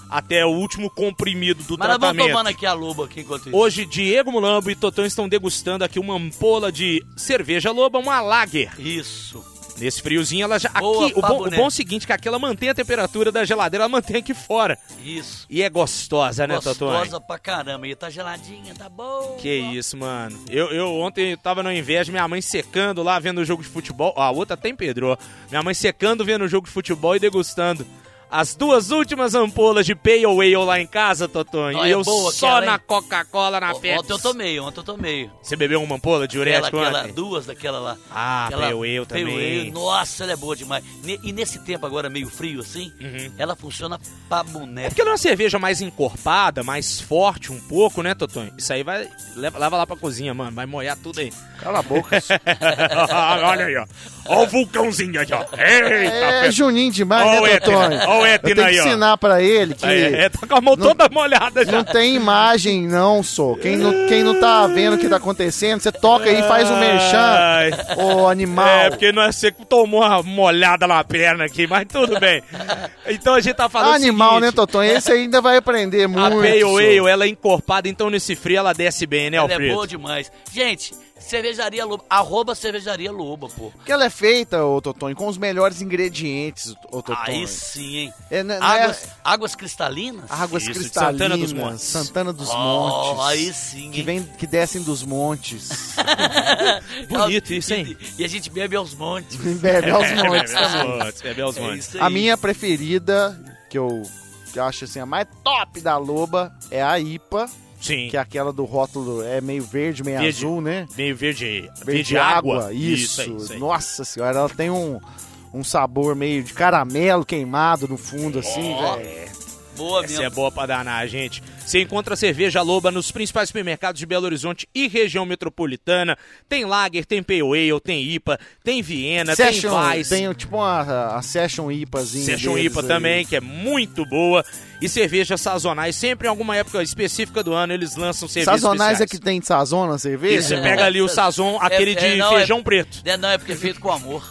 [SPEAKER 2] até o último comprimido do
[SPEAKER 4] Mas nós vamos
[SPEAKER 2] é tratamento.
[SPEAKER 4] tomando aqui a loba aqui enquanto isso.
[SPEAKER 2] Hoje, Diego Mulambo e Totão estão degustando aqui uma ampola de cerveja loba, uma lager.
[SPEAKER 4] Isso.
[SPEAKER 2] Nesse friozinho, ela já.
[SPEAKER 4] Boa,
[SPEAKER 2] aqui, o,
[SPEAKER 4] Pablo
[SPEAKER 2] bom, o
[SPEAKER 4] Neto.
[SPEAKER 2] bom é o seguinte, que aqui ela mantém a temperatura da geladeira, ela mantém aqui fora.
[SPEAKER 4] Isso.
[SPEAKER 2] E é gostosa, né, Totônio?
[SPEAKER 4] Gostosa pra caramba. E tá geladinha, tá bom.
[SPEAKER 2] Que isso, mano. Eu, eu ontem tava no inveja, minha mãe secando lá, vendo o jogo de futebol. Ó, a outra até empedrou. Minha mãe secando, vendo o jogo de futebol e degustando. As duas últimas ampolas de Pay Away lá em casa, Totonho.
[SPEAKER 4] Não,
[SPEAKER 2] e
[SPEAKER 4] é
[SPEAKER 2] eu
[SPEAKER 4] boa
[SPEAKER 2] só
[SPEAKER 4] aquela, hein?
[SPEAKER 2] na Coca-Cola, na
[SPEAKER 4] O- Ontem eu
[SPEAKER 2] Pepsi.
[SPEAKER 4] tomei, ontem eu tomei.
[SPEAKER 2] Você bebeu uma ampola
[SPEAKER 4] Aquela,
[SPEAKER 2] diurético
[SPEAKER 4] aquela,
[SPEAKER 2] ontem?
[SPEAKER 4] duas daquela lá.
[SPEAKER 2] Ah,
[SPEAKER 4] Aquela
[SPEAKER 2] Pale Ale
[SPEAKER 4] Pale
[SPEAKER 2] também.
[SPEAKER 4] Ale, nossa, ela é boa demais. Ne- E nesse tempo agora meio frio assim,
[SPEAKER 2] Uhum.
[SPEAKER 4] ela funciona pra
[SPEAKER 2] É
[SPEAKER 4] boneca.
[SPEAKER 2] porque ela é uma cerveja mais encorpada, mais forte um pouco, né, Totonho? Isso aí vai. Leva, leva lá pra cozinha, mano. Vai molhar tudo aí.
[SPEAKER 3] Cala a boca. isso.
[SPEAKER 2] Olha aí, ó. Ó o vulcãozinho aí, ó. Eita,
[SPEAKER 3] É juninho demais,
[SPEAKER 2] Ó o
[SPEAKER 3] né,
[SPEAKER 2] Etna,
[SPEAKER 3] Totônio?
[SPEAKER 2] ó o
[SPEAKER 3] Eu
[SPEAKER 2] Etna
[SPEAKER 3] tenho que
[SPEAKER 2] aí, ó.
[SPEAKER 3] ensinar pra ele que...
[SPEAKER 2] Aí, é, tá com a mão toda molhada já.
[SPEAKER 3] Não tem imagem, não, sou. Quem não, quem não tá vendo o que tá acontecendo, você toca aí e faz o merchan,
[SPEAKER 2] Ai.
[SPEAKER 3] ô animal.
[SPEAKER 2] É, porque não é você que tomou uma molhada na perna aqui, mas tudo bem. Então a gente tá falando. o
[SPEAKER 3] Animal,
[SPEAKER 2] seguinte, Ah,
[SPEAKER 3] né, Toton? Esse ainda vai aprender
[SPEAKER 2] A
[SPEAKER 3] muito.
[SPEAKER 2] Pale
[SPEAKER 3] sou.
[SPEAKER 2] Ale, ela é encorpada, então nesse frio ela desce bem, né,
[SPEAKER 4] Ela é
[SPEAKER 2] Alfredo?
[SPEAKER 4] boa demais. Gente, cervejaria Loba, arroba cervejaria Loba, pô.
[SPEAKER 3] Porque ela é feita, ô Toton, com os melhores ingredientes,
[SPEAKER 2] Ah,
[SPEAKER 3] ô Toton.
[SPEAKER 2] um
[SPEAKER 4] Aí sim, hein?
[SPEAKER 3] É, né, né,
[SPEAKER 4] Águas, águas cristalinas?
[SPEAKER 3] águas
[SPEAKER 2] Isso, de
[SPEAKER 3] cristalinas.
[SPEAKER 2] Santana dos Montes.
[SPEAKER 3] Santana dos
[SPEAKER 4] Oh,
[SPEAKER 3] Montes.
[SPEAKER 4] aí sim,
[SPEAKER 3] Que,
[SPEAKER 4] hein?
[SPEAKER 3] vem, que descem dos montes.
[SPEAKER 2] Bonito isso, hein?
[SPEAKER 4] Tá E, e a gente bebe aos montes.
[SPEAKER 3] Bebe aos
[SPEAKER 2] É,
[SPEAKER 3] montes.
[SPEAKER 2] Bebel Osmontes, Bebel
[SPEAKER 4] É
[SPEAKER 2] Osmontes.
[SPEAKER 4] isso aí.
[SPEAKER 3] A minha preferida, que eu, que eu acho assim, a mais top da loba, é a IPA,
[SPEAKER 2] Sim.
[SPEAKER 3] que é aquela do rótulo, é meio verde, meio
[SPEAKER 2] Verde.
[SPEAKER 3] azul, né?
[SPEAKER 2] Meio verde, verde,
[SPEAKER 3] Verde
[SPEAKER 2] água.
[SPEAKER 3] água, isso.
[SPEAKER 2] aí, aí.
[SPEAKER 3] Nossa senhora, ela tem um, um sabor meio de caramelo queimado no fundo, assim,
[SPEAKER 2] né,
[SPEAKER 3] velho.
[SPEAKER 4] Boa
[SPEAKER 2] Essa
[SPEAKER 4] mesmo.
[SPEAKER 2] é boa pra danar, gente. Você encontra cerveja Loba nos principais supermercados de Belo Horizonte e região metropolitana. Tem Lager, tem Pale Ale, tem IPA, tem Viena,
[SPEAKER 3] Session,
[SPEAKER 2] tem Weiss.
[SPEAKER 3] tem tipo uma a Session IPAzinha.
[SPEAKER 2] Session
[SPEAKER 3] deles
[SPEAKER 2] IPA
[SPEAKER 3] aí.
[SPEAKER 2] também, que é muito boa. E cervejas sazonais. Sempre em alguma época específica do ano eles lançam cervejas
[SPEAKER 3] Sazonais é que
[SPEAKER 2] especiais.
[SPEAKER 3] tem de sazona, cerveja?
[SPEAKER 2] E você pega ali o sazon, aquele
[SPEAKER 4] É,
[SPEAKER 2] de
[SPEAKER 4] é, não, é-
[SPEAKER 2] feijão preto.
[SPEAKER 4] É, não, é porque é feito com amor.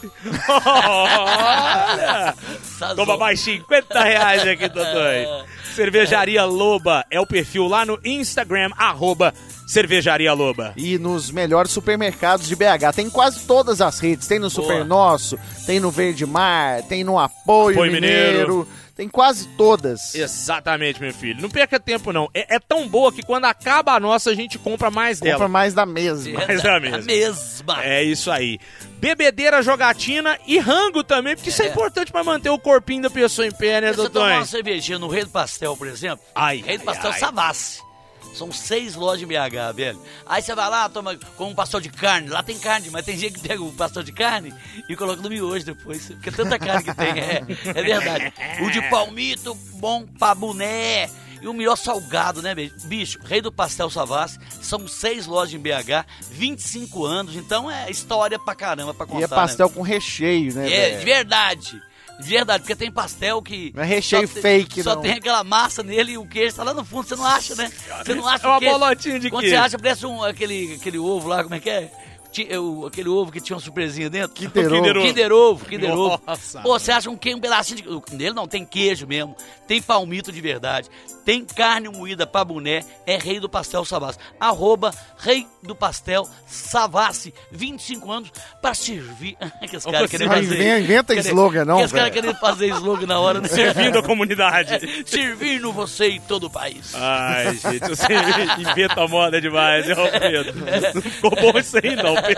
[SPEAKER 2] Olha!
[SPEAKER 4] Sazon.
[SPEAKER 2] Toma mais 50 reais aqui, Totônio. Cervejaria Loba é o perfil lá no Instagram, arroba Cervejaria Loba.
[SPEAKER 3] E nos melhores supermercados de BH. Tem em quase todas as redes. Tem no Super Nosso, tem no Verde Mar, tem no Apoio,
[SPEAKER 2] Apoio
[SPEAKER 3] Mineiro.
[SPEAKER 2] Mineiro. é
[SPEAKER 3] Tem quase todas.
[SPEAKER 2] Exatamente, meu filho. Não perca tempo, não. É, é tão boa que quando acaba a nossa, a gente compra mais
[SPEAKER 3] Compra
[SPEAKER 2] dela.
[SPEAKER 3] mais da mesma.
[SPEAKER 2] Mas é a mesma.
[SPEAKER 4] A mesma.
[SPEAKER 2] É isso aí. Bebedeira, jogatina e rango também, porque isso é,
[SPEAKER 4] É.
[SPEAKER 2] importante pra manter o corpinho da pessoa em pé, né,
[SPEAKER 4] Se você tomar
[SPEAKER 2] Totônio?
[SPEAKER 4] uma cervejinha no Rei do Pastel, por exemplo,
[SPEAKER 2] Ai,
[SPEAKER 4] Rei do
[SPEAKER 2] ai,
[SPEAKER 4] Pastel
[SPEAKER 2] ai.
[SPEAKER 4] Savassi. São seis lojas de BH, velho. Aí você vai lá, toma com um pastel de carne. Lá tem carne, mas tem gente que pega o pastel de carne e coloca no miojo depois. Porque é tanta carne que tem, é, é verdade. O de palmito, bom pra boné. E o melhor salgado, né, bicho? Bicho, Rei do Pastel Savassi. São seis lojas em BH, 25 anos. Então é história pra caramba pra contar,
[SPEAKER 3] E é
[SPEAKER 4] né?
[SPEAKER 3] pastel com recheio, né?
[SPEAKER 4] É,
[SPEAKER 3] velho?
[SPEAKER 4] de verdade. De verdade, porque tem pastel que.
[SPEAKER 3] Não é recheio
[SPEAKER 4] só tem-
[SPEAKER 3] fake,
[SPEAKER 4] Só
[SPEAKER 3] não.
[SPEAKER 4] tem aquela massa nele e o queijo tá lá no fundo, você não acha, né? Você não acha
[SPEAKER 2] É uma
[SPEAKER 4] o queijo.
[SPEAKER 2] bolotinha de
[SPEAKER 4] Quando
[SPEAKER 2] queijo.
[SPEAKER 4] você acha, parece um, aquele, aquele ovo lá, como é que é? Ti- é o- aquele ovo que tinha uma surpresinha dentro.
[SPEAKER 3] Kinder Ovo.
[SPEAKER 4] Kinder Ovo, Kinder Ovo.
[SPEAKER 2] Nossa.
[SPEAKER 4] Pô, você acha um, que- um pedacinho de... Nele não, tem queijo mesmo, tem palmito de verdade, tem carne moída pra boné, é Rei do Pastel Savassi. Arroba Rei do Pastel Savassi, 25 anos pra servir... que os caras querem
[SPEAKER 3] Mas
[SPEAKER 4] fazer...
[SPEAKER 3] vem- inventa
[SPEAKER 4] querem-
[SPEAKER 3] slogan, não,
[SPEAKER 4] que os caras
[SPEAKER 3] velho.
[SPEAKER 4] querem fazer slogan na hora, né?
[SPEAKER 2] Servindo a comunidade.
[SPEAKER 4] Servindo você em todo o país.
[SPEAKER 2] Ah, Ai, gente, você inventa a moda demais, hein, Alfredo? Não ficou bom isso aí, não. Pe-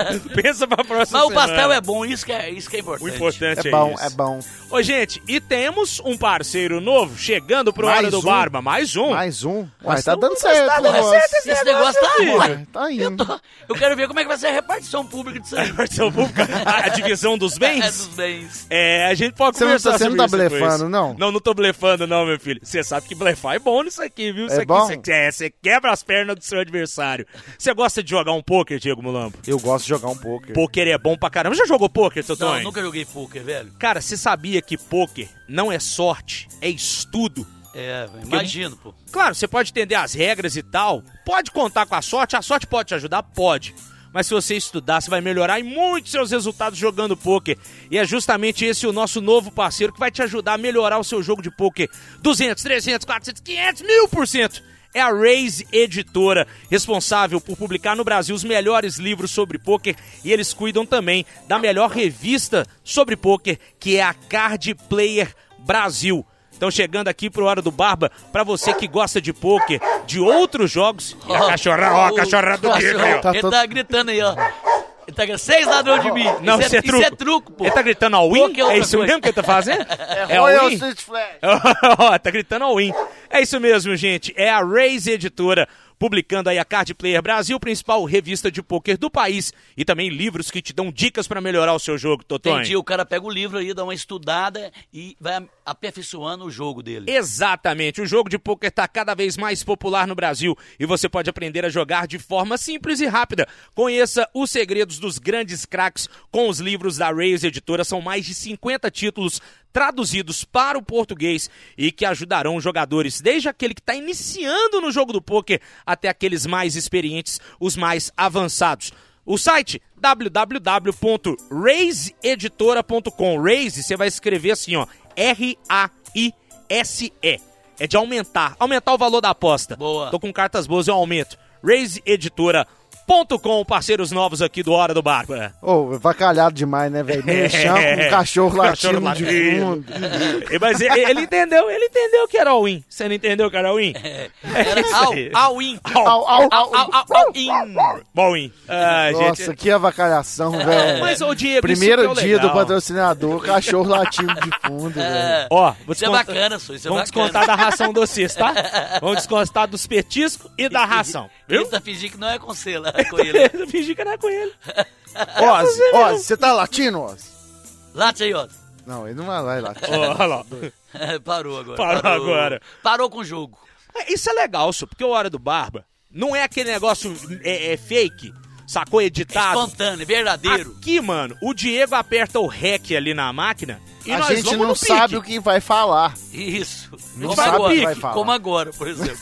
[SPEAKER 2] Pensa pra próxima
[SPEAKER 4] Mas o pastel
[SPEAKER 2] semana.
[SPEAKER 4] é bom, isso que é, isso que é importante.
[SPEAKER 2] O importante é,
[SPEAKER 3] É bom,
[SPEAKER 2] isso.
[SPEAKER 3] é bom.
[SPEAKER 2] Ô, gente, e temos um parceiro novo chegando pro
[SPEAKER 3] Mais
[SPEAKER 2] Hora do
[SPEAKER 3] um?
[SPEAKER 2] Barba. Mais um.
[SPEAKER 3] Mais um. Ué,
[SPEAKER 2] Mas
[SPEAKER 3] tá
[SPEAKER 2] não
[SPEAKER 3] dando
[SPEAKER 2] tá
[SPEAKER 3] certo,
[SPEAKER 2] dando
[SPEAKER 3] o negócio.
[SPEAKER 2] certo
[SPEAKER 4] Esse negócio tá
[SPEAKER 2] aí,
[SPEAKER 4] ruim.
[SPEAKER 3] Ué, Tá
[SPEAKER 4] Eu,
[SPEAKER 3] indo.
[SPEAKER 4] tô- eu quero ver como é que vai ser a repartição pública disso aí.
[SPEAKER 2] Repartição pública, a divisão dos
[SPEAKER 4] É
[SPEAKER 2] É bens.
[SPEAKER 4] dos bens.
[SPEAKER 2] É, a gente pode
[SPEAKER 3] Você não
[SPEAKER 2] conversar
[SPEAKER 3] tá- você
[SPEAKER 2] sobre
[SPEAKER 3] não tá
[SPEAKER 2] isso depois.
[SPEAKER 3] blefando, não?
[SPEAKER 2] Não, não tô blefando, não, meu filho. Você sabe que blefar é bom nisso aqui, viu? Isso
[SPEAKER 3] É
[SPEAKER 2] aqui
[SPEAKER 3] bom?
[SPEAKER 2] Você, é, você quebra as pernas do seu adversário. Você gosta de jogar um pôquer, Diego Mulambo?
[SPEAKER 3] Eu gosto de jogar um poker.
[SPEAKER 2] Pôquer é bom pra caramba. Já jogou pôquer,
[SPEAKER 4] Não,
[SPEAKER 2] Totonho?
[SPEAKER 4] nunca joguei poker, velho.
[SPEAKER 2] Cara, você sabia que pôquer não é sorte, é estudo?
[SPEAKER 4] É, imagino, pô.
[SPEAKER 2] Claro, você pode entender as regras e tal, pode contar com a sorte, a sorte pode te ajudar? Pode. Mas se você estudar, você vai melhorar em muitos seus resultados jogando pôquer. E é justamente esse o nosso novo parceiro que vai te ajudar a melhorar o seu jogo de pôquer. 200, 300, 400, 500, mil por cento. é a Raise Editora, responsável por publicar no Brasil os melhores livros sobre pôquer e eles cuidam também da melhor revista sobre pôquer, que é a Card Player Brasil. Então chegando aqui pro Hora do Barba, pra você que gosta de pôquer, de outros jogos, e a cachorra, ó, a cachorra do Kiko, aí, ó.
[SPEAKER 3] Tá
[SPEAKER 4] Ele
[SPEAKER 3] todo-
[SPEAKER 4] tá gritando aí, ó. Ele tá gritando, seis ladrões de mim.
[SPEAKER 2] Não,
[SPEAKER 4] isso,
[SPEAKER 2] isso é truco.
[SPEAKER 4] Isso é truco, pô.
[SPEAKER 2] Ele tá gritando all in?
[SPEAKER 4] Pôquer é outra
[SPEAKER 2] É isso
[SPEAKER 4] coisa.
[SPEAKER 2] mesmo que ele tá fazendo? É,
[SPEAKER 3] Royal
[SPEAKER 2] all in?
[SPEAKER 3] Street Flag.
[SPEAKER 2] Ó, tá gritando all in. É isso mesmo, gente. É a Raise Editora publicando aí a Card Player Brasil, principal revista de pôquer do país e também livros que te dão dicas pra melhorar o seu jogo, Totonho.
[SPEAKER 4] Entendi, o cara pega o livro aí, dá uma estudada e vai aperfeiçoando o jogo dele.
[SPEAKER 2] Exatamente. O jogo de pôquer está cada vez mais popular no Brasil e você pode aprender a jogar de forma simples e rápida. Conheça os segredos dos grandes craques com os livros da Raise Editora. São mais de 50 títulos traduzidos para o português e que ajudarão jogadores, desde aquele que está iniciando no jogo do pôquer até aqueles mais experientes, os mais avançados. O site www.raiseeditora.com. Raise, você vai escrever assim, ó, R-A-I-S-E. É de aumentar, aumentar o valor da aposta.
[SPEAKER 4] Boa.
[SPEAKER 2] Tô com cartas boas, eu aumento. Raiseeditora.com, parceiros novos aqui do Hora do
[SPEAKER 4] É.
[SPEAKER 2] Barba.
[SPEAKER 3] Ô, vacalhado demais, né, velho? Meio chão com um cachorro latindo
[SPEAKER 2] Cachorro
[SPEAKER 3] de
[SPEAKER 2] latindo.
[SPEAKER 3] fundo.
[SPEAKER 2] E- Mas e- ele entendeu, ele entendeu que era all-in. Você não entendeu que era all-in?
[SPEAKER 4] É.
[SPEAKER 2] É
[SPEAKER 4] Era
[SPEAKER 2] isso aí.
[SPEAKER 4] Ao, ao in.
[SPEAKER 3] Au, au, au,
[SPEAKER 4] Ao, ao, ao in.
[SPEAKER 2] All-in. Ah,
[SPEAKER 3] Nossa,
[SPEAKER 2] gente.
[SPEAKER 3] que avacalhação,
[SPEAKER 4] É.
[SPEAKER 3] velho.
[SPEAKER 2] Mas, ô Diego, isso que é
[SPEAKER 3] Primeiro
[SPEAKER 2] o
[SPEAKER 3] dia do
[SPEAKER 2] legal.
[SPEAKER 3] patrocinador, cachorro latindo de fundo, velho.
[SPEAKER 2] Ó, vou
[SPEAKER 4] Isso é
[SPEAKER 2] descontar-
[SPEAKER 4] bacana, senhor, isso é
[SPEAKER 2] Vamos
[SPEAKER 4] bacana.
[SPEAKER 2] descontar da ração do Cis, tá? Vamos descontar dos petiscos e da ração. Viu?
[SPEAKER 4] Tenta fingir que não é com cela, com ele.
[SPEAKER 2] Fingi que não é com ele.
[SPEAKER 3] Oz, Oz, você tá latindo, Oz?
[SPEAKER 4] Late aí, ó.
[SPEAKER 3] Não, ele não vai lá e latir.
[SPEAKER 2] Olha lá.
[SPEAKER 4] Parou agora.
[SPEAKER 2] Parou agora.
[SPEAKER 4] Parou com o jogo.
[SPEAKER 2] Isso é legal, senhor, porque o Hora do Barba não é aquele negócio é, é fake, sacou? Editado.
[SPEAKER 4] Espontâneo, verdadeiro.
[SPEAKER 2] Aqui, mano, o Diego aperta o REC ali na máquina e
[SPEAKER 3] A
[SPEAKER 2] nós
[SPEAKER 3] gente
[SPEAKER 2] vamos
[SPEAKER 3] não
[SPEAKER 2] no
[SPEAKER 3] sabe
[SPEAKER 2] pique.
[SPEAKER 3] o que vai falar.
[SPEAKER 2] Ah.
[SPEAKER 4] Isso.
[SPEAKER 3] Não
[SPEAKER 4] Como
[SPEAKER 3] sabe o que
[SPEAKER 4] agora.
[SPEAKER 3] vai falar.
[SPEAKER 4] Como agora, por exemplo.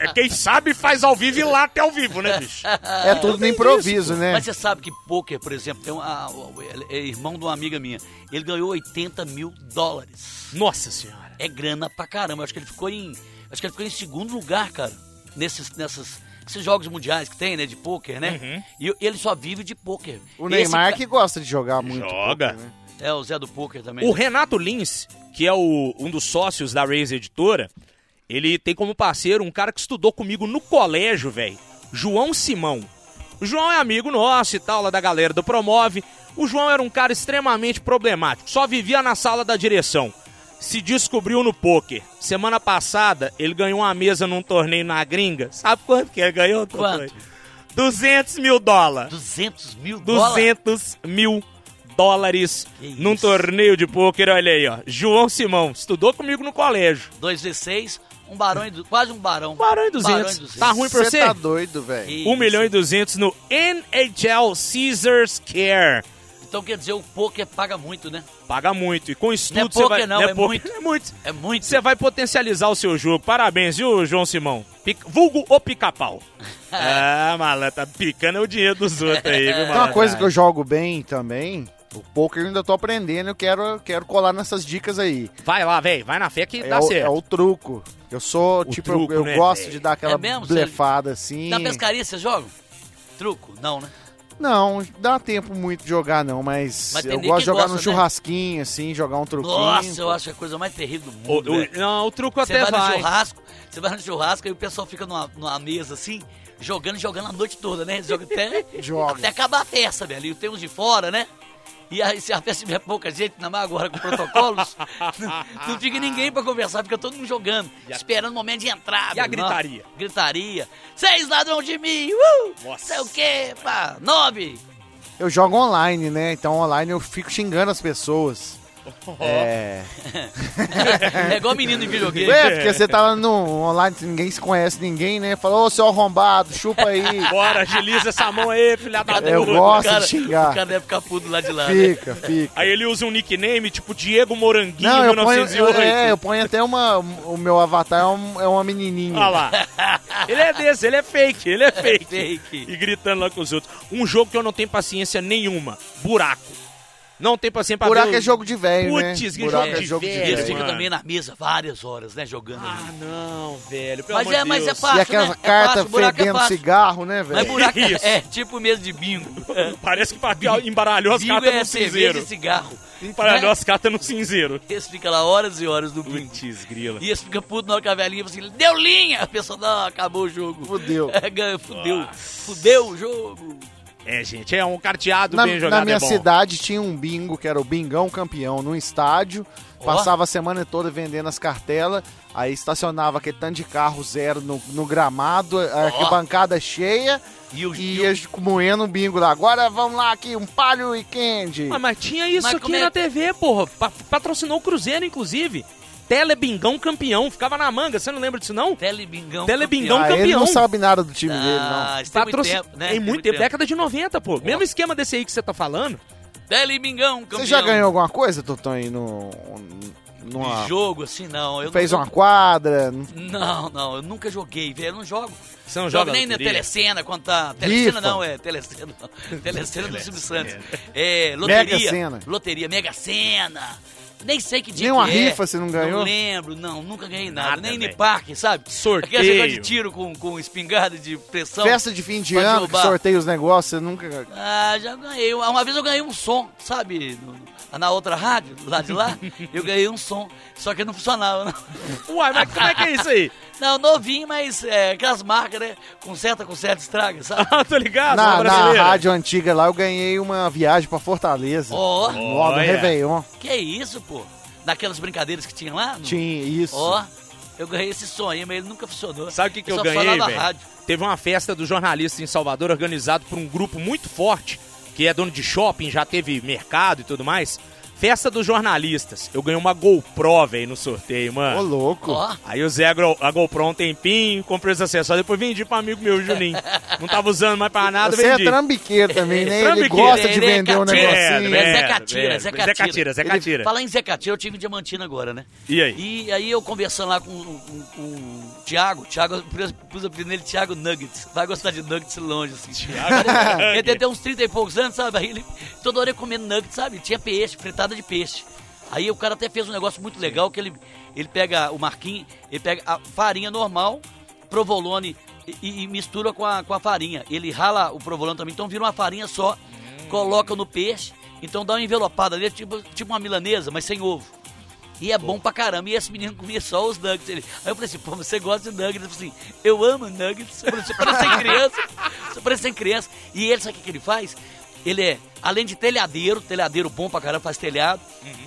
[SPEAKER 2] É, quem sabe faz ao vivo e lá até ao vivo, né, bicho?
[SPEAKER 3] É tudo no improviso, né?
[SPEAKER 4] Mas você sabe que poker, por exemplo, tem um, ah, o- ele é irmão de uma amiga minha. Ele ganhou 80 mil dólares.
[SPEAKER 2] Nossa senhora.
[SPEAKER 4] É grana pra caramba. Acho que ele ficou em. Acho que ele ficou em segundo lugar, cara. Nesses, nessas, esses jogos mundiais que tem, né? De pôquer,
[SPEAKER 2] Uhum.
[SPEAKER 4] né? E ele só vive de pôquer.
[SPEAKER 3] O
[SPEAKER 4] Esse
[SPEAKER 3] Neymar
[SPEAKER 4] ca-
[SPEAKER 3] que gosta de jogar muito.
[SPEAKER 2] Joga.
[SPEAKER 3] pouco, né?
[SPEAKER 4] É, o Zé do Pôquer também. Né?
[SPEAKER 2] O Renato Lins, que é o- um dos sócios da Raise Editora, ele tem como parceiro um cara que estudou comigo no colégio, velho. João Simão. O João é amigo nosso e tal, lá da galera do Promove. O João era um cara extremamente problemático, só vivia na sala da direção. Se descobriu no pôquer. Semana passada, ele ganhou uma mesa num torneio na gringa. Sabe quanto que ele ganhou? Totonho?
[SPEAKER 4] Quanto?
[SPEAKER 2] 200 mil dólares.
[SPEAKER 4] 200 mil dólares.
[SPEAKER 2] 200 mil dólares
[SPEAKER 4] Que isso.
[SPEAKER 2] num torneio de pôquer. Olha aí, ó. João Simão estudou comigo no colégio.
[SPEAKER 4] 2 V6, um barão e du... quase um barão.
[SPEAKER 2] Barão e 200.
[SPEAKER 4] Barão e 200.
[SPEAKER 2] Tá ruim pra
[SPEAKER 3] Cê
[SPEAKER 2] você?
[SPEAKER 3] tá doido, velho.
[SPEAKER 4] Que
[SPEAKER 2] 1 milhão e
[SPEAKER 4] isso.
[SPEAKER 2] 200 no NHL Caesars Care.
[SPEAKER 4] Então quer dizer, o poker paga muito, né?
[SPEAKER 2] Paga muito. E com estudo
[SPEAKER 4] Não é
[SPEAKER 2] você
[SPEAKER 4] pôquer,
[SPEAKER 2] vai...
[SPEAKER 4] não, é
[SPEAKER 2] pôquer,
[SPEAKER 4] muito.
[SPEAKER 2] É muito.
[SPEAKER 4] É muito.
[SPEAKER 2] Você vai potencializar o seu jogo. Parabéns, viu, João Simão? Pica- Vulgo o pica-pau. ah, malandro, tá picando o dinheiro dos outros aí, viu,
[SPEAKER 3] Tem uma
[SPEAKER 2] malandro?
[SPEAKER 3] coisa que eu jogo bem também. O poker eu ainda tô aprendendo, eu quero, quero colar nessas dicas aí.
[SPEAKER 2] Vai lá, velho. Vai na fé que
[SPEAKER 3] É,
[SPEAKER 2] dá
[SPEAKER 3] o,
[SPEAKER 2] certo.
[SPEAKER 3] é o truco. Eu sou, tipo, eu-
[SPEAKER 2] truco,
[SPEAKER 3] eu,
[SPEAKER 2] né,
[SPEAKER 3] gosto
[SPEAKER 2] velho?
[SPEAKER 3] de dar aquela
[SPEAKER 4] É mesmo? Cê-
[SPEAKER 3] blefada
[SPEAKER 2] é
[SPEAKER 3] assim.
[SPEAKER 4] Na pescaria você joga? Truco? Não, né?
[SPEAKER 3] Não, dá tempo muito de jogar não, mas,
[SPEAKER 4] Mas tem
[SPEAKER 3] eu
[SPEAKER 4] nem
[SPEAKER 3] gosto
[SPEAKER 4] quem
[SPEAKER 3] de jogar
[SPEAKER 4] gosta,
[SPEAKER 3] num
[SPEAKER 4] né?
[SPEAKER 3] churrasquinho assim, jogar um truquinho.
[SPEAKER 4] Nossa, eu acho é a coisa mais terrível do
[SPEAKER 2] O-
[SPEAKER 4] mundo.
[SPEAKER 2] o-
[SPEAKER 3] né?
[SPEAKER 4] velho.
[SPEAKER 2] não, o truco
[SPEAKER 4] Você
[SPEAKER 2] até
[SPEAKER 4] vai, no
[SPEAKER 2] vai.
[SPEAKER 4] churrasco, você vai no churrasco e o pessoal fica numa, numa mesa assim, jogando, jogando a noite toda, né? Joga até,
[SPEAKER 3] Joga.
[SPEAKER 4] até acabar a festa, velho. E tem uns de fora, né? E aí, se a festa tiver pouca gente, na mais agora com protocolos, não, não fica ninguém pra conversar, fica todo mundo jogando,
[SPEAKER 2] a-
[SPEAKER 4] esperando o momento de entrar.
[SPEAKER 2] E a
[SPEAKER 4] meu irmão.
[SPEAKER 2] gritaria?
[SPEAKER 4] Gritaria. Seis ladrão de mim, uh!
[SPEAKER 2] Nossa.
[SPEAKER 4] Sei o quê, pá. Nove.
[SPEAKER 3] Eu jogo online, né? Então online eu fico xingando as pessoas. É.
[SPEAKER 4] É igual menino em videogame.
[SPEAKER 3] É, porque você tá no online, ninguém se conhece ninguém, né? Falou, ô seu arrombado, chupa aí.
[SPEAKER 4] né?
[SPEAKER 2] Bora, agiliza essa mão aí, filha da
[SPEAKER 4] Cara,
[SPEAKER 3] Eu
[SPEAKER 4] o
[SPEAKER 2] puta.
[SPEAKER 3] gosto de
[SPEAKER 4] cara-
[SPEAKER 3] xingar.
[SPEAKER 4] O cara deve ficar puto lá de lá. né?
[SPEAKER 3] Fica, fica.
[SPEAKER 2] Aí ele usa um nickname tipo Diego Moranguinho
[SPEAKER 3] Não, eu ponho,
[SPEAKER 2] 1908.
[SPEAKER 3] eu, é, eu ponho até uma. O meu avatar é, um- é uma menininha.
[SPEAKER 2] Olha lá. Ele é desse, ele é fake, ele é fake.
[SPEAKER 4] fake.
[SPEAKER 2] E gritando lá com os outros. Um jogo que eu não tenho paciência nenhuma. Buraco. Não tem paciência pra
[SPEAKER 3] Buraco
[SPEAKER 2] ver.
[SPEAKER 3] é
[SPEAKER 2] o-
[SPEAKER 3] jogo de velho, né?
[SPEAKER 2] Putz, que
[SPEAKER 3] Buraco
[SPEAKER 2] jogo
[SPEAKER 3] é
[SPEAKER 2] de
[SPEAKER 3] jogo de
[SPEAKER 2] velho,
[SPEAKER 4] E ele
[SPEAKER 3] velho.
[SPEAKER 4] fica
[SPEAKER 2] mano.
[SPEAKER 4] também na mesa várias horas, né? Jogando ali.
[SPEAKER 2] Ah, não, velho. Pelo
[SPEAKER 4] Mas
[SPEAKER 2] amor
[SPEAKER 4] é,
[SPEAKER 2] de
[SPEAKER 4] mas é
[SPEAKER 2] Deus.
[SPEAKER 4] fácil.
[SPEAKER 3] E aquela
[SPEAKER 4] né?
[SPEAKER 3] carta
[SPEAKER 4] é fácil, buraco é
[SPEAKER 3] fedendo
[SPEAKER 4] fácil.
[SPEAKER 3] cigarro, né,
[SPEAKER 4] Mas
[SPEAKER 3] velho?
[SPEAKER 4] buraco
[SPEAKER 2] Isso.
[SPEAKER 4] é tipo mesa de bingo.
[SPEAKER 2] Parece que bateu- embaralhou as
[SPEAKER 4] bingo
[SPEAKER 2] cartas
[SPEAKER 4] é
[SPEAKER 2] no
[SPEAKER 4] cerveja e
[SPEAKER 2] cinzeiro.
[SPEAKER 4] cigarro.
[SPEAKER 3] Então,
[SPEAKER 2] Embaralhou
[SPEAKER 4] né?
[SPEAKER 2] as cartas no cinzeiro.
[SPEAKER 4] Esse fica lá horas e horas do bingo.
[SPEAKER 2] Putz, grila.
[SPEAKER 4] E esse fica puto na hora que a velhinha fala assim, deu linha! A pessoa, não, acabou o jogo.
[SPEAKER 3] Fudeu.
[SPEAKER 4] É, ganha, fudeu. Fudeu o jogo.
[SPEAKER 2] É, gente, é um carteado
[SPEAKER 3] Na,
[SPEAKER 2] bem
[SPEAKER 3] na
[SPEAKER 2] jogado.
[SPEAKER 3] minha
[SPEAKER 2] é bom.
[SPEAKER 3] cidade tinha um bingo, que era o Bingão Campeão, num estádio.
[SPEAKER 4] Ó.
[SPEAKER 3] Passava a semana toda vendendo as cartelas. Aí estacionava aquele tanto de carro zero no, no gramado, a arquibancada cheia.
[SPEAKER 4] E o
[SPEAKER 3] E
[SPEAKER 4] e o-
[SPEAKER 3] ia moendo um bingo lá. Agora vamos lá aqui, um palho e candy.
[SPEAKER 2] Ah, mas tinha isso
[SPEAKER 4] Mas
[SPEAKER 2] aqui
[SPEAKER 4] como é
[SPEAKER 2] na
[SPEAKER 4] que-
[SPEAKER 2] TV, porra. Pa- patrocinou o Cruzeiro, inclusive. Telebingão campeão. Ficava na manga. Você não lembra disso, não?
[SPEAKER 4] Telebingão.
[SPEAKER 2] Telebingão
[SPEAKER 3] ah, ele
[SPEAKER 2] campeão.
[SPEAKER 3] não sabe nada do time dele, não.
[SPEAKER 4] Ah, isso tem muito
[SPEAKER 2] Patrocin-
[SPEAKER 4] tempo, né?
[SPEAKER 2] Em muito tempo. Década de 90, pô. Mesmo esquema desse aí que você tá falando.
[SPEAKER 4] Telebingão, campeão.
[SPEAKER 3] Você já ganhou alguma coisa, Totão, aí no... Numa...
[SPEAKER 4] De jogo, assim, não. Eu
[SPEAKER 3] Fez
[SPEAKER 4] não,
[SPEAKER 3] uma quadra,
[SPEAKER 4] Não, não, eu nunca joguei, velho. Eu não jogo.
[SPEAKER 2] Você não
[SPEAKER 4] Não
[SPEAKER 2] joga
[SPEAKER 4] jogo nem é um na
[SPEAKER 2] loteria?
[SPEAKER 4] Telecena, quando tá.
[SPEAKER 3] Rifa.
[SPEAKER 4] Telecena não, é Telecena. não. Telecena do Silvio Santos. É,
[SPEAKER 3] Mega
[SPEAKER 4] loteria.
[SPEAKER 3] Sena.
[SPEAKER 4] Loteria, Mega Sena. Nem sei que dia
[SPEAKER 3] Nem uma
[SPEAKER 4] que é.
[SPEAKER 3] rifa você não ganhou?
[SPEAKER 4] Não lembro, não, nunca ganhei nada.
[SPEAKER 2] Nada,
[SPEAKER 4] nem
[SPEAKER 2] velho.
[SPEAKER 4] no parque, sabe?
[SPEAKER 2] Sorteio.
[SPEAKER 4] Aquele negócio de tiro com, com espingarda de pressão.
[SPEAKER 3] festa de fim de
[SPEAKER 4] Pode
[SPEAKER 3] ano,
[SPEAKER 4] roubar.
[SPEAKER 3] que sorteia os negócios, você nunca...
[SPEAKER 4] Ah, já ganhei. Uma vez eu ganhei um som, sabe? No- Na outra rádio, lá de lá, eu ganhei um som. Só que não funcionava, não.
[SPEAKER 2] Uai, mas como é que é isso aí?
[SPEAKER 4] Não, novinho, mas é, aquelas marcas, né? Com certa, com certa estraga, sabe?
[SPEAKER 2] Ah, tô ligado?
[SPEAKER 3] Na,
[SPEAKER 2] uma
[SPEAKER 3] na
[SPEAKER 2] brasileira.
[SPEAKER 3] rádio antiga lá, eu ganhei uma viagem pra Fortaleza.
[SPEAKER 4] Ó,
[SPEAKER 3] Ó,
[SPEAKER 4] Hum.
[SPEAKER 3] no
[SPEAKER 2] Olha.
[SPEAKER 3] Réveillon.
[SPEAKER 4] que isso, pô? Daquelas brincadeiras que tinha lá? no-
[SPEAKER 3] Tinha isso.
[SPEAKER 4] Ó, eu ganhei esse sonho, mas ele nunca funcionou.
[SPEAKER 2] Sabe o que, que eu
[SPEAKER 4] só
[SPEAKER 2] ganhei,
[SPEAKER 4] falava
[SPEAKER 2] velho?
[SPEAKER 4] rádio.
[SPEAKER 2] Teve uma festa do jornalista em Salvador organizado por um grupo muito forte, que é dono de shopping, já teve mercado e tudo mais. Festa dos jornalistas. Eu ganhei uma GoPro, velho, no sorteio,
[SPEAKER 3] Ô,
[SPEAKER 2] mano.
[SPEAKER 3] louco.
[SPEAKER 4] Ó,
[SPEAKER 2] Aí eu usei a, Gro- a GoPro um tempinho, comprei os acessórios, depois vendi pra amigo meu, Juninho. Não tava usando mais pra nada,
[SPEAKER 3] Você é
[SPEAKER 2] vendi.
[SPEAKER 3] trambiqueiro também, né? Ele
[SPEAKER 2] Trambiqueiro. né?
[SPEAKER 3] gosta de
[SPEAKER 4] Ele é
[SPEAKER 3] vender um
[SPEAKER 4] catira.
[SPEAKER 3] negocinho.
[SPEAKER 4] É, Zé Catira, Zé
[SPEAKER 2] Zé
[SPEAKER 4] Catira.
[SPEAKER 2] Catira, Zé
[SPEAKER 3] Ele
[SPEAKER 2] Catira.
[SPEAKER 4] falar em Zé Catia, eu tive em Diamantina agora, né?
[SPEAKER 2] E aí?
[SPEAKER 4] E aí eu conversando lá com, com- com o Thiago, Thiago, eu pus- pus o apelido nele Thiago Nuggets. Vai gostar de Nuggets longe, assim. Thiago Ele tem até uns 30 e poucos anos, sabe? Aí ele, toda hora eu comendo Nuggets, sabe? Tinha peixe, fritada de peixe. Aí o cara até fez um negócio muito legal, que ele, ele pega o marquinho, ele pega a farinha normal, provolone e- e, e mistura com a, com a farinha. Ele rala o provolone também, então vira uma farinha só, coloca no peixe, então dá uma envelopada ali, tipo, tipo uma milanesa, mas sem ovo. E é bom pra caramba. E esse menino comia só os nuggets. Ele... Aí eu falei assim, pô, você gosta de nuggets? Ele falou assim, eu amo nuggets. Eu falei, Você parece uma criança. Você parece uma criança. E ele, sabe o que que ele faz? Ele é, além de telhadeiro, telhadeiro bom pra caramba, faz telhado.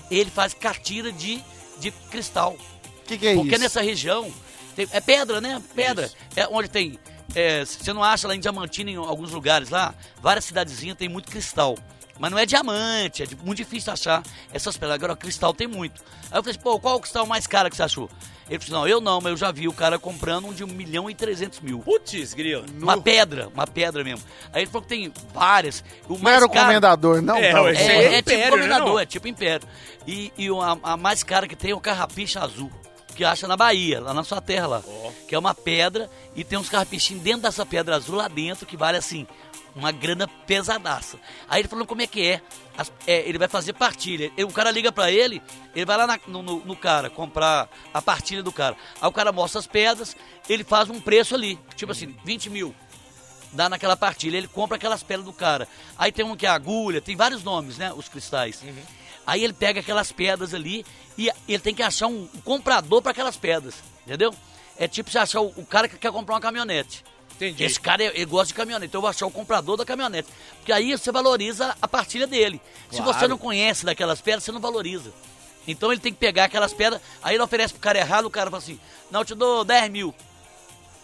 [SPEAKER 4] Ele faz catira de, de cristal.
[SPEAKER 3] O que, que é
[SPEAKER 4] Porque
[SPEAKER 3] isso?
[SPEAKER 4] nessa região tem- é pedra, né? Pedra. É onde tem. é, c- você não acha lá em Diamantina, em alguns lugares lá, várias cidadezinhas tem muito cristal. Mas não é diamante, é de- muito difícil achar essas pedras. Agora, cristal tem muito. Aí eu falei assim, pô, qual o cristal mais caro que você achou? Ele falou assim, não, eu não, mas eu já vi o cara comprando um de 1 milhão e 300 mil.
[SPEAKER 2] Putz, grilo.
[SPEAKER 4] Uma pedra, uma pedra mesmo. Aí ele falou que tem várias. O
[SPEAKER 3] Não
[SPEAKER 4] mais
[SPEAKER 3] era o
[SPEAKER 4] caro-
[SPEAKER 3] comendador, não?
[SPEAKER 2] É,
[SPEAKER 3] não.
[SPEAKER 2] ué,
[SPEAKER 3] Não.
[SPEAKER 2] isso aí
[SPEAKER 4] é,
[SPEAKER 2] império,
[SPEAKER 4] é
[SPEAKER 2] né,
[SPEAKER 4] tipo comendador,
[SPEAKER 2] não?
[SPEAKER 4] é tipo império. E, e o- a, a mais cara que tem é o carrapicho azul, que acha na Bahia, lá na sua terra lá. Que é uma pedra e tem uns carrapichinhos dentro dessa pedra azul lá dentro que vale assim, uma grana pesadaça. Aí ele falou como é que é. As- é, ele vai fazer partilha. E o cara liga pra ele, ele vai lá na- no, no- no cara comprar a partilha do cara. Aí o cara mostra as pedras, ele faz um preço ali, tipo assim, 20 mil dá naquela partilha. Ele compra aquelas pedras do cara. Aí tem um que é agulha, tem vários nomes, né? Os cristais.
[SPEAKER 2] Uhum.
[SPEAKER 4] Aí ele pega aquelas pedras ali e ele tem que achar um comprador para aquelas pedras, entendeu? É tipo você achar o, o cara que quer comprar uma caminhonete.
[SPEAKER 2] Entendi.
[SPEAKER 4] Esse cara ele gosta de caminhonete, então eu vou achar o comprador da caminhonete. Porque aí você valoriza a partilha dele. Se
[SPEAKER 2] Claro.
[SPEAKER 4] você não conhece daquelas pedras, você não valoriza. Então ele tem que pegar aquelas pedras, aí ele oferece pro cara errado, o cara fala assim, não, eu te dou 10 mil.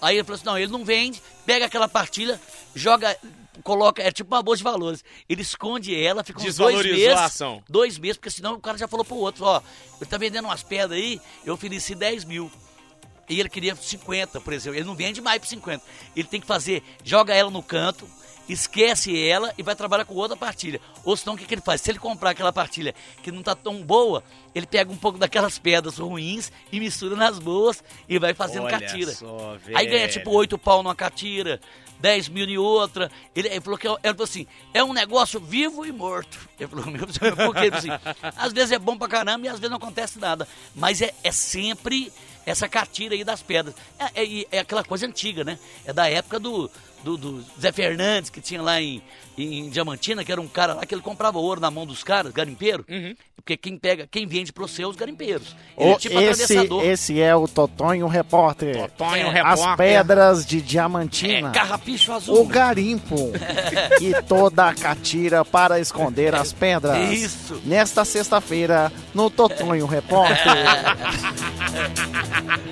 [SPEAKER 4] Aí ele falou assim: não, ele não vende, pega aquela partilha, joga, coloca, é tipo uma bolsa de valores. Ele esconde ela, fica uns dois
[SPEAKER 2] Desvalorizou
[SPEAKER 4] meses.
[SPEAKER 2] a ação.
[SPEAKER 4] Dois meses, porque senão o cara já falou pro outro: ó, ele tá vendendo umas pedras aí, eu ofereci 10 mil. E ele queria 50, por exemplo. Ele não vende mais por 50. Ele tem que fazer, joga ela no canto, esquece ela e vai trabalhar com outra partilha. Ou senão o que, que ele faz? Se ele comprar aquela partilha que não tá tão boa, ele pega um pouco daquelas pedras ruins e mistura nas boas e vai fazendo
[SPEAKER 2] Olha
[SPEAKER 4] catira.
[SPEAKER 2] só,
[SPEAKER 4] Aí ganha
[SPEAKER 2] velho.
[SPEAKER 4] tipo oito pau numa catira, 10 mil em outra. Ele, ele falou que é, ele falou assim, é um negócio vivo e morto. Ele falou, meu, por quê? Ele falou assim, às vezes é bom pra caramba e às vezes não acontece nada. Mas é, é sempre essa catira aí das pedras. É, é- e é aquela coisa antiga, né? É da época do, do, do Zé Fernandes, que tinha lá em, em Diamantina, que era um cara lá que ele comprava ouro na mão dos caras, garimpeiro. Porque quem pega, quem vende pro seu, é os garimpeiros. Ele é
[SPEAKER 3] O-
[SPEAKER 4] tipo
[SPEAKER 3] esse,
[SPEAKER 4] atravessador.
[SPEAKER 3] esse é o Totonho Repórter.
[SPEAKER 2] Totonho,
[SPEAKER 3] É,
[SPEAKER 2] é
[SPEAKER 3] As
[SPEAKER 2] repórter.
[SPEAKER 3] pedras de
[SPEAKER 4] É,
[SPEAKER 3] Diamantina.
[SPEAKER 4] carrapicho azul.
[SPEAKER 3] o garimpo e toda a catira para esconder as pedras.
[SPEAKER 4] Isso.
[SPEAKER 3] Nesta sexta-feira, no Totonho Repórter.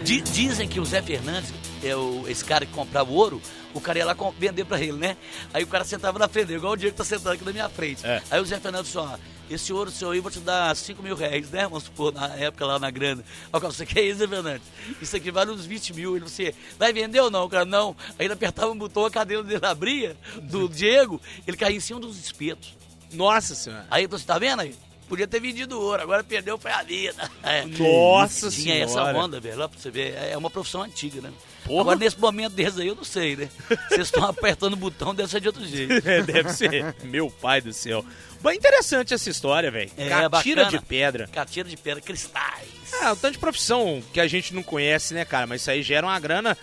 [SPEAKER 4] Di- dizem que o Zé Fernandes, é o, esse cara que comprava o ouro, o cara ia lá com- vender pra ele, né? Aí o cara sentava na frente, dele, igual o Diego tá sentado aqui na minha frente.
[SPEAKER 2] É.
[SPEAKER 4] Aí o Zé Fernandes só, esse ouro seu aí, vou te dar 5 mil reais, né? Vamos supor, na época lá na grana. Ó, cara, você quer isso, Zé Fernandes? Isso aqui vale uns 20 mil. Ele você vai vender ou não? O cara, não. Aí ele apertava um botão, a cadeira dele abria, do Diego, ele caía em cima dos espetos.
[SPEAKER 2] Nossa senhora.
[SPEAKER 4] Aí você tá vendo aí? Podia ter vendido ouro, agora perdeu foi a vida. É.
[SPEAKER 2] Nossa
[SPEAKER 4] Tinha
[SPEAKER 2] senhora.
[SPEAKER 4] essa onda, velho, lá pra você ver. É uma profissão antiga, né?
[SPEAKER 2] Porra.
[SPEAKER 4] Agora, nesse momento desse aí, eu não sei, né? Vocês estão apertando o botão, deve ser de outro jeito.
[SPEAKER 2] É, deve ser. Meu pai do céu. Mas interessante essa história, velho.
[SPEAKER 4] É,
[SPEAKER 2] Catira
[SPEAKER 4] bacana.
[SPEAKER 2] de pedra.
[SPEAKER 4] Catira de pedra, cristais.
[SPEAKER 2] Ah, o tanto de profissão que a gente não conhece, né, cara? Mas isso aí gera uma grana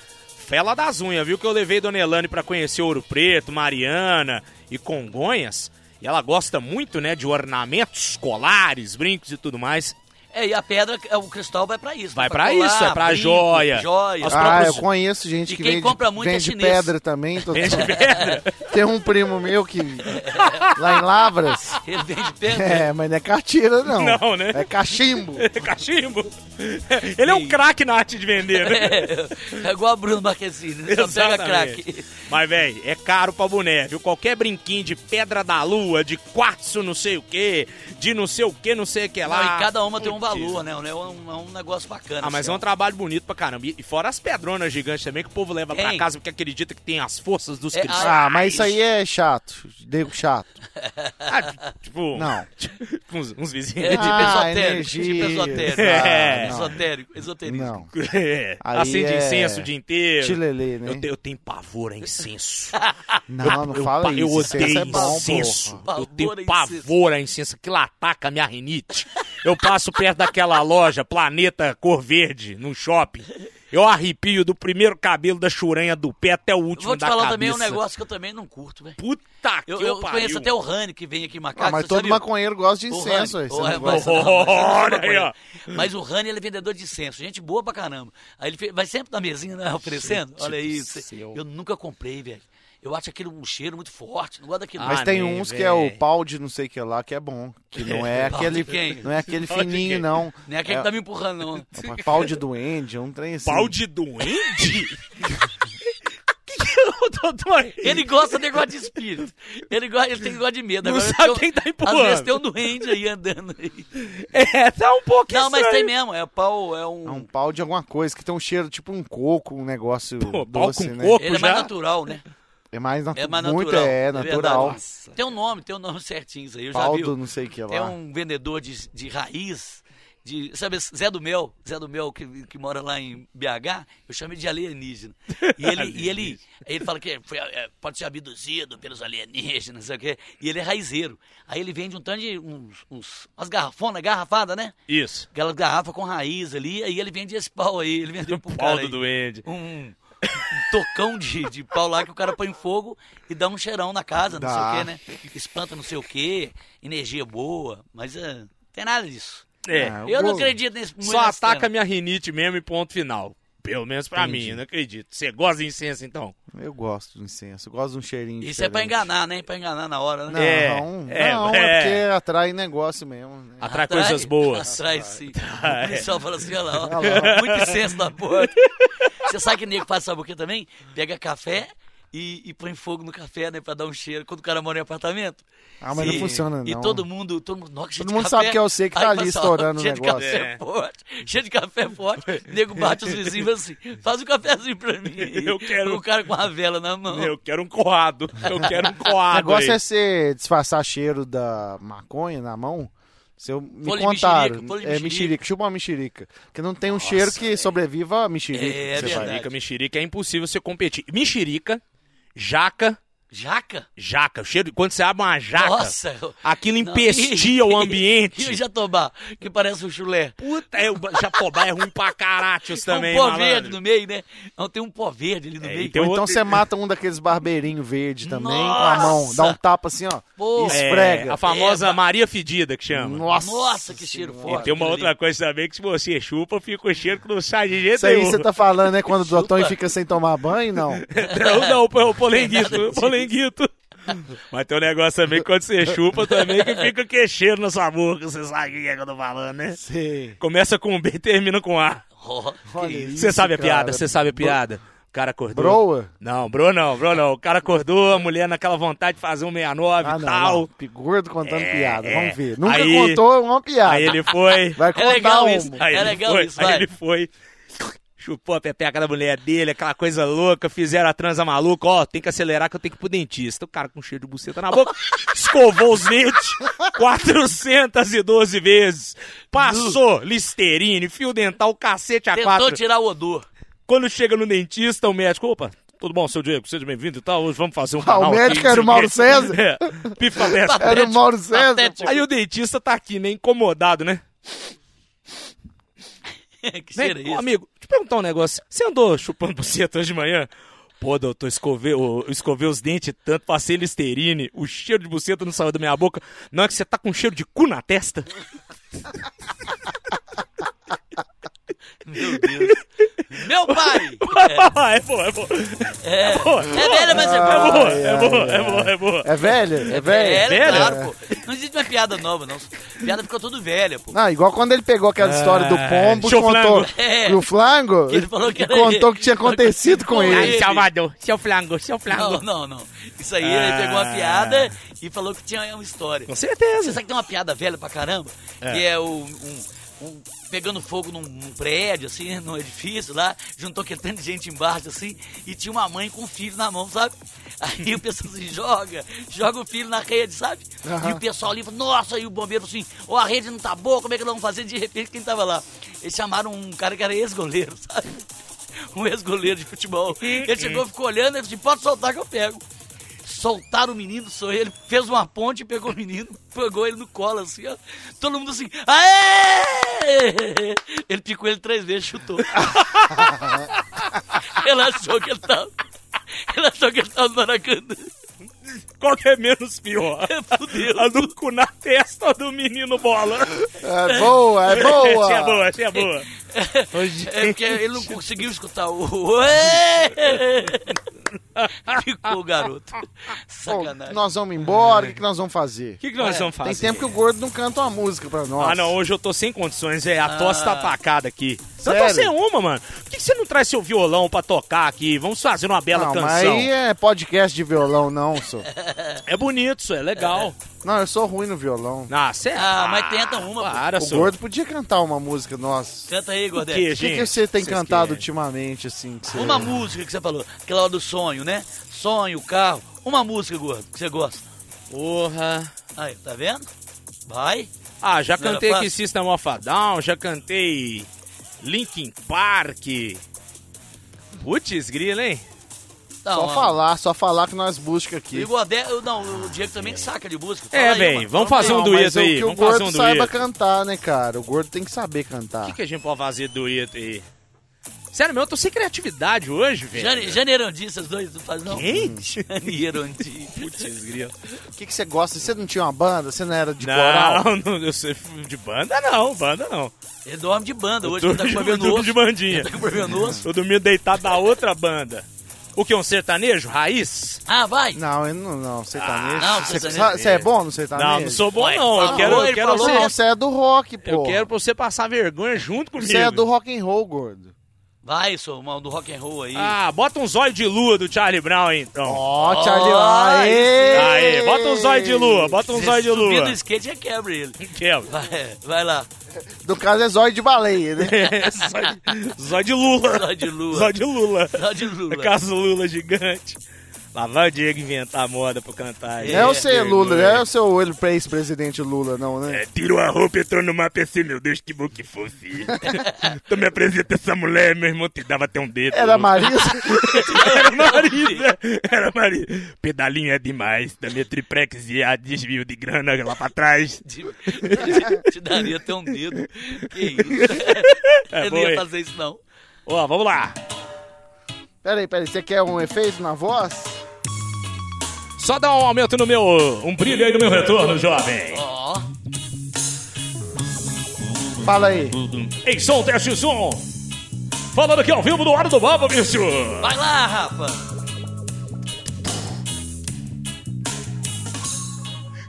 [SPEAKER 2] fela das unhas, viu? Que eu levei Dona Elane pra conhecer Ouro Preto, Mariana e Congonhas. E ela gosta muito, né, de ornamentos, colares, brincos e tudo mais.
[SPEAKER 4] É, e a pedra, é, o cristal vai pra isso. né?
[SPEAKER 2] Vai pra isso, é pra
[SPEAKER 4] brinco,
[SPEAKER 2] joia.
[SPEAKER 4] joia.
[SPEAKER 2] As
[SPEAKER 3] ah,
[SPEAKER 2] próprias-
[SPEAKER 3] eu conheço gente
[SPEAKER 4] E
[SPEAKER 3] que
[SPEAKER 4] quem
[SPEAKER 3] vende,
[SPEAKER 4] compra muito é
[SPEAKER 3] vende
[SPEAKER 4] chinês.
[SPEAKER 3] pedra também. Totonho.
[SPEAKER 2] Vende pedra.
[SPEAKER 3] Tem um primo meu que lá em Lavras.
[SPEAKER 4] Ele vende pedra.
[SPEAKER 3] É, mas não é catira, não.
[SPEAKER 2] Não, né?
[SPEAKER 3] É cachimbo.
[SPEAKER 2] Cachimbo. Ele é um craque na arte de vender, né?
[SPEAKER 4] É, igual a Bruno Marquezine, né? só pega
[SPEAKER 2] Exatamente.
[SPEAKER 4] craque.
[SPEAKER 2] Mas, velho, é caro pra boné, viu? Qualquer brinquinho de pedra da lua, de quartzo não sei o quê, de não sei o que, não sei o que lá.
[SPEAKER 4] Não, e cada uma tem um
[SPEAKER 2] Putz.
[SPEAKER 4] valor, né? É um, é um negócio bacana.
[SPEAKER 2] Ah, mas
[SPEAKER 4] assim,
[SPEAKER 2] é um trabalho bonito pra caramba. E e fora as pedronas gigantes também que o povo leva pra
[SPEAKER 4] Tem.
[SPEAKER 2] casa porque acredita que tem as forças dos
[SPEAKER 4] É,
[SPEAKER 2] cristais.
[SPEAKER 3] Ah, mas isso aí é chato. Nego chato.
[SPEAKER 2] Ah, tipo,
[SPEAKER 3] Não.
[SPEAKER 2] tipo uns, uns
[SPEAKER 4] É
[SPEAKER 2] vizinhos.
[SPEAKER 4] tipo
[SPEAKER 3] Ah,
[SPEAKER 4] esotérico, tipo
[SPEAKER 3] energia.
[SPEAKER 4] esotérico.
[SPEAKER 2] É.
[SPEAKER 4] Ah, Esotérico, esotérico.
[SPEAKER 3] Não.
[SPEAKER 2] É,
[SPEAKER 3] Aí
[SPEAKER 2] acende
[SPEAKER 3] é
[SPEAKER 2] incenso o dia inteiro.
[SPEAKER 3] Chilelê, né?
[SPEAKER 2] Eu, te- eu tenho pavor a incenso.
[SPEAKER 3] Não, não
[SPEAKER 2] eu,
[SPEAKER 3] fala
[SPEAKER 2] eu
[SPEAKER 3] isso.
[SPEAKER 2] odeio
[SPEAKER 3] Incenso é bom,
[SPEAKER 2] incenso.
[SPEAKER 3] porra.
[SPEAKER 4] porra.
[SPEAKER 2] eu tenho
[SPEAKER 4] Pavor a
[SPEAKER 2] pavor a incenso. Aquilo ataca a minha rinite. Eu passo perto daquela loja, Planeta Cor Verde, num shopping. Eu arrepio do primeiro cabelo da churanha do pé até o último
[SPEAKER 4] Vou te
[SPEAKER 2] da
[SPEAKER 4] falar
[SPEAKER 2] cabeça.
[SPEAKER 4] também um negócio que eu também não curto, velho.
[SPEAKER 2] Puta que
[SPEAKER 4] Eu, eu
[SPEAKER 2] pariu.
[SPEAKER 4] conheço até o Rani que vem aqui em Macaco.
[SPEAKER 3] Ah, mas
[SPEAKER 4] você
[SPEAKER 3] todo
[SPEAKER 4] sabe?
[SPEAKER 3] maconheiro gosta de
[SPEAKER 4] O
[SPEAKER 3] incenso. aí,
[SPEAKER 4] Rani.
[SPEAKER 3] você
[SPEAKER 4] O
[SPEAKER 3] não
[SPEAKER 4] Rani,
[SPEAKER 3] gosta?
[SPEAKER 4] mas não, mas eu não sou
[SPEAKER 2] Olha aí,
[SPEAKER 4] maconheiro.
[SPEAKER 2] ó.
[SPEAKER 4] Mas o Rani, ele é vendedor de incenso. Gente boa pra caramba. Aí ele fe- vai sempre na mesinha né, oferecendo.
[SPEAKER 2] Gente
[SPEAKER 4] Olha
[SPEAKER 2] do
[SPEAKER 4] isso.
[SPEAKER 2] céu.
[SPEAKER 4] Eu nunca comprei, velho. Eu acho aquele um cheiro muito forte. Não gosto daquilo.
[SPEAKER 2] Ah,
[SPEAKER 3] Mas tem
[SPEAKER 2] nem,
[SPEAKER 3] uns que
[SPEAKER 2] véi.
[SPEAKER 3] é o pau de não sei o que lá que é bom. Que não é
[SPEAKER 4] Pau de
[SPEAKER 3] aquele.
[SPEAKER 4] quem?
[SPEAKER 3] Não é aquele
[SPEAKER 2] Pau de quem?
[SPEAKER 3] fininho, não.
[SPEAKER 4] não. Nem aquele que tá me empurrando, não.
[SPEAKER 3] é pau de duende, é um trem assim.
[SPEAKER 2] Pau de duende? que que é o doutor?
[SPEAKER 4] Ele gosta de negócio de espírito. Ele, gosta, ele tem negócio de medo.
[SPEAKER 2] Não
[SPEAKER 4] Agora
[SPEAKER 2] sabe
[SPEAKER 4] tem um-
[SPEAKER 2] quem tá
[SPEAKER 4] Às vezes
[SPEAKER 2] empurrando.
[SPEAKER 4] tem um doente aí andando aí.
[SPEAKER 2] É, tá um pouco
[SPEAKER 4] Não, mas tem
[SPEAKER 2] estranho.
[SPEAKER 4] mesmo. É pau, é
[SPEAKER 3] É
[SPEAKER 4] um...
[SPEAKER 3] um pau de alguma coisa que tem um cheiro tipo um coco, um negócio
[SPEAKER 2] Pô, pau
[SPEAKER 3] doce,
[SPEAKER 2] com
[SPEAKER 3] né?
[SPEAKER 2] coco?
[SPEAKER 4] Ele é mais
[SPEAKER 2] já?
[SPEAKER 4] natural, né?
[SPEAKER 3] É mais, natu
[SPEAKER 4] É mais natural.
[SPEAKER 3] Muito é, natural.
[SPEAKER 4] verdade. Tem um nome, tem um nome certinho isso aí. Eu já
[SPEAKER 3] pau
[SPEAKER 4] vi.
[SPEAKER 3] do não sei o que lá.
[SPEAKER 4] É um vendedor de, de raiz, de, sabe, esse Zé do Mel, Zé do Mel que, que mora lá em BH, eu chamo ele de alienígena. E ele, e ele, ele fala que foi, é, pode ser abduzido pelos alienígenas, sabe o quê? E ele é raizeiro. Aí ele vende um tanto de uns, uns, umas garrafonas, garrafadas, né?
[SPEAKER 2] Isso.
[SPEAKER 4] Aquela garrafa com raiz ali, aí ele vende esse pau aí, ele vendeu pro
[SPEAKER 2] Pau do
[SPEAKER 4] cara aí,
[SPEAKER 2] duende.
[SPEAKER 4] um, um tocão de, de pau lá que o cara põe em fogo e dá um cheirão na casa, não
[SPEAKER 3] Dá.
[SPEAKER 4] sei o que, né? Espanta não sei o que, energia boa, mas é, não tem nada disso.
[SPEAKER 2] É.
[SPEAKER 3] Ah,
[SPEAKER 4] Eu não
[SPEAKER 3] vou-
[SPEAKER 4] acredito nesse muito
[SPEAKER 2] Só
[SPEAKER 4] nesse
[SPEAKER 2] ataca
[SPEAKER 4] tema.
[SPEAKER 2] minha rinite mesmo e ponto final. Pelo menos pra mim, eu não acredito. Você gosta de incenso, então?
[SPEAKER 3] Eu gosto de incenso, eu gosto de um cheirinho
[SPEAKER 4] Isso é pra
[SPEAKER 3] diferente.
[SPEAKER 4] enganar, né? Pra enganar na hora,
[SPEAKER 3] Não,
[SPEAKER 4] né?
[SPEAKER 2] É,
[SPEAKER 3] não,
[SPEAKER 2] é,
[SPEAKER 3] não, é,
[SPEAKER 2] é.
[SPEAKER 3] porque atrai negócio mesmo. Né?
[SPEAKER 2] Atrai coisas boas.
[SPEAKER 4] Atrai sim. O policial fala assim, olha lá, ó, muito incenso na porta. Você sabe que nego faz sabe o que também? Pega café e, e põe fogo no café, né? Pra dar um cheiro. Quando o cara mora em apartamento.
[SPEAKER 3] Ah, mas
[SPEAKER 4] Sim.
[SPEAKER 3] não funciona, não.
[SPEAKER 4] E todo mundo, todo mundo, nossa, cheio
[SPEAKER 3] Todo
[SPEAKER 4] de
[SPEAKER 3] mundo
[SPEAKER 4] café.
[SPEAKER 3] sabe que é você que tá ali
[SPEAKER 4] Aí passa, ó,
[SPEAKER 3] estourando o
[SPEAKER 4] cheio de
[SPEAKER 3] negócio.
[SPEAKER 4] café
[SPEAKER 2] É.
[SPEAKER 4] forte, cheio de café forte. O nego bate os vizinhos e fala assim, faz um cafezinho pra mim.
[SPEAKER 2] Eu quero.
[SPEAKER 4] O cara com a vela na mão.
[SPEAKER 2] Eu quero um coado. Eu quero um
[SPEAKER 3] O
[SPEAKER 2] coado.
[SPEAKER 3] negócio
[SPEAKER 2] aí.
[SPEAKER 3] é você disfarçar cheiro da maconha na mão. Se eu me
[SPEAKER 4] Folha de
[SPEAKER 3] contaram,
[SPEAKER 4] mexerica, folha de
[SPEAKER 3] é
[SPEAKER 4] mexerica.
[SPEAKER 3] mexerica, chupa uma mexerica. Porque não tem um cheiro que sobreviva a mexerica. que
[SPEAKER 4] É
[SPEAKER 3] você vai.
[SPEAKER 4] verdade.
[SPEAKER 2] Mexerica, mexerica, é impossível você competir. Mexerica, Jaca,
[SPEAKER 4] Jaca?
[SPEAKER 2] jaca. O cheiro, de- quando você abre uma jaca,
[SPEAKER 4] Nossa! eu-
[SPEAKER 2] aquilo
[SPEAKER 4] Não,
[SPEAKER 2] empestia
[SPEAKER 4] e-
[SPEAKER 2] o ambiente.
[SPEAKER 4] E o jatobá, que parece um chulé.
[SPEAKER 2] Puta, é, o Jatobá é ruim pra carachos também,
[SPEAKER 4] um pó
[SPEAKER 2] malandro.
[SPEAKER 4] verde no meio, né? Não, tem um pó verde ali no
[SPEAKER 2] É,
[SPEAKER 4] meio.
[SPEAKER 2] tem
[SPEAKER 3] Ou então
[SPEAKER 2] outro-
[SPEAKER 3] você mata um daqueles barbeirinhos verde também com a mão.
[SPEAKER 4] Nossa!
[SPEAKER 3] Dá um tapa assim, ó.
[SPEAKER 4] Pô.
[SPEAKER 3] e
[SPEAKER 2] É,
[SPEAKER 3] esfrega.
[SPEAKER 2] a famosa
[SPEAKER 4] Eba.
[SPEAKER 2] Maria Fedida que chama.
[SPEAKER 3] Nossa,
[SPEAKER 4] Nossa, que cheiro
[SPEAKER 2] E
[SPEAKER 4] forte.
[SPEAKER 2] tem uma
[SPEAKER 4] aquilo
[SPEAKER 2] outra
[SPEAKER 4] ali.
[SPEAKER 2] coisa também que se você chupa, fica o cheiro que não sai de jeito
[SPEAKER 3] Isso aí
[SPEAKER 2] nenhum.
[SPEAKER 3] você tá falando, né? Quando o Dotão
[SPEAKER 4] Chupa.
[SPEAKER 3] fica sem tomar banho, não.
[SPEAKER 2] Não, não, é o- o polenguito, o polenguito. Mas tem um negócio também que quando você chupa também que fica queixeiro na sua boca, você sabe o que é que eu tô falando, né?
[SPEAKER 3] Você...
[SPEAKER 2] Começa com um B e termina com A.
[SPEAKER 4] Ó,
[SPEAKER 3] Olha
[SPEAKER 4] que-
[SPEAKER 2] Você
[SPEAKER 3] isso,
[SPEAKER 2] sabe a
[SPEAKER 3] cara.
[SPEAKER 2] piada, você sabe a piada. O cara acordou.
[SPEAKER 3] Broa?
[SPEAKER 2] Não, bro não, bro não. O cara acordou, a mulher naquela vontade de fazer um 69
[SPEAKER 3] Ah,
[SPEAKER 2] e
[SPEAKER 3] não.
[SPEAKER 2] tal.
[SPEAKER 3] não. Pi- Gordo contando
[SPEAKER 2] É,
[SPEAKER 3] piada. Vamos
[SPEAKER 2] é.
[SPEAKER 3] ver. Nunca
[SPEAKER 2] Aí-
[SPEAKER 3] contou uma piada.
[SPEAKER 2] Aí ele foi.
[SPEAKER 3] Vai
[SPEAKER 4] É
[SPEAKER 3] contar
[SPEAKER 4] legal
[SPEAKER 3] uma.
[SPEAKER 4] isso.
[SPEAKER 2] Aí
[SPEAKER 4] é
[SPEAKER 2] ele
[SPEAKER 4] legal
[SPEAKER 2] foi,
[SPEAKER 4] isso,
[SPEAKER 2] aí
[SPEAKER 4] vai.
[SPEAKER 2] ele foi. Chupou a pepeca da mulher dele, aquela coisa louca, fizeram a transa maluca, ó, tem que acelerar que eu tenho que ir pro dentista. O cara com cheiro de buceta na boca, escovou os dentes 412 vezes, passou listerine, fio dental, cacete a
[SPEAKER 4] Tentou
[SPEAKER 2] quatro.
[SPEAKER 4] tirar o odor.
[SPEAKER 2] Quando chega no dentista, o médico, opa, tudo bom, seu Diego, seja bem-vindo e tal, hoje vamos fazer um canal
[SPEAKER 3] Ah, o
[SPEAKER 2] aqui,
[SPEAKER 3] médico
[SPEAKER 2] não
[SPEAKER 3] era o
[SPEAKER 2] sei
[SPEAKER 3] Mauro
[SPEAKER 2] quê."
[SPEAKER 3] César?
[SPEAKER 2] É, pifa dessa.
[SPEAKER 3] Era o Mauro César.
[SPEAKER 4] Patético.
[SPEAKER 2] Aí o dentista tá aqui, né, incomodado, né?
[SPEAKER 4] que
[SPEAKER 2] Vem,
[SPEAKER 4] cheiro é
[SPEAKER 2] ô,
[SPEAKER 4] esse?
[SPEAKER 2] amigo, te perguntar um negócio. Você andou chupando buceta hoje de manhã? Pô, doutor, escovei, eu escovei os dentes tanto, passei listerine, o cheiro de buceta não saiu da minha boca. Não é que você tá com cheiro de cu na testa?
[SPEAKER 4] Meu Deus. Meu pai!
[SPEAKER 2] É, boa, é boa.
[SPEAKER 4] É, é velha, mas é
[SPEAKER 2] É
[SPEAKER 4] boa.
[SPEAKER 2] boa, é boa, é boa, é boa.
[SPEAKER 3] É velha? É velha?
[SPEAKER 4] É,
[SPEAKER 2] velha?
[SPEAKER 4] claro, pô. Não existe uma piada nova, não. Piada ficou tudo velha, pô.
[SPEAKER 3] Não, igual quando ele pegou aquela história do pombo e
[SPEAKER 2] show
[SPEAKER 3] contou.
[SPEAKER 2] flango.
[SPEAKER 4] É.
[SPEAKER 3] E o flango
[SPEAKER 4] Que ele falou que
[SPEAKER 3] e
[SPEAKER 4] era-
[SPEAKER 3] contou que tinha acontecido com
[SPEAKER 4] Com
[SPEAKER 3] ele.
[SPEAKER 4] ele.
[SPEAKER 2] Ai, Salvador, seu flango, seu
[SPEAKER 4] Não,
[SPEAKER 2] flango.
[SPEAKER 4] não, não. Isso aí ele
[SPEAKER 2] Ah.
[SPEAKER 4] pegou uma piada e falou que tinha uma história.
[SPEAKER 2] Com
[SPEAKER 4] Você
[SPEAKER 2] certeza.
[SPEAKER 4] sabe que tem uma piada velha pra caramba? Que é o, um, um pegando fogo num, num prédio, assim, num edifício lá, juntou aquele tanto de gente embaixo, assim, e tinha uma mãe com um filho na mão, sabe? Aí o pessoal se joga, joga o filho na rede, sabe? E o pessoal ali fala, nossa, e o bombeiro assim, ó, a rede não tá boa, como é que nós vamos fazer? De repente, quem tava lá? Eles chamaram um cara que era ex-goleiro, sabe? Um ex-goleiro de futebol. Ele chegou, ficou olhando, ele disse, pode soltar que eu pego soltaram o menino, sou ele, fez uma ponte, pegou o menino, pegou ele no colo, assim, ó. Todo mundo assim, aê! Ele picou ele três vezes, chutou. ele achou que ele tava. Ele achou que ele tava no Maracanã.
[SPEAKER 2] Qual que é menos pior?
[SPEAKER 4] Fudeu.
[SPEAKER 2] A do cu na testa ou do menino bola?
[SPEAKER 3] É boa, é
[SPEAKER 2] Essa é
[SPEAKER 3] boa.
[SPEAKER 2] boa, essa é boa.
[SPEAKER 4] É porque ele não conseguiu escutar o. "Aê!" Ficou o garoto.
[SPEAKER 3] Pô,
[SPEAKER 4] Sacanagem.
[SPEAKER 3] nós vamos embora,
[SPEAKER 2] É.
[SPEAKER 3] o que, que nós vamos fazer?
[SPEAKER 2] O que, que nós vamos fazer?
[SPEAKER 3] Tem tempo que o gordo não canta uma música pra nós.
[SPEAKER 2] Ah, não, hoje eu tô sem condições, é. A tosse tá atacada aqui. Eu tô
[SPEAKER 3] Ah. Sério?
[SPEAKER 2] sem uma, mano. Por que que você não traz seu violão pra tocar aqui? Vamos fazer uma bela
[SPEAKER 3] Não, mas
[SPEAKER 2] canção.
[SPEAKER 3] aí é podcast de violão, não, sou.
[SPEAKER 2] É bonito, isso é legal.
[SPEAKER 3] Não, eu sou ruim no violão.
[SPEAKER 2] Ah, cê...
[SPEAKER 4] Ah, mas tenta uma, pô.
[SPEAKER 2] Para,
[SPEAKER 3] O
[SPEAKER 2] só.
[SPEAKER 3] gordo podia cantar uma música nossa.
[SPEAKER 4] Canta aí,
[SPEAKER 2] O
[SPEAKER 4] Gordete.
[SPEAKER 2] que,
[SPEAKER 3] O que,
[SPEAKER 2] gente?
[SPEAKER 3] que você tem
[SPEAKER 2] Vocês
[SPEAKER 3] cantado
[SPEAKER 2] querem?
[SPEAKER 3] ultimamente, assim? que você-
[SPEAKER 4] Uma música que você falou, aquela hora do sonho, né? Sonho, carro. Uma música, gordo, que você gosta.
[SPEAKER 2] Porra.
[SPEAKER 4] Aí, tá vendo? Vai.
[SPEAKER 2] Ah, já
[SPEAKER 4] Não era
[SPEAKER 2] cantei aqui
[SPEAKER 4] fácil?
[SPEAKER 2] System of a Down, já cantei Linkin Park. Putz, grila, hein?
[SPEAKER 4] Tá,
[SPEAKER 3] Só
[SPEAKER 4] ó.
[SPEAKER 3] falar, só falar que nós busca
[SPEAKER 4] E
[SPEAKER 3] aqui.
[SPEAKER 4] o Godé, eu- não, o Diego também saca de música. Fala
[SPEAKER 2] É,
[SPEAKER 4] aí,
[SPEAKER 2] bem,
[SPEAKER 4] mano.
[SPEAKER 2] vamos fazer um
[SPEAKER 3] Não, mas
[SPEAKER 2] dueto
[SPEAKER 3] o
[SPEAKER 2] aí.
[SPEAKER 3] que o
[SPEAKER 2] Vamos fazer
[SPEAKER 3] gordo
[SPEAKER 2] um
[SPEAKER 3] saiba
[SPEAKER 2] dueto.
[SPEAKER 3] cantar, né, cara? O gordo tem que saber cantar.
[SPEAKER 2] O que, que a gente pode fazer dueto aí? Sério, meu, eu tô sem criatividade hoje, velho.
[SPEAKER 4] Jane, Jane Erandi, esses dois não fazem, não?
[SPEAKER 2] Quem?
[SPEAKER 4] Jane Erandi.
[SPEAKER 2] Putz, grila.
[SPEAKER 3] O que, que você gosta? Você não tinha uma banda? Você não era de coral?
[SPEAKER 2] Não, não, eu sei de banda não, banda não.
[SPEAKER 4] Ele é dorme de banda hoje,
[SPEAKER 2] Turbo
[SPEAKER 4] ele tá com
[SPEAKER 2] de-
[SPEAKER 4] problema no
[SPEAKER 2] turbo de
[SPEAKER 4] osso.
[SPEAKER 2] bandinha.
[SPEAKER 4] Tá com problema no osso.
[SPEAKER 2] Eu dormia deitado da outra banda. O que, um sertanejo? Raiz?
[SPEAKER 4] Ah, vai.
[SPEAKER 3] Não, eu não, Ah, não, sertanejo.
[SPEAKER 4] não,
[SPEAKER 3] Você-
[SPEAKER 4] sertanejo.
[SPEAKER 3] Você é bom no sertanejo?
[SPEAKER 2] Não, não sou bom
[SPEAKER 4] Ué,
[SPEAKER 2] não. Eu
[SPEAKER 4] falou,
[SPEAKER 2] quero, eu
[SPEAKER 4] ele
[SPEAKER 2] quero,
[SPEAKER 3] Não,
[SPEAKER 4] falou.
[SPEAKER 2] você,
[SPEAKER 3] você é do rock, pô.
[SPEAKER 2] eu quero pra você passar vergonha junto comigo.
[SPEAKER 3] Você é do rock and roll, gordo.
[SPEAKER 4] Vai, sou mal do rock and roll aí.
[SPEAKER 2] Ah, bota um zóio de lua do Charlie Brown aí, então.
[SPEAKER 3] Ó,
[SPEAKER 4] Ó,
[SPEAKER 3] Charlie,
[SPEAKER 4] aí
[SPEAKER 3] aê!
[SPEAKER 2] Aí, bota um zóio de lua, bota um
[SPEAKER 4] Se
[SPEAKER 2] zóio de
[SPEAKER 4] subir
[SPEAKER 2] lua. é
[SPEAKER 4] no skate, já quebra ele.
[SPEAKER 2] Quebra.
[SPEAKER 4] Vai, vai lá.
[SPEAKER 3] No caso é zóio de baleia, né?
[SPEAKER 2] Zóio de Lula.
[SPEAKER 4] Zóio de lua.
[SPEAKER 2] Zóio de É Lula.
[SPEAKER 4] Zóio de lula.
[SPEAKER 2] Casa Lula gigante. Lá vai o Diego inventar moda pra cantar.
[SPEAKER 3] Não é o seu Lula, não é o seu ex-presidente Lula, não, né?
[SPEAKER 2] É, tirou a roupa, entrou no mapa assim, meu Deus, que bom que fosse. tu me apresenta essa mulher, meu irmão te dava até um dedo.
[SPEAKER 3] Era É Marisa.
[SPEAKER 2] Era Marisa. Era Marisa. Pedalinho é demais. Da minha triplex e a desvio de grana lá pra trás.
[SPEAKER 4] Te, te- te daria até um dedo. Que isso?
[SPEAKER 2] É
[SPEAKER 4] eu
[SPEAKER 2] bom,
[SPEAKER 4] nem ia
[SPEAKER 2] hein?
[SPEAKER 4] fazer isso, não.
[SPEAKER 2] Ó, vamos lá.
[SPEAKER 3] Peraí, peraí, você quer um efeito na voz?
[SPEAKER 2] Só dá um aumento no meu... Um brilho aí no meu retorno, jovem.
[SPEAKER 4] Ó,
[SPEAKER 3] Fala aí.
[SPEAKER 2] Ei, som, teste som. Falando aqui ao vivo do ar do Baba, bicho.
[SPEAKER 4] vai lá, Rafa.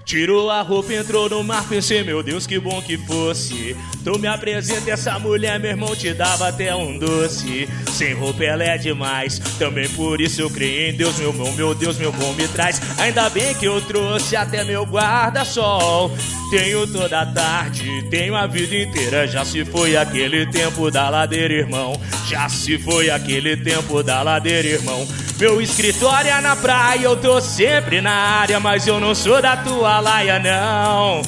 [SPEAKER 2] Tirou a roupa, entrou no mar, pensei, meu Deus, que bom que fosse. Tu me apresenta essa mulher, meu irmão, te dava até um doce. Sem roupa ela é demais, também por isso eu criei em Deus, meu bom, meu Deus, meu bom me traz. Ainda bem que eu trouxe até meu guarda-sol. Tenho toda a tarde, tenho a vida inteira, já se foi aquele tempo da ladeira, irmão. Já se foi aquele tempo da ladeira, irmão. Meu escritório é na praia, eu tô sempre na área, mas eu não sou da tua laia, não.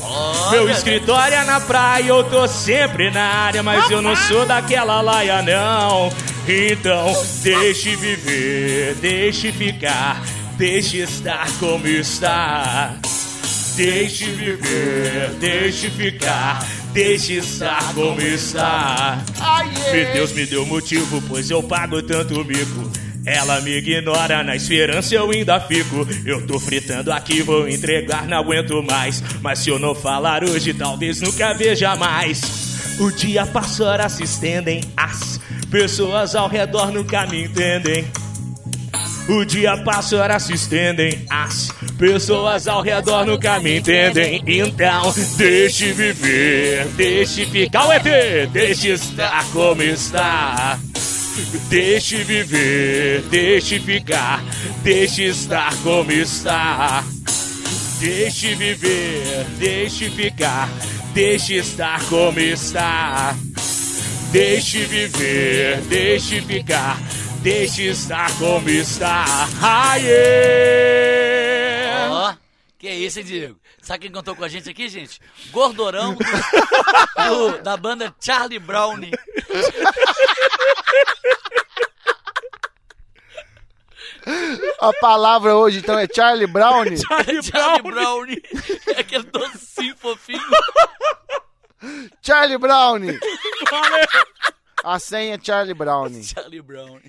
[SPEAKER 2] Meu escritório é na praia, eu tô sempre na área, mas eu não sou daquela laia, não. Então, deixe viver, deixe ficar, deixe estar como está. Deixe viver, deixe ficar, deixe estar como está. Meu Deus me deu motivo, pois eu pago tanto mico. Ela me ignora, na esperança eu ainda fico. Eu tô fritando aqui, vou entregar, não aguento mais. Mas se eu não falar hoje, talvez nunca veja mais. O dia passa, horas se estendem, as pessoas ao redor nunca me entendem. O dia passa, horas se estendem, as pessoas ao redor nunca me entendem. Então, deixe viver, deixe ficar o ET, deixe estar como está. Deixe viver, deixe ficar, deixe estar como está. Deixe viver, deixe ficar, deixe estar como está. Deixe viver, deixe ficar, deixe estar como está. Aê!
[SPEAKER 4] Ó, que é isso, hein, Diego? Sabe quem cantou com a gente aqui, gente? Gordorão do- do- da banda Charlie Brown.
[SPEAKER 3] A palavra hoje, então, é Charlie Brown?
[SPEAKER 4] Charlie Brown. É aquele docinho fofinho.
[SPEAKER 3] Charlie Brown! A senha é Charlie Brown.
[SPEAKER 4] Charlie Brown.